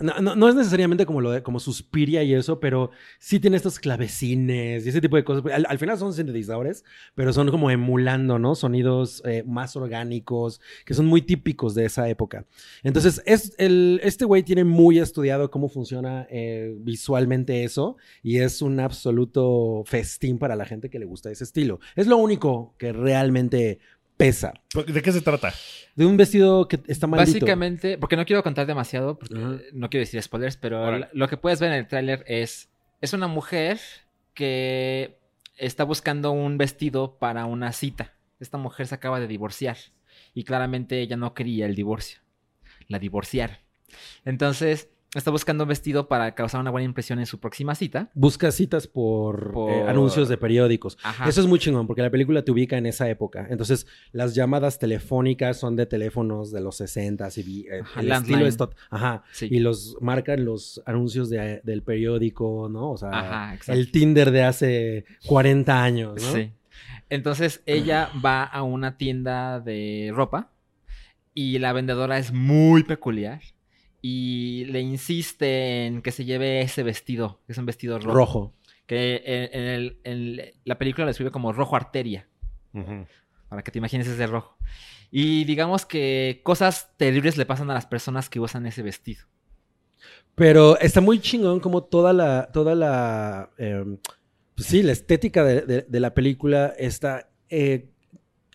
[SPEAKER 4] No, no, no es necesariamente como lo de, como Suspiria y eso, pero sí tiene estos clavecines y ese tipo de cosas. Al, al final son sintetizadores, pero son como emulando, ¿no? Sonidos eh, más orgánicos, que son muy típicos de esa época. Entonces, es el, este güey tiene muy estudiado cómo funciona eh, visualmente eso y es un absoluto festín para la gente que le gusta ese estilo. Es lo único que realmente pesa.
[SPEAKER 2] ¿De qué se trata?
[SPEAKER 4] De un vestido que está maldito.
[SPEAKER 5] Básicamente, porque no quiero contar demasiado, porque
[SPEAKER 4] Ajá.
[SPEAKER 5] no quiero decir spoilers, pero lo que puedes ver en el tráiler es, es una mujer que está buscando un vestido para una cita. Esta mujer se acaba de divorciar y claramente ella no quería el divorcio. La divorciar. Entonces, está buscando un vestido para causar una buena impresión en su próxima cita.
[SPEAKER 4] Busca citas por,
[SPEAKER 5] Por-
[SPEAKER 4] eh, anuncios de periódicos.
[SPEAKER 5] Ajá.
[SPEAKER 4] Eso es muy chingón porque la película te ubica en esa época. Entonces, las llamadas telefónicas son de teléfonos de los 60 y vi- eh,
[SPEAKER 5] Ajá,
[SPEAKER 4] el
[SPEAKER 5] landline.
[SPEAKER 4] estilo es tot- Ajá.
[SPEAKER 5] Sí.
[SPEAKER 4] Y los marcan los anuncios de- del periódico, ¿no? O sea,
[SPEAKER 5] Ajá, exacto.
[SPEAKER 4] el Tinder de hace 40 años, ¿no?
[SPEAKER 5] Sí. Entonces ella va a una tienda de ropa y la vendedora es muy peculiar y le insiste en que se lleve ese vestido, que es un vestido rojo.
[SPEAKER 4] Rojo.
[SPEAKER 5] Que en, en el- en la película lo escribe como rojo arteria, para que te imagines ese rojo. Y digamos que cosas terribles le pasan a las personas que usan ese vestido.
[SPEAKER 4] Pero está muy chingón como toda la, toda la, eh, pues sí, la estética de, de- de la película está eh,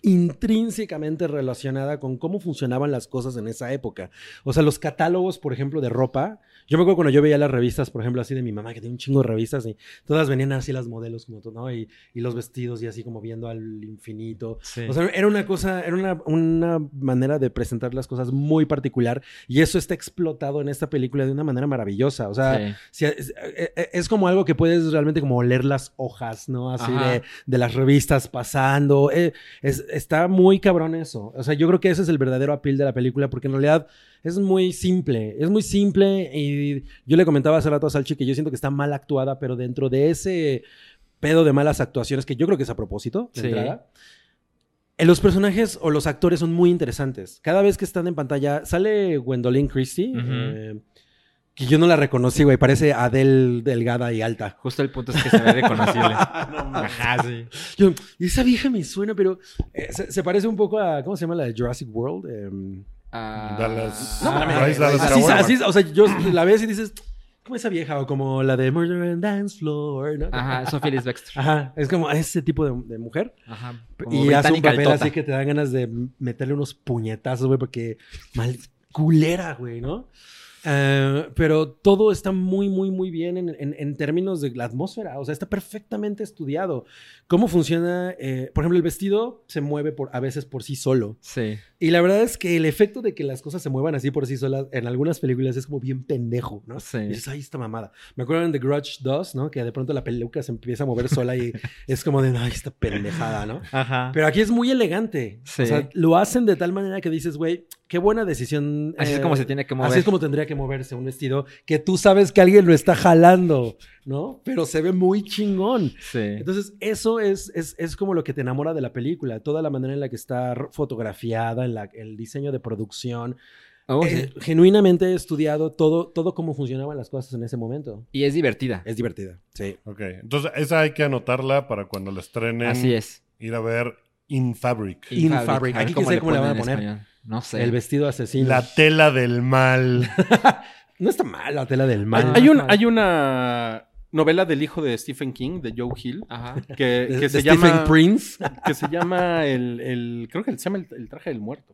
[SPEAKER 4] intrínsecamente relacionada con cómo funcionaban las cosas en esa época. O sea, los catálogos, por ejemplo, de ropa. Yo me acuerdo cuando yo veía las revistas, por ejemplo, así de mi mamá, que tenía un chingo de revistas y todas venían así las modelos como tú, ¿no? Y, y los vestidos y así como viendo al infinito.
[SPEAKER 5] Sí.
[SPEAKER 4] O sea, era una cosa, era una, una manera de presentar las cosas muy particular y eso está explotado en esta película de una manera maravillosa. O sea, si- es, es- es como algo que puedes realmente como oler las hojas, ¿no? Así
[SPEAKER 5] Ajá.
[SPEAKER 4] de, de las revistas pasando. Eh, es- está muy cabrón eso. O sea, yo creo que ese es el verdadero apil de la película porque en realidad es muy simple. Es muy simple y yo le comentaba hace rato a Salchi que yo siento que está mal actuada, pero dentro de ese pedo de malas actuaciones que yo creo que es a propósito. de
[SPEAKER 5] Sí.
[SPEAKER 4] entrada, eh, los personajes o los actores son muy interesantes. Cada vez que están en pantalla, sale Gwendolyn Christie,
[SPEAKER 5] Ujú.
[SPEAKER 4] eh, que yo no la reconocí, güey. Parece Adele delgada y alta.
[SPEAKER 5] Justo el punto es que se ve reconocible.
[SPEAKER 4] Ajá, sí. Yo, esa vieja me suena, pero eh, se, se parece un poco a. ¿Cómo se llama la de Jurassic World? Em,
[SPEAKER 5] Ah,
[SPEAKER 2] Dallas-
[SPEAKER 5] no,
[SPEAKER 2] Ah,
[SPEAKER 5] mames,
[SPEAKER 2] Bryce Dallas
[SPEAKER 5] Bryce
[SPEAKER 4] así,
[SPEAKER 2] Howard.
[SPEAKER 4] así, o sea, yo la ves y dices, ¿cómo esa vieja? O como la de Murder and Dance Floor, ¿no?
[SPEAKER 5] Ajá, Sophie Ellis Baxter.
[SPEAKER 4] Ajá, es como ese tipo de- de mujer.
[SPEAKER 5] Ajá.
[SPEAKER 4] Y hace un papel
[SPEAKER 5] altota.
[SPEAKER 4] así que te dan ganas de meterle unos puñetazos, güey, porque mal culera, güey, ¿no? Eh, pero todo está muy, muy, muy bien en, en- en términos de la atmósfera. O sea, está perfectamente estudiado. Cómo funciona, eh, por ejemplo, el vestido se mueve por, a veces por sí solo.
[SPEAKER 5] Sí.
[SPEAKER 4] Y la verdad es que el efecto de que las cosas se muevan así por sí solas en algunas películas es como bien pendejo, ¿no?
[SPEAKER 5] Sí.
[SPEAKER 4] Y dices, ay, esta mamada. Me acuerdo en The Grudge 2, ¿no? Que de pronto la peluca se empieza a mover sola y es como de, ay, esta pendejada, ¿no?
[SPEAKER 5] Ajá.
[SPEAKER 4] Pero aquí es muy elegante.
[SPEAKER 5] Sí.
[SPEAKER 4] O sea, lo hacen de tal manera que dices, güey, qué buena decisión.
[SPEAKER 5] así es
[SPEAKER 4] eh,
[SPEAKER 5] como se tiene que mover.
[SPEAKER 4] Así es como tendría que moverse un vestido que tú sabes que alguien lo está jalando, ¿no? Pero se ve muy chingón.
[SPEAKER 5] Sí.
[SPEAKER 4] Entonces, eso es, es, es como lo que te enamora de la película. Toda la manera en la que está r- fotografiada, en la, el diseño de producción.
[SPEAKER 5] Oh,
[SPEAKER 4] Eh,
[SPEAKER 5] sí.
[SPEAKER 4] Genuinamente he estudiado todo, todo cómo funcionaban las cosas en ese momento.
[SPEAKER 5] Y es divertida.
[SPEAKER 4] Es divertida. Sí.
[SPEAKER 2] Ok, entonces esa hay que anotarla para cuando la estrenen.
[SPEAKER 5] Así es.
[SPEAKER 2] Ir a ver In Fabric.
[SPEAKER 4] In Fabric.
[SPEAKER 5] A ver
[SPEAKER 4] Aquí quién sabe cómo la van
[SPEAKER 5] ponen
[SPEAKER 4] a
[SPEAKER 5] en
[SPEAKER 4] poner.
[SPEAKER 5] español. No sé.
[SPEAKER 4] El vestido asesino.
[SPEAKER 2] La tela del mal.
[SPEAKER 4] No está mal la tela del
[SPEAKER 3] Hay,
[SPEAKER 4] mal.
[SPEAKER 3] hay un-
[SPEAKER 5] Ajá.
[SPEAKER 3] hay una novela del hijo de Stephen King, de Joe Hill,
[SPEAKER 5] Ajá.
[SPEAKER 3] que,
[SPEAKER 4] De-
[SPEAKER 3] que
[SPEAKER 4] de
[SPEAKER 3] se
[SPEAKER 4] Stephen
[SPEAKER 3] llama,
[SPEAKER 4] Prince.
[SPEAKER 3] que se llama el, el- creo que se llama el, el traje del muerto.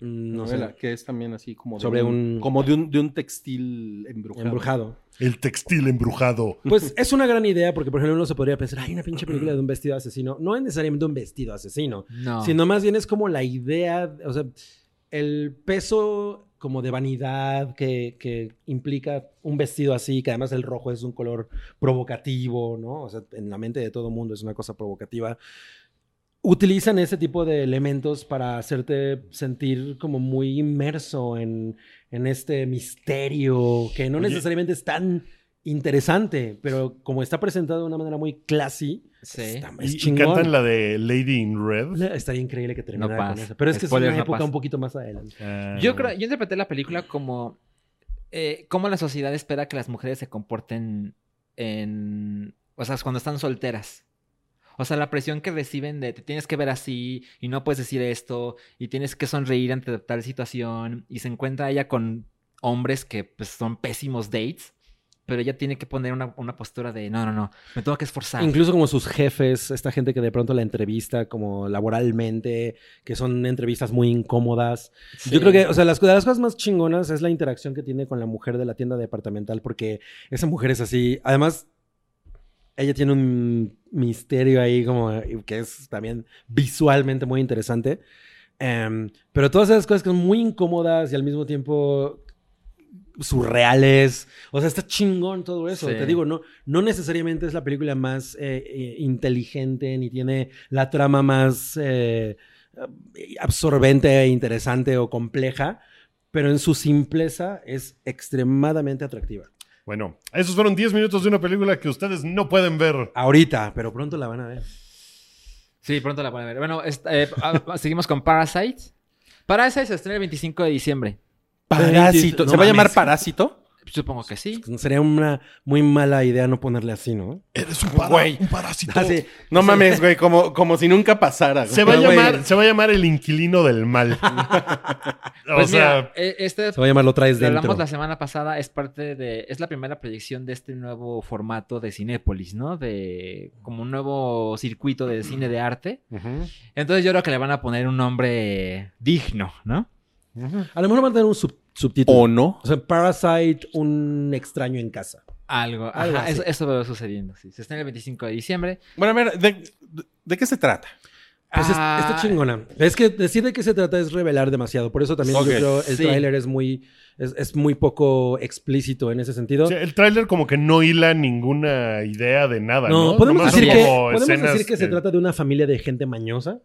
[SPEAKER 4] Mm, No
[SPEAKER 3] novela,
[SPEAKER 4] sé.
[SPEAKER 3] que es también así como de
[SPEAKER 4] Sobre un-
[SPEAKER 3] como de un, de un textil embrujado.
[SPEAKER 4] Embrujado.
[SPEAKER 2] El textil embrujado.
[SPEAKER 4] Pues es una gran idea porque, por ejemplo, uno se podría pensar, hay una pinche película de un vestido asesino. No es necesariamente un vestido asesino,
[SPEAKER 5] No.
[SPEAKER 4] sino más bien es como la idea, o sea, el peso como de vanidad que, que implica un vestido así, que además el rojo es un color provocativo, ¿no? O sea, en la mente de todo mundo es una cosa provocativa. Utilizan ese tipo de elementos para hacerte sentir como muy inmerso en, en este misterio que no
[SPEAKER 2] Oye.
[SPEAKER 4] necesariamente es tan interesante, pero como está presentado de una manera muy classy,
[SPEAKER 5] Sí.
[SPEAKER 4] está, es
[SPEAKER 2] Y, y
[SPEAKER 4] chingón.
[SPEAKER 2] cantan la de Lady in Red.
[SPEAKER 4] Le- Estaría increíble que terminara
[SPEAKER 5] Pues, pasa.
[SPEAKER 4] con eso. Pero es que es
[SPEAKER 5] Spoiler,
[SPEAKER 4] una
[SPEAKER 5] no
[SPEAKER 4] época
[SPEAKER 5] pasa.
[SPEAKER 4] un poquito más adelante.
[SPEAKER 2] Ah.
[SPEAKER 5] Yo creo, yo interpreté la película como eh, cómo la sociedad espera que las mujeres se comporten en. O sea, cuando están solteras. O sea, la presión que reciben de te tienes que ver así y no puedes decir esto y tienes que sonreír ante tal situación y se encuentra ella con hombres que pues, son pésimos dates, pero ella tiene que poner una, una postura de no, no, no, me tengo que esforzar.
[SPEAKER 4] Incluso como sus jefes, esta gente que de pronto la entrevista como laboralmente, que son entrevistas muy incómodas.
[SPEAKER 5] Sí.
[SPEAKER 4] Yo creo que, o sea, las, de las cosas más chingonas es la interacción que tiene con la mujer de la tienda departamental, porque esa mujer es así. Además, ella tiene un misterio ahí como eh, que es también visualmente muy interesante. Em, pero todas esas cosas que son muy incómodas y al mismo tiempo surreales. O sea, está chingón todo eso.
[SPEAKER 5] Sí.
[SPEAKER 4] Te digo, no, no necesariamente es la película más eh, eh, inteligente ni tiene la trama más eh, absorbente, e interesante o compleja, pero en su simpleza es extremadamente atractiva.
[SPEAKER 2] Bueno, esos fueron 10 minutos de una película que ustedes no pueden ver.
[SPEAKER 4] Ahorita, pero pronto la van a ver.
[SPEAKER 5] Sí, pronto la van a ver. Bueno, est- eh, <laughs> ah, seguimos con Parasite. Parasite se estrena el 25 de diciembre.
[SPEAKER 3] Parásito.
[SPEAKER 4] No
[SPEAKER 3] ¿Se va a llamar
[SPEAKER 4] mames.
[SPEAKER 3] Parásito?
[SPEAKER 5] Supongo que sí.
[SPEAKER 4] Sería una muy mala idea no ponerle así, ¿no? Ah,
[SPEAKER 2] Eres un,
[SPEAKER 3] Güey.
[SPEAKER 2] parásito.
[SPEAKER 4] Así,
[SPEAKER 3] No mames, güey, como, como si nunca pasara. güey.
[SPEAKER 2] Se va, a
[SPEAKER 3] Güey,
[SPEAKER 2] llamar, se va a llamar el inquilino del <laughs> mal. o
[SPEAKER 5] Pues
[SPEAKER 2] sea,
[SPEAKER 5] mira, eh, este
[SPEAKER 4] se va a llamar Lo traes
[SPEAKER 5] Lo
[SPEAKER 4] dentro.
[SPEAKER 5] hablamos la semana pasada, es parte de, es la primera proyección de este nuevo formato de Cinépolis, ¿no? De como un nuevo circuito de cine de arte. Entonces yo creo que le van a poner un nombre digno, ¿no?
[SPEAKER 4] A lo mejor van a tener un sub- subtítulo.
[SPEAKER 3] ¿O no?
[SPEAKER 4] O sea, Parasite, un extraño en casa.
[SPEAKER 5] Algo.
[SPEAKER 4] Algo
[SPEAKER 5] Ajá,
[SPEAKER 4] así.
[SPEAKER 5] eso, eso va sucediendo. Sí. Se estrena el 25 de diciembre.
[SPEAKER 3] Bueno, a ver, ¿de, de qué se trata?
[SPEAKER 4] Pues es-
[SPEAKER 5] Ah,
[SPEAKER 4] está chingona. Es que decir de qué se trata es revelar demasiado. Por eso también
[SPEAKER 3] Ok.
[SPEAKER 4] yo creo el
[SPEAKER 5] Sí.
[SPEAKER 4] tráiler es muy, es, es muy poco explícito en ese sentido.
[SPEAKER 2] sí, el tráiler como que no hila ninguna idea de nada. No,
[SPEAKER 4] no, podemos,
[SPEAKER 2] Nomás
[SPEAKER 4] decir
[SPEAKER 2] son
[SPEAKER 4] que,
[SPEAKER 2] como
[SPEAKER 4] podemos
[SPEAKER 2] escenas
[SPEAKER 4] decir que se trata de una familia de gente mañosa,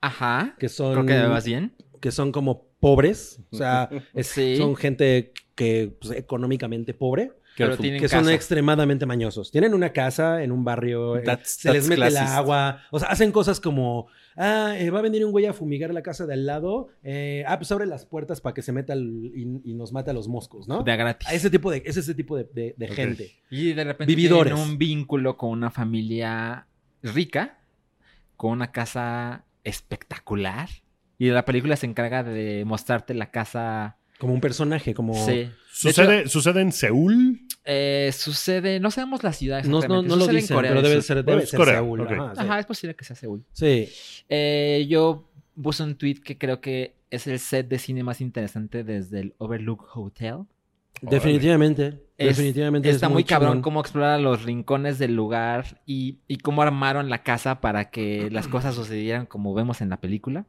[SPEAKER 5] Ajá.
[SPEAKER 4] que
[SPEAKER 5] Creo
[SPEAKER 4] son,
[SPEAKER 5] que vas bien.
[SPEAKER 4] que son como pobres. O
[SPEAKER 5] <laughs>
[SPEAKER 4] sea, es-
[SPEAKER 5] Sí.
[SPEAKER 4] son gente que pues, económicamente pobre.
[SPEAKER 5] Pero
[SPEAKER 3] Careful.
[SPEAKER 5] tienen
[SPEAKER 4] que son
[SPEAKER 5] casa.
[SPEAKER 4] extremadamente mañosos. Tienen una casa en un barrio, eh,
[SPEAKER 3] That's-
[SPEAKER 4] se les
[SPEAKER 3] that's
[SPEAKER 4] mete el
[SPEAKER 3] classist.
[SPEAKER 4] agua, o sea, hacen cosas como, ah, eh, va a venir un güey a fumigar la casa de al lado, eh, ah, pues abre las puertas para que se meta el- y, y nos mata a los moscos, ¿no?
[SPEAKER 5] de a gratis.
[SPEAKER 4] Ese tipo de, es ese tipo de, de- de
[SPEAKER 2] Ok.
[SPEAKER 4] gente.
[SPEAKER 5] Y de repente
[SPEAKER 4] Vividores.
[SPEAKER 5] tienen un vínculo con una familia rica, con una casa espectacular. Y la película se encarga de mostrarte la casa.
[SPEAKER 4] Como un personaje, como...
[SPEAKER 5] Sí.
[SPEAKER 2] Sucede, sucede en Seúl.
[SPEAKER 5] Eh, sucede, no sabemos la ciudad
[SPEAKER 4] No, no,
[SPEAKER 5] exactamente,
[SPEAKER 4] no lo
[SPEAKER 5] sucede en
[SPEAKER 4] dicen,
[SPEAKER 5] Corea
[SPEAKER 4] pero
[SPEAKER 5] del
[SPEAKER 4] debe
[SPEAKER 5] Sur.
[SPEAKER 4] ser, debe
[SPEAKER 2] es
[SPEAKER 4] ser
[SPEAKER 2] Corea,
[SPEAKER 4] Seúl.
[SPEAKER 2] ok.
[SPEAKER 4] ajá, sí.
[SPEAKER 5] Ajá, es posible que sea Seúl.
[SPEAKER 4] Sí.
[SPEAKER 5] Eh, yo puse un tweet que creo que es el set de cine más interesante desde el Overlook Hotel.
[SPEAKER 4] definitivamente.
[SPEAKER 5] Es-
[SPEAKER 4] definitivamente. es
[SPEAKER 5] Está muy cabrón
[SPEAKER 4] chingón.
[SPEAKER 5] cómo explorar los rincones del lugar y, y cómo armaron la casa para que las cosas sucedieran como vemos en la película.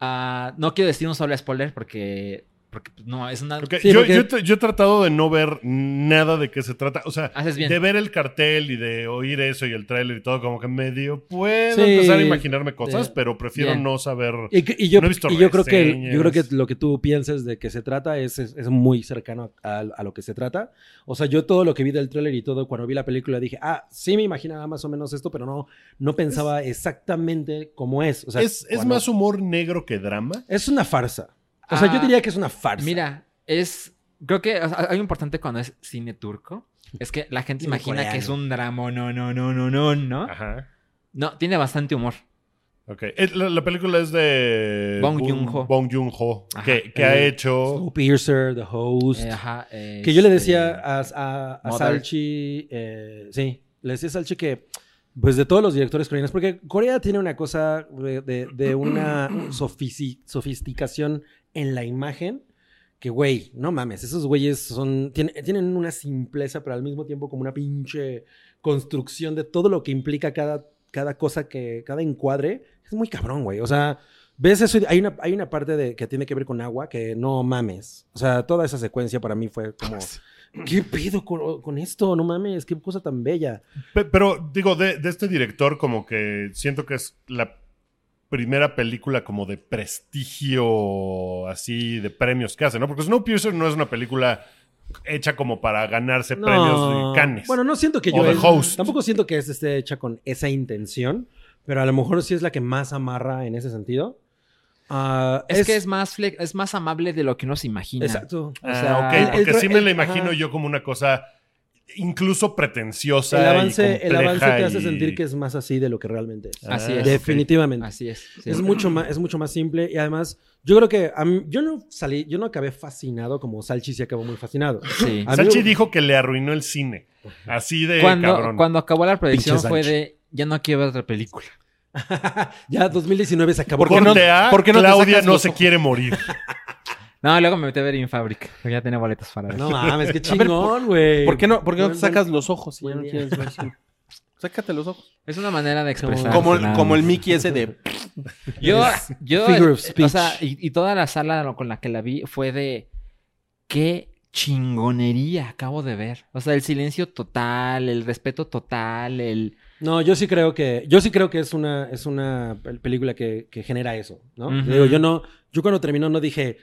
[SPEAKER 5] Ah, no quiero decir un solo spoiler porque, porque pues, no, es una...
[SPEAKER 2] Ok,
[SPEAKER 4] Sí,
[SPEAKER 2] yo,
[SPEAKER 4] porque-
[SPEAKER 2] yo te- yo he tratado de no ver nada de qué se trata. O
[SPEAKER 4] Ah,
[SPEAKER 2] sea,
[SPEAKER 5] Haces bien.
[SPEAKER 2] de ver el cartel y de oír eso y el tráiler y todo, como que medio puedo
[SPEAKER 4] Sí.
[SPEAKER 2] empezar a imaginarme cosas,
[SPEAKER 4] Sí.
[SPEAKER 2] pero prefiero
[SPEAKER 5] Bien.
[SPEAKER 2] no saber.
[SPEAKER 4] Y, que- y yo,
[SPEAKER 2] No he visto
[SPEAKER 4] y yo creo que,
[SPEAKER 2] reseñas.
[SPEAKER 4] yo creo que lo que tú piensas de que se trata es, es, es muy cercano a, a lo que se trata. O sea, yo todo lo que vi del tráiler y todo, cuando vi la película dije, ah, sí me imaginaba más o menos esto, pero no, no pensaba exactamente cómo es. O sea,
[SPEAKER 2] es es
[SPEAKER 4] cuando-
[SPEAKER 2] más humor negro que drama.
[SPEAKER 4] Es una farsa. O sea,
[SPEAKER 5] Ah,
[SPEAKER 4] yo diría que es una farsa.
[SPEAKER 5] Mira, es... Creo que o sea, algo importante cuando es cine turco es que la gente
[SPEAKER 4] Cine
[SPEAKER 5] imagina
[SPEAKER 4] coreano.
[SPEAKER 5] que es un drama, no, no, no, no, no, no.
[SPEAKER 2] Ajá.
[SPEAKER 5] No, tiene bastante humor.
[SPEAKER 2] Ok. Eh, La, la película es de
[SPEAKER 5] Bong Joon-ho.
[SPEAKER 2] Bong Joon-ho,
[SPEAKER 5] Ajá.
[SPEAKER 2] que, que ha
[SPEAKER 4] Eh,
[SPEAKER 2] hecho.
[SPEAKER 4] Snowpiercer, The Host.
[SPEAKER 5] Eh, ajá, eh,
[SPEAKER 4] que yo le
[SPEAKER 5] este,
[SPEAKER 4] decía a, a, a
[SPEAKER 5] Mother.
[SPEAKER 4] Salchi, eh, sí, le decía a Salchi que, pues de todos los directores coreanos, porque Corea tiene una cosa de, de- de una <clears throat> sofici- sofisticación en la imagen. Que, güey, no mames, esos güeyes son, tienen, tienen una simpleza, pero al mismo tiempo como una pinche construcción de todo lo que implica cada, cada cosa que, cada encuadre. Es muy cabrón, güey. O sea, ¿Ves eso? Hay una, hay una parte de, que tiene que ver con agua que no mames. O sea, toda esa secuencia para mí
[SPEAKER 2] <laughs>
[SPEAKER 4] fue como... ¿Qué pedo con, con esto? No mames, qué cosa tan bella.
[SPEAKER 2] Pe- Pero digo, de, de este director, como que siento que es la primera película como de prestigio, así, de premios que hace, ¿no? Porque Snowpiercer no es una película hecha como para ganarse
[SPEAKER 4] No.
[SPEAKER 2] premios de Cannes.
[SPEAKER 4] Bueno, no siento que
[SPEAKER 2] O
[SPEAKER 4] yo...
[SPEAKER 2] The
[SPEAKER 4] es-
[SPEAKER 2] Host.
[SPEAKER 4] Tampoco siento que este es esté hecha con esa intención, pero a lo mejor sí es la que más amarra en ese sentido. Ah,
[SPEAKER 5] Es, que es más, fle- es más amable de lo que uno se imagina.
[SPEAKER 4] Exacto.
[SPEAKER 5] O sea,
[SPEAKER 2] Ah,
[SPEAKER 5] el-
[SPEAKER 2] ok, porque
[SPEAKER 4] el-
[SPEAKER 2] sí me
[SPEAKER 4] el-
[SPEAKER 2] la imagino
[SPEAKER 4] ajá.
[SPEAKER 2] yo como una cosa incluso pretenciosa.
[SPEAKER 4] el,
[SPEAKER 2] y
[SPEAKER 4] avance, el
[SPEAKER 2] compleja
[SPEAKER 4] avance te hace
[SPEAKER 2] y-
[SPEAKER 4] sentir que es más así de lo que realmente es.
[SPEAKER 5] Así
[SPEAKER 2] Ah,
[SPEAKER 5] es.
[SPEAKER 4] Definitivamente.
[SPEAKER 5] Así es. sí.
[SPEAKER 4] Es mucho más, es mucho más simple y además yo creo que a mí- yo no salí, yo no acabé fascinado como Salchi sí acabó muy fascinado.
[SPEAKER 5] Sí.
[SPEAKER 4] A mí-
[SPEAKER 2] Salchi dijo que le arruinó el cine. Así de
[SPEAKER 5] Cuando,
[SPEAKER 2] cabrón.
[SPEAKER 5] cuando acabó la proyección
[SPEAKER 4] Pinche
[SPEAKER 5] fue
[SPEAKER 4] Sancho.
[SPEAKER 5] de ya no quiero ver otra película.
[SPEAKER 4] ya 2019 se acabó.
[SPEAKER 3] ¿Por qué no-
[SPEAKER 2] Corte A,
[SPEAKER 3] por qué no te
[SPEAKER 2] Claudia
[SPEAKER 3] sacas
[SPEAKER 2] no
[SPEAKER 3] los
[SPEAKER 2] se
[SPEAKER 3] ojos?
[SPEAKER 2] quiere morir.
[SPEAKER 5] No, luego me metí a ver Infabric, porque ya tenía boletos para ver.
[SPEAKER 4] <laughs> No mames, qué chingón, güey.
[SPEAKER 3] ¿Por qué no, por qué no te
[SPEAKER 4] Buen-
[SPEAKER 3] sacas los ojos si ya
[SPEAKER 4] buen
[SPEAKER 3] no
[SPEAKER 4] día. <laughs>
[SPEAKER 3] quieres ver cine? Sácate los ojos.
[SPEAKER 5] Es una manera de
[SPEAKER 4] Ah,
[SPEAKER 5] expresar.
[SPEAKER 3] Como, el- como el
[SPEAKER 4] <laughs>
[SPEAKER 3] Mickey ese de...
[SPEAKER 5] Yo, yo,
[SPEAKER 4] Figure of
[SPEAKER 5] eh,
[SPEAKER 4] speech.
[SPEAKER 5] o sea, y, y toda la sala lo- con la que la vi fue de qué chingonería acabo de ver. O sea, el silencio total, el respeto total, el
[SPEAKER 4] No, yo sí creo que, yo sí creo que es una, es una pel- película que, que genera eso, ¿no?
[SPEAKER 5] Ujú.
[SPEAKER 4] Te Digo, yo no, yo cuando terminó no dije,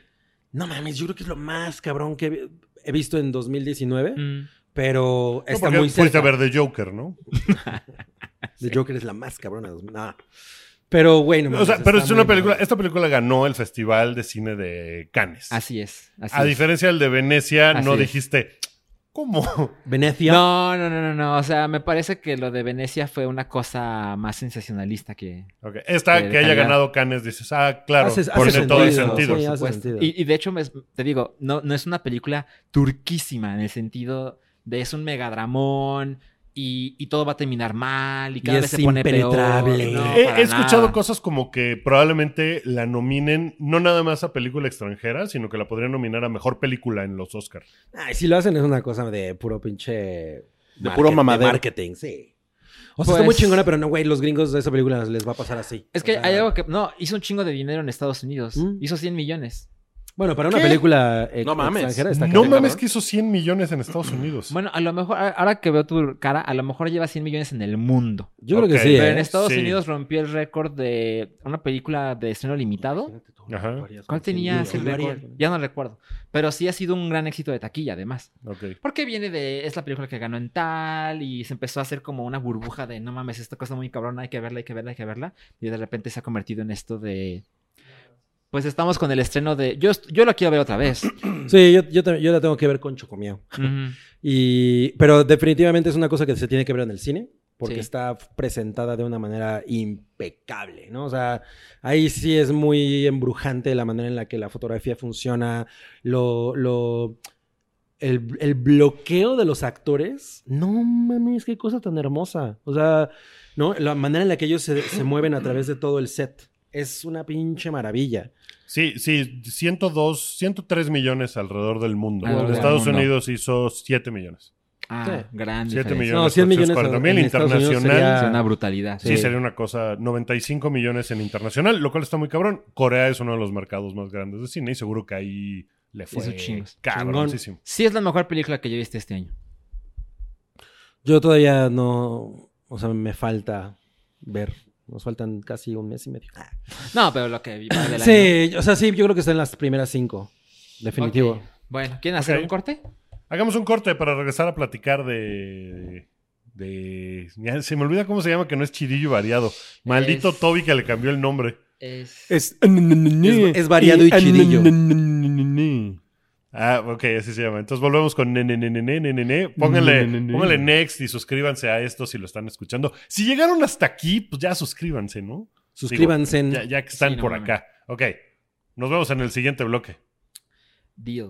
[SPEAKER 4] no mames, yo creo que es lo más cabrón que he- he visto en 2019,
[SPEAKER 3] Mm.
[SPEAKER 4] pero
[SPEAKER 2] Mm. No,
[SPEAKER 4] está
[SPEAKER 2] porque
[SPEAKER 4] muy
[SPEAKER 2] fuiste
[SPEAKER 4] cerca.
[SPEAKER 2] a ver The Joker, ¿no?
[SPEAKER 4] The Joker es la más cabrona de 2000. Nah. Pero bueno,
[SPEAKER 2] O sea, pero es una película. Esta película ganó el Festival de Cine de Cannes.
[SPEAKER 5] así es. Así
[SPEAKER 2] a
[SPEAKER 5] es.
[SPEAKER 2] diferencia del de Venecia,
[SPEAKER 5] Así
[SPEAKER 2] no
[SPEAKER 5] es.
[SPEAKER 2] dijiste. ¿Cómo? <laughs>
[SPEAKER 4] Venecia.
[SPEAKER 5] No, no, no, no, no. O sea, me parece que lo de Venecia fue una cosa más sensacionalista que.
[SPEAKER 2] Ok, Esta
[SPEAKER 5] De- de
[SPEAKER 2] que haya
[SPEAKER 5] calidad.
[SPEAKER 2] ganado Cannes, dices, ah, claro,
[SPEAKER 4] Hace- hace
[SPEAKER 2] tiene todo el
[SPEAKER 5] sentido,
[SPEAKER 2] sentido.
[SPEAKER 4] sí, hace-
[SPEAKER 5] supuesto.
[SPEAKER 4] sentido.
[SPEAKER 5] Y, y de hecho, me- te digo, no, no es una película turquísima en el sentido de es un megadramón y, y todo va a terminar mal y cada
[SPEAKER 4] es
[SPEAKER 5] vez se pone peor.
[SPEAKER 4] impenetrable.
[SPEAKER 5] No,
[SPEAKER 2] He,
[SPEAKER 5] para
[SPEAKER 2] he escuchado
[SPEAKER 5] nada.
[SPEAKER 2] cosas como que probablemente la nominen no nada más a película extranjera, sino que la podrían nominar a mejor película en los Oscars.
[SPEAKER 4] Ay, si lo hacen es una cosa de puro pinche. De
[SPEAKER 3] puro mamadero.
[SPEAKER 4] marketing, sí. O sea, está
[SPEAKER 5] Pues-
[SPEAKER 4] muy chingona, pero no, güey, los gringos de esa película les va a pasar así.
[SPEAKER 5] Es
[SPEAKER 4] O
[SPEAKER 5] que
[SPEAKER 4] sea,
[SPEAKER 5] hay algo que. No, hizo un chingo de dinero en Estados Unidos.
[SPEAKER 4] ¿Mm?
[SPEAKER 5] Hizo 100 millones.
[SPEAKER 4] Bueno, para una
[SPEAKER 3] ¿Qué?
[SPEAKER 4] película ex-
[SPEAKER 3] No mames.
[SPEAKER 4] extranjera está
[SPEAKER 2] No
[SPEAKER 4] cabrón.
[SPEAKER 2] mames que hizo 100 millones en Estados Unidos.
[SPEAKER 5] Bueno, a lo mejor, a- ahora que veo tu cara, a lo mejor lleva 100 millones en el mundo.
[SPEAKER 4] Yo creo
[SPEAKER 2] Ok.
[SPEAKER 4] que sí.
[SPEAKER 5] Pero
[SPEAKER 4] ¿eh?
[SPEAKER 5] en Estados
[SPEAKER 2] sí.
[SPEAKER 5] Unidos rompió el récord de una película de estreno limitado.
[SPEAKER 2] Ajá.
[SPEAKER 5] ¿Cuál tenía ese
[SPEAKER 4] Yo lo haría.
[SPEAKER 5] récord? Ya no recuerdo. Pero sí ha sido un gran éxito de taquilla, además.
[SPEAKER 2] Ok.
[SPEAKER 5] Porque viene de. Es la película que ganó en tal. Y se empezó a hacer como una burbuja de no mames, esta cosa muy cabrona, hay que verla, hay que verla, hay que verla. Y de repente se ha convertido en esto de. Pues estamos con el estreno de. Yo, est- yo la quiero ver otra
[SPEAKER 4] <clears throat>
[SPEAKER 5] vez. <clears throat>
[SPEAKER 4] Sí, yo, yo, también- yo la tengo que ver con Chocomiao.
[SPEAKER 5] Ujú.
[SPEAKER 4] Y, pero definitivamente es una cosa que se tiene que ver en el cine, porque
[SPEAKER 5] Sí.
[SPEAKER 4] está presentada de una manera impecable, ¿no? O sea, ahí sí es muy embrujante la manera en la que la fotografía funciona, lo... lo el, el bloqueo de los actores, no mames, qué cosa tan hermosa. O sea, ¿no? La manera en la que ellos se, se mueven a través de todo el set es una pinche maravilla.
[SPEAKER 2] Sí, sí, 102, 103 millones alrededor del mundo.
[SPEAKER 5] Alrededor
[SPEAKER 2] en
[SPEAKER 5] del
[SPEAKER 2] Estados
[SPEAKER 5] mundo.
[SPEAKER 2] Unidos hizo 7 millones.
[SPEAKER 5] Ah,
[SPEAKER 4] Sí.
[SPEAKER 5] gran.
[SPEAKER 2] 7
[SPEAKER 5] diferencia.
[SPEAKER 2] millones.
[SPEAKER 4] No, 100 millones
[SPEAKER 2] 840
[SPEAKER 4] en- en
[SPEAKER 2] mil
[SPEAKER 4] Estados Unidos
[SPEAKER 2] internacional.
[SPEAKER 5] Es
[SPEAKER 4] sería-
[SPEAKER 5] una brutalidad.
[SPEAKER 2] Sí,
[SPEAKER 4] Sí.
[SPEAKER 2] sería una cosa. 95 millones en internacional, lo cual está muy cabrón. Corea es uno de los mercados más grandes de cine y seguro que ahí le fue
[SPEAKER 5] Hizo chingos.
[SPEAKER 2] cabroncísimo.
[SPEAKER 5] Sí, es la mejor película que yo he visto este año.
[SPEAKER 4] Yo todavía no, o sea, me falta ver. Nos faltan casi un mes y medio.
[SPEAKER 5] No, pero lo que vi para del año.
[SPEAKER 4] Sí, o sea, sí, yo creo que está en las primeras cinco. Definitivo.
[SPEAKER 5] Ok. Bueno, ¿quieren hacer
[SPEAKER 2] Ok.
[SPEAKER 5] un corte?
[SPEAKER 2] Hagamos un corte para regresar a platicar de. de ya se me olvida cómo se llama, que no es Chidillo Variado. Maldito
[SPEAKER 5] Es-
[SPEAKER 2] Toby que le cambió el nombre.
[SPEAKER 5] Es...
[SPEAKER 3] Es,
[SPEAKER 4] Es- es variado y chidillo.
[SPEAKER 2] Ah, ok, así se llama. Entonces volvemos con nene, nene, nene, nene. Pónganle,
[SPEAKER 3] Nene, nene.
[SPEAKER 2] pónganle next y suscríbanse a esto si lo están escuchando. Si llegaron hasta aquí, pues ya suscríbanse, ¿no?
[SPEAKER 4] Suscríbanse en-
[SPEAKER 2] Digo, ya, ya que están
[SPEAKER 5] Mm. Sí, no
[SPEAKER 2] por
[SPEAKER 5] mames.
[SPEAKER 2] acá. Ok, nos vemos en el siguiente bloque.
[SPEAKER 5] Deal.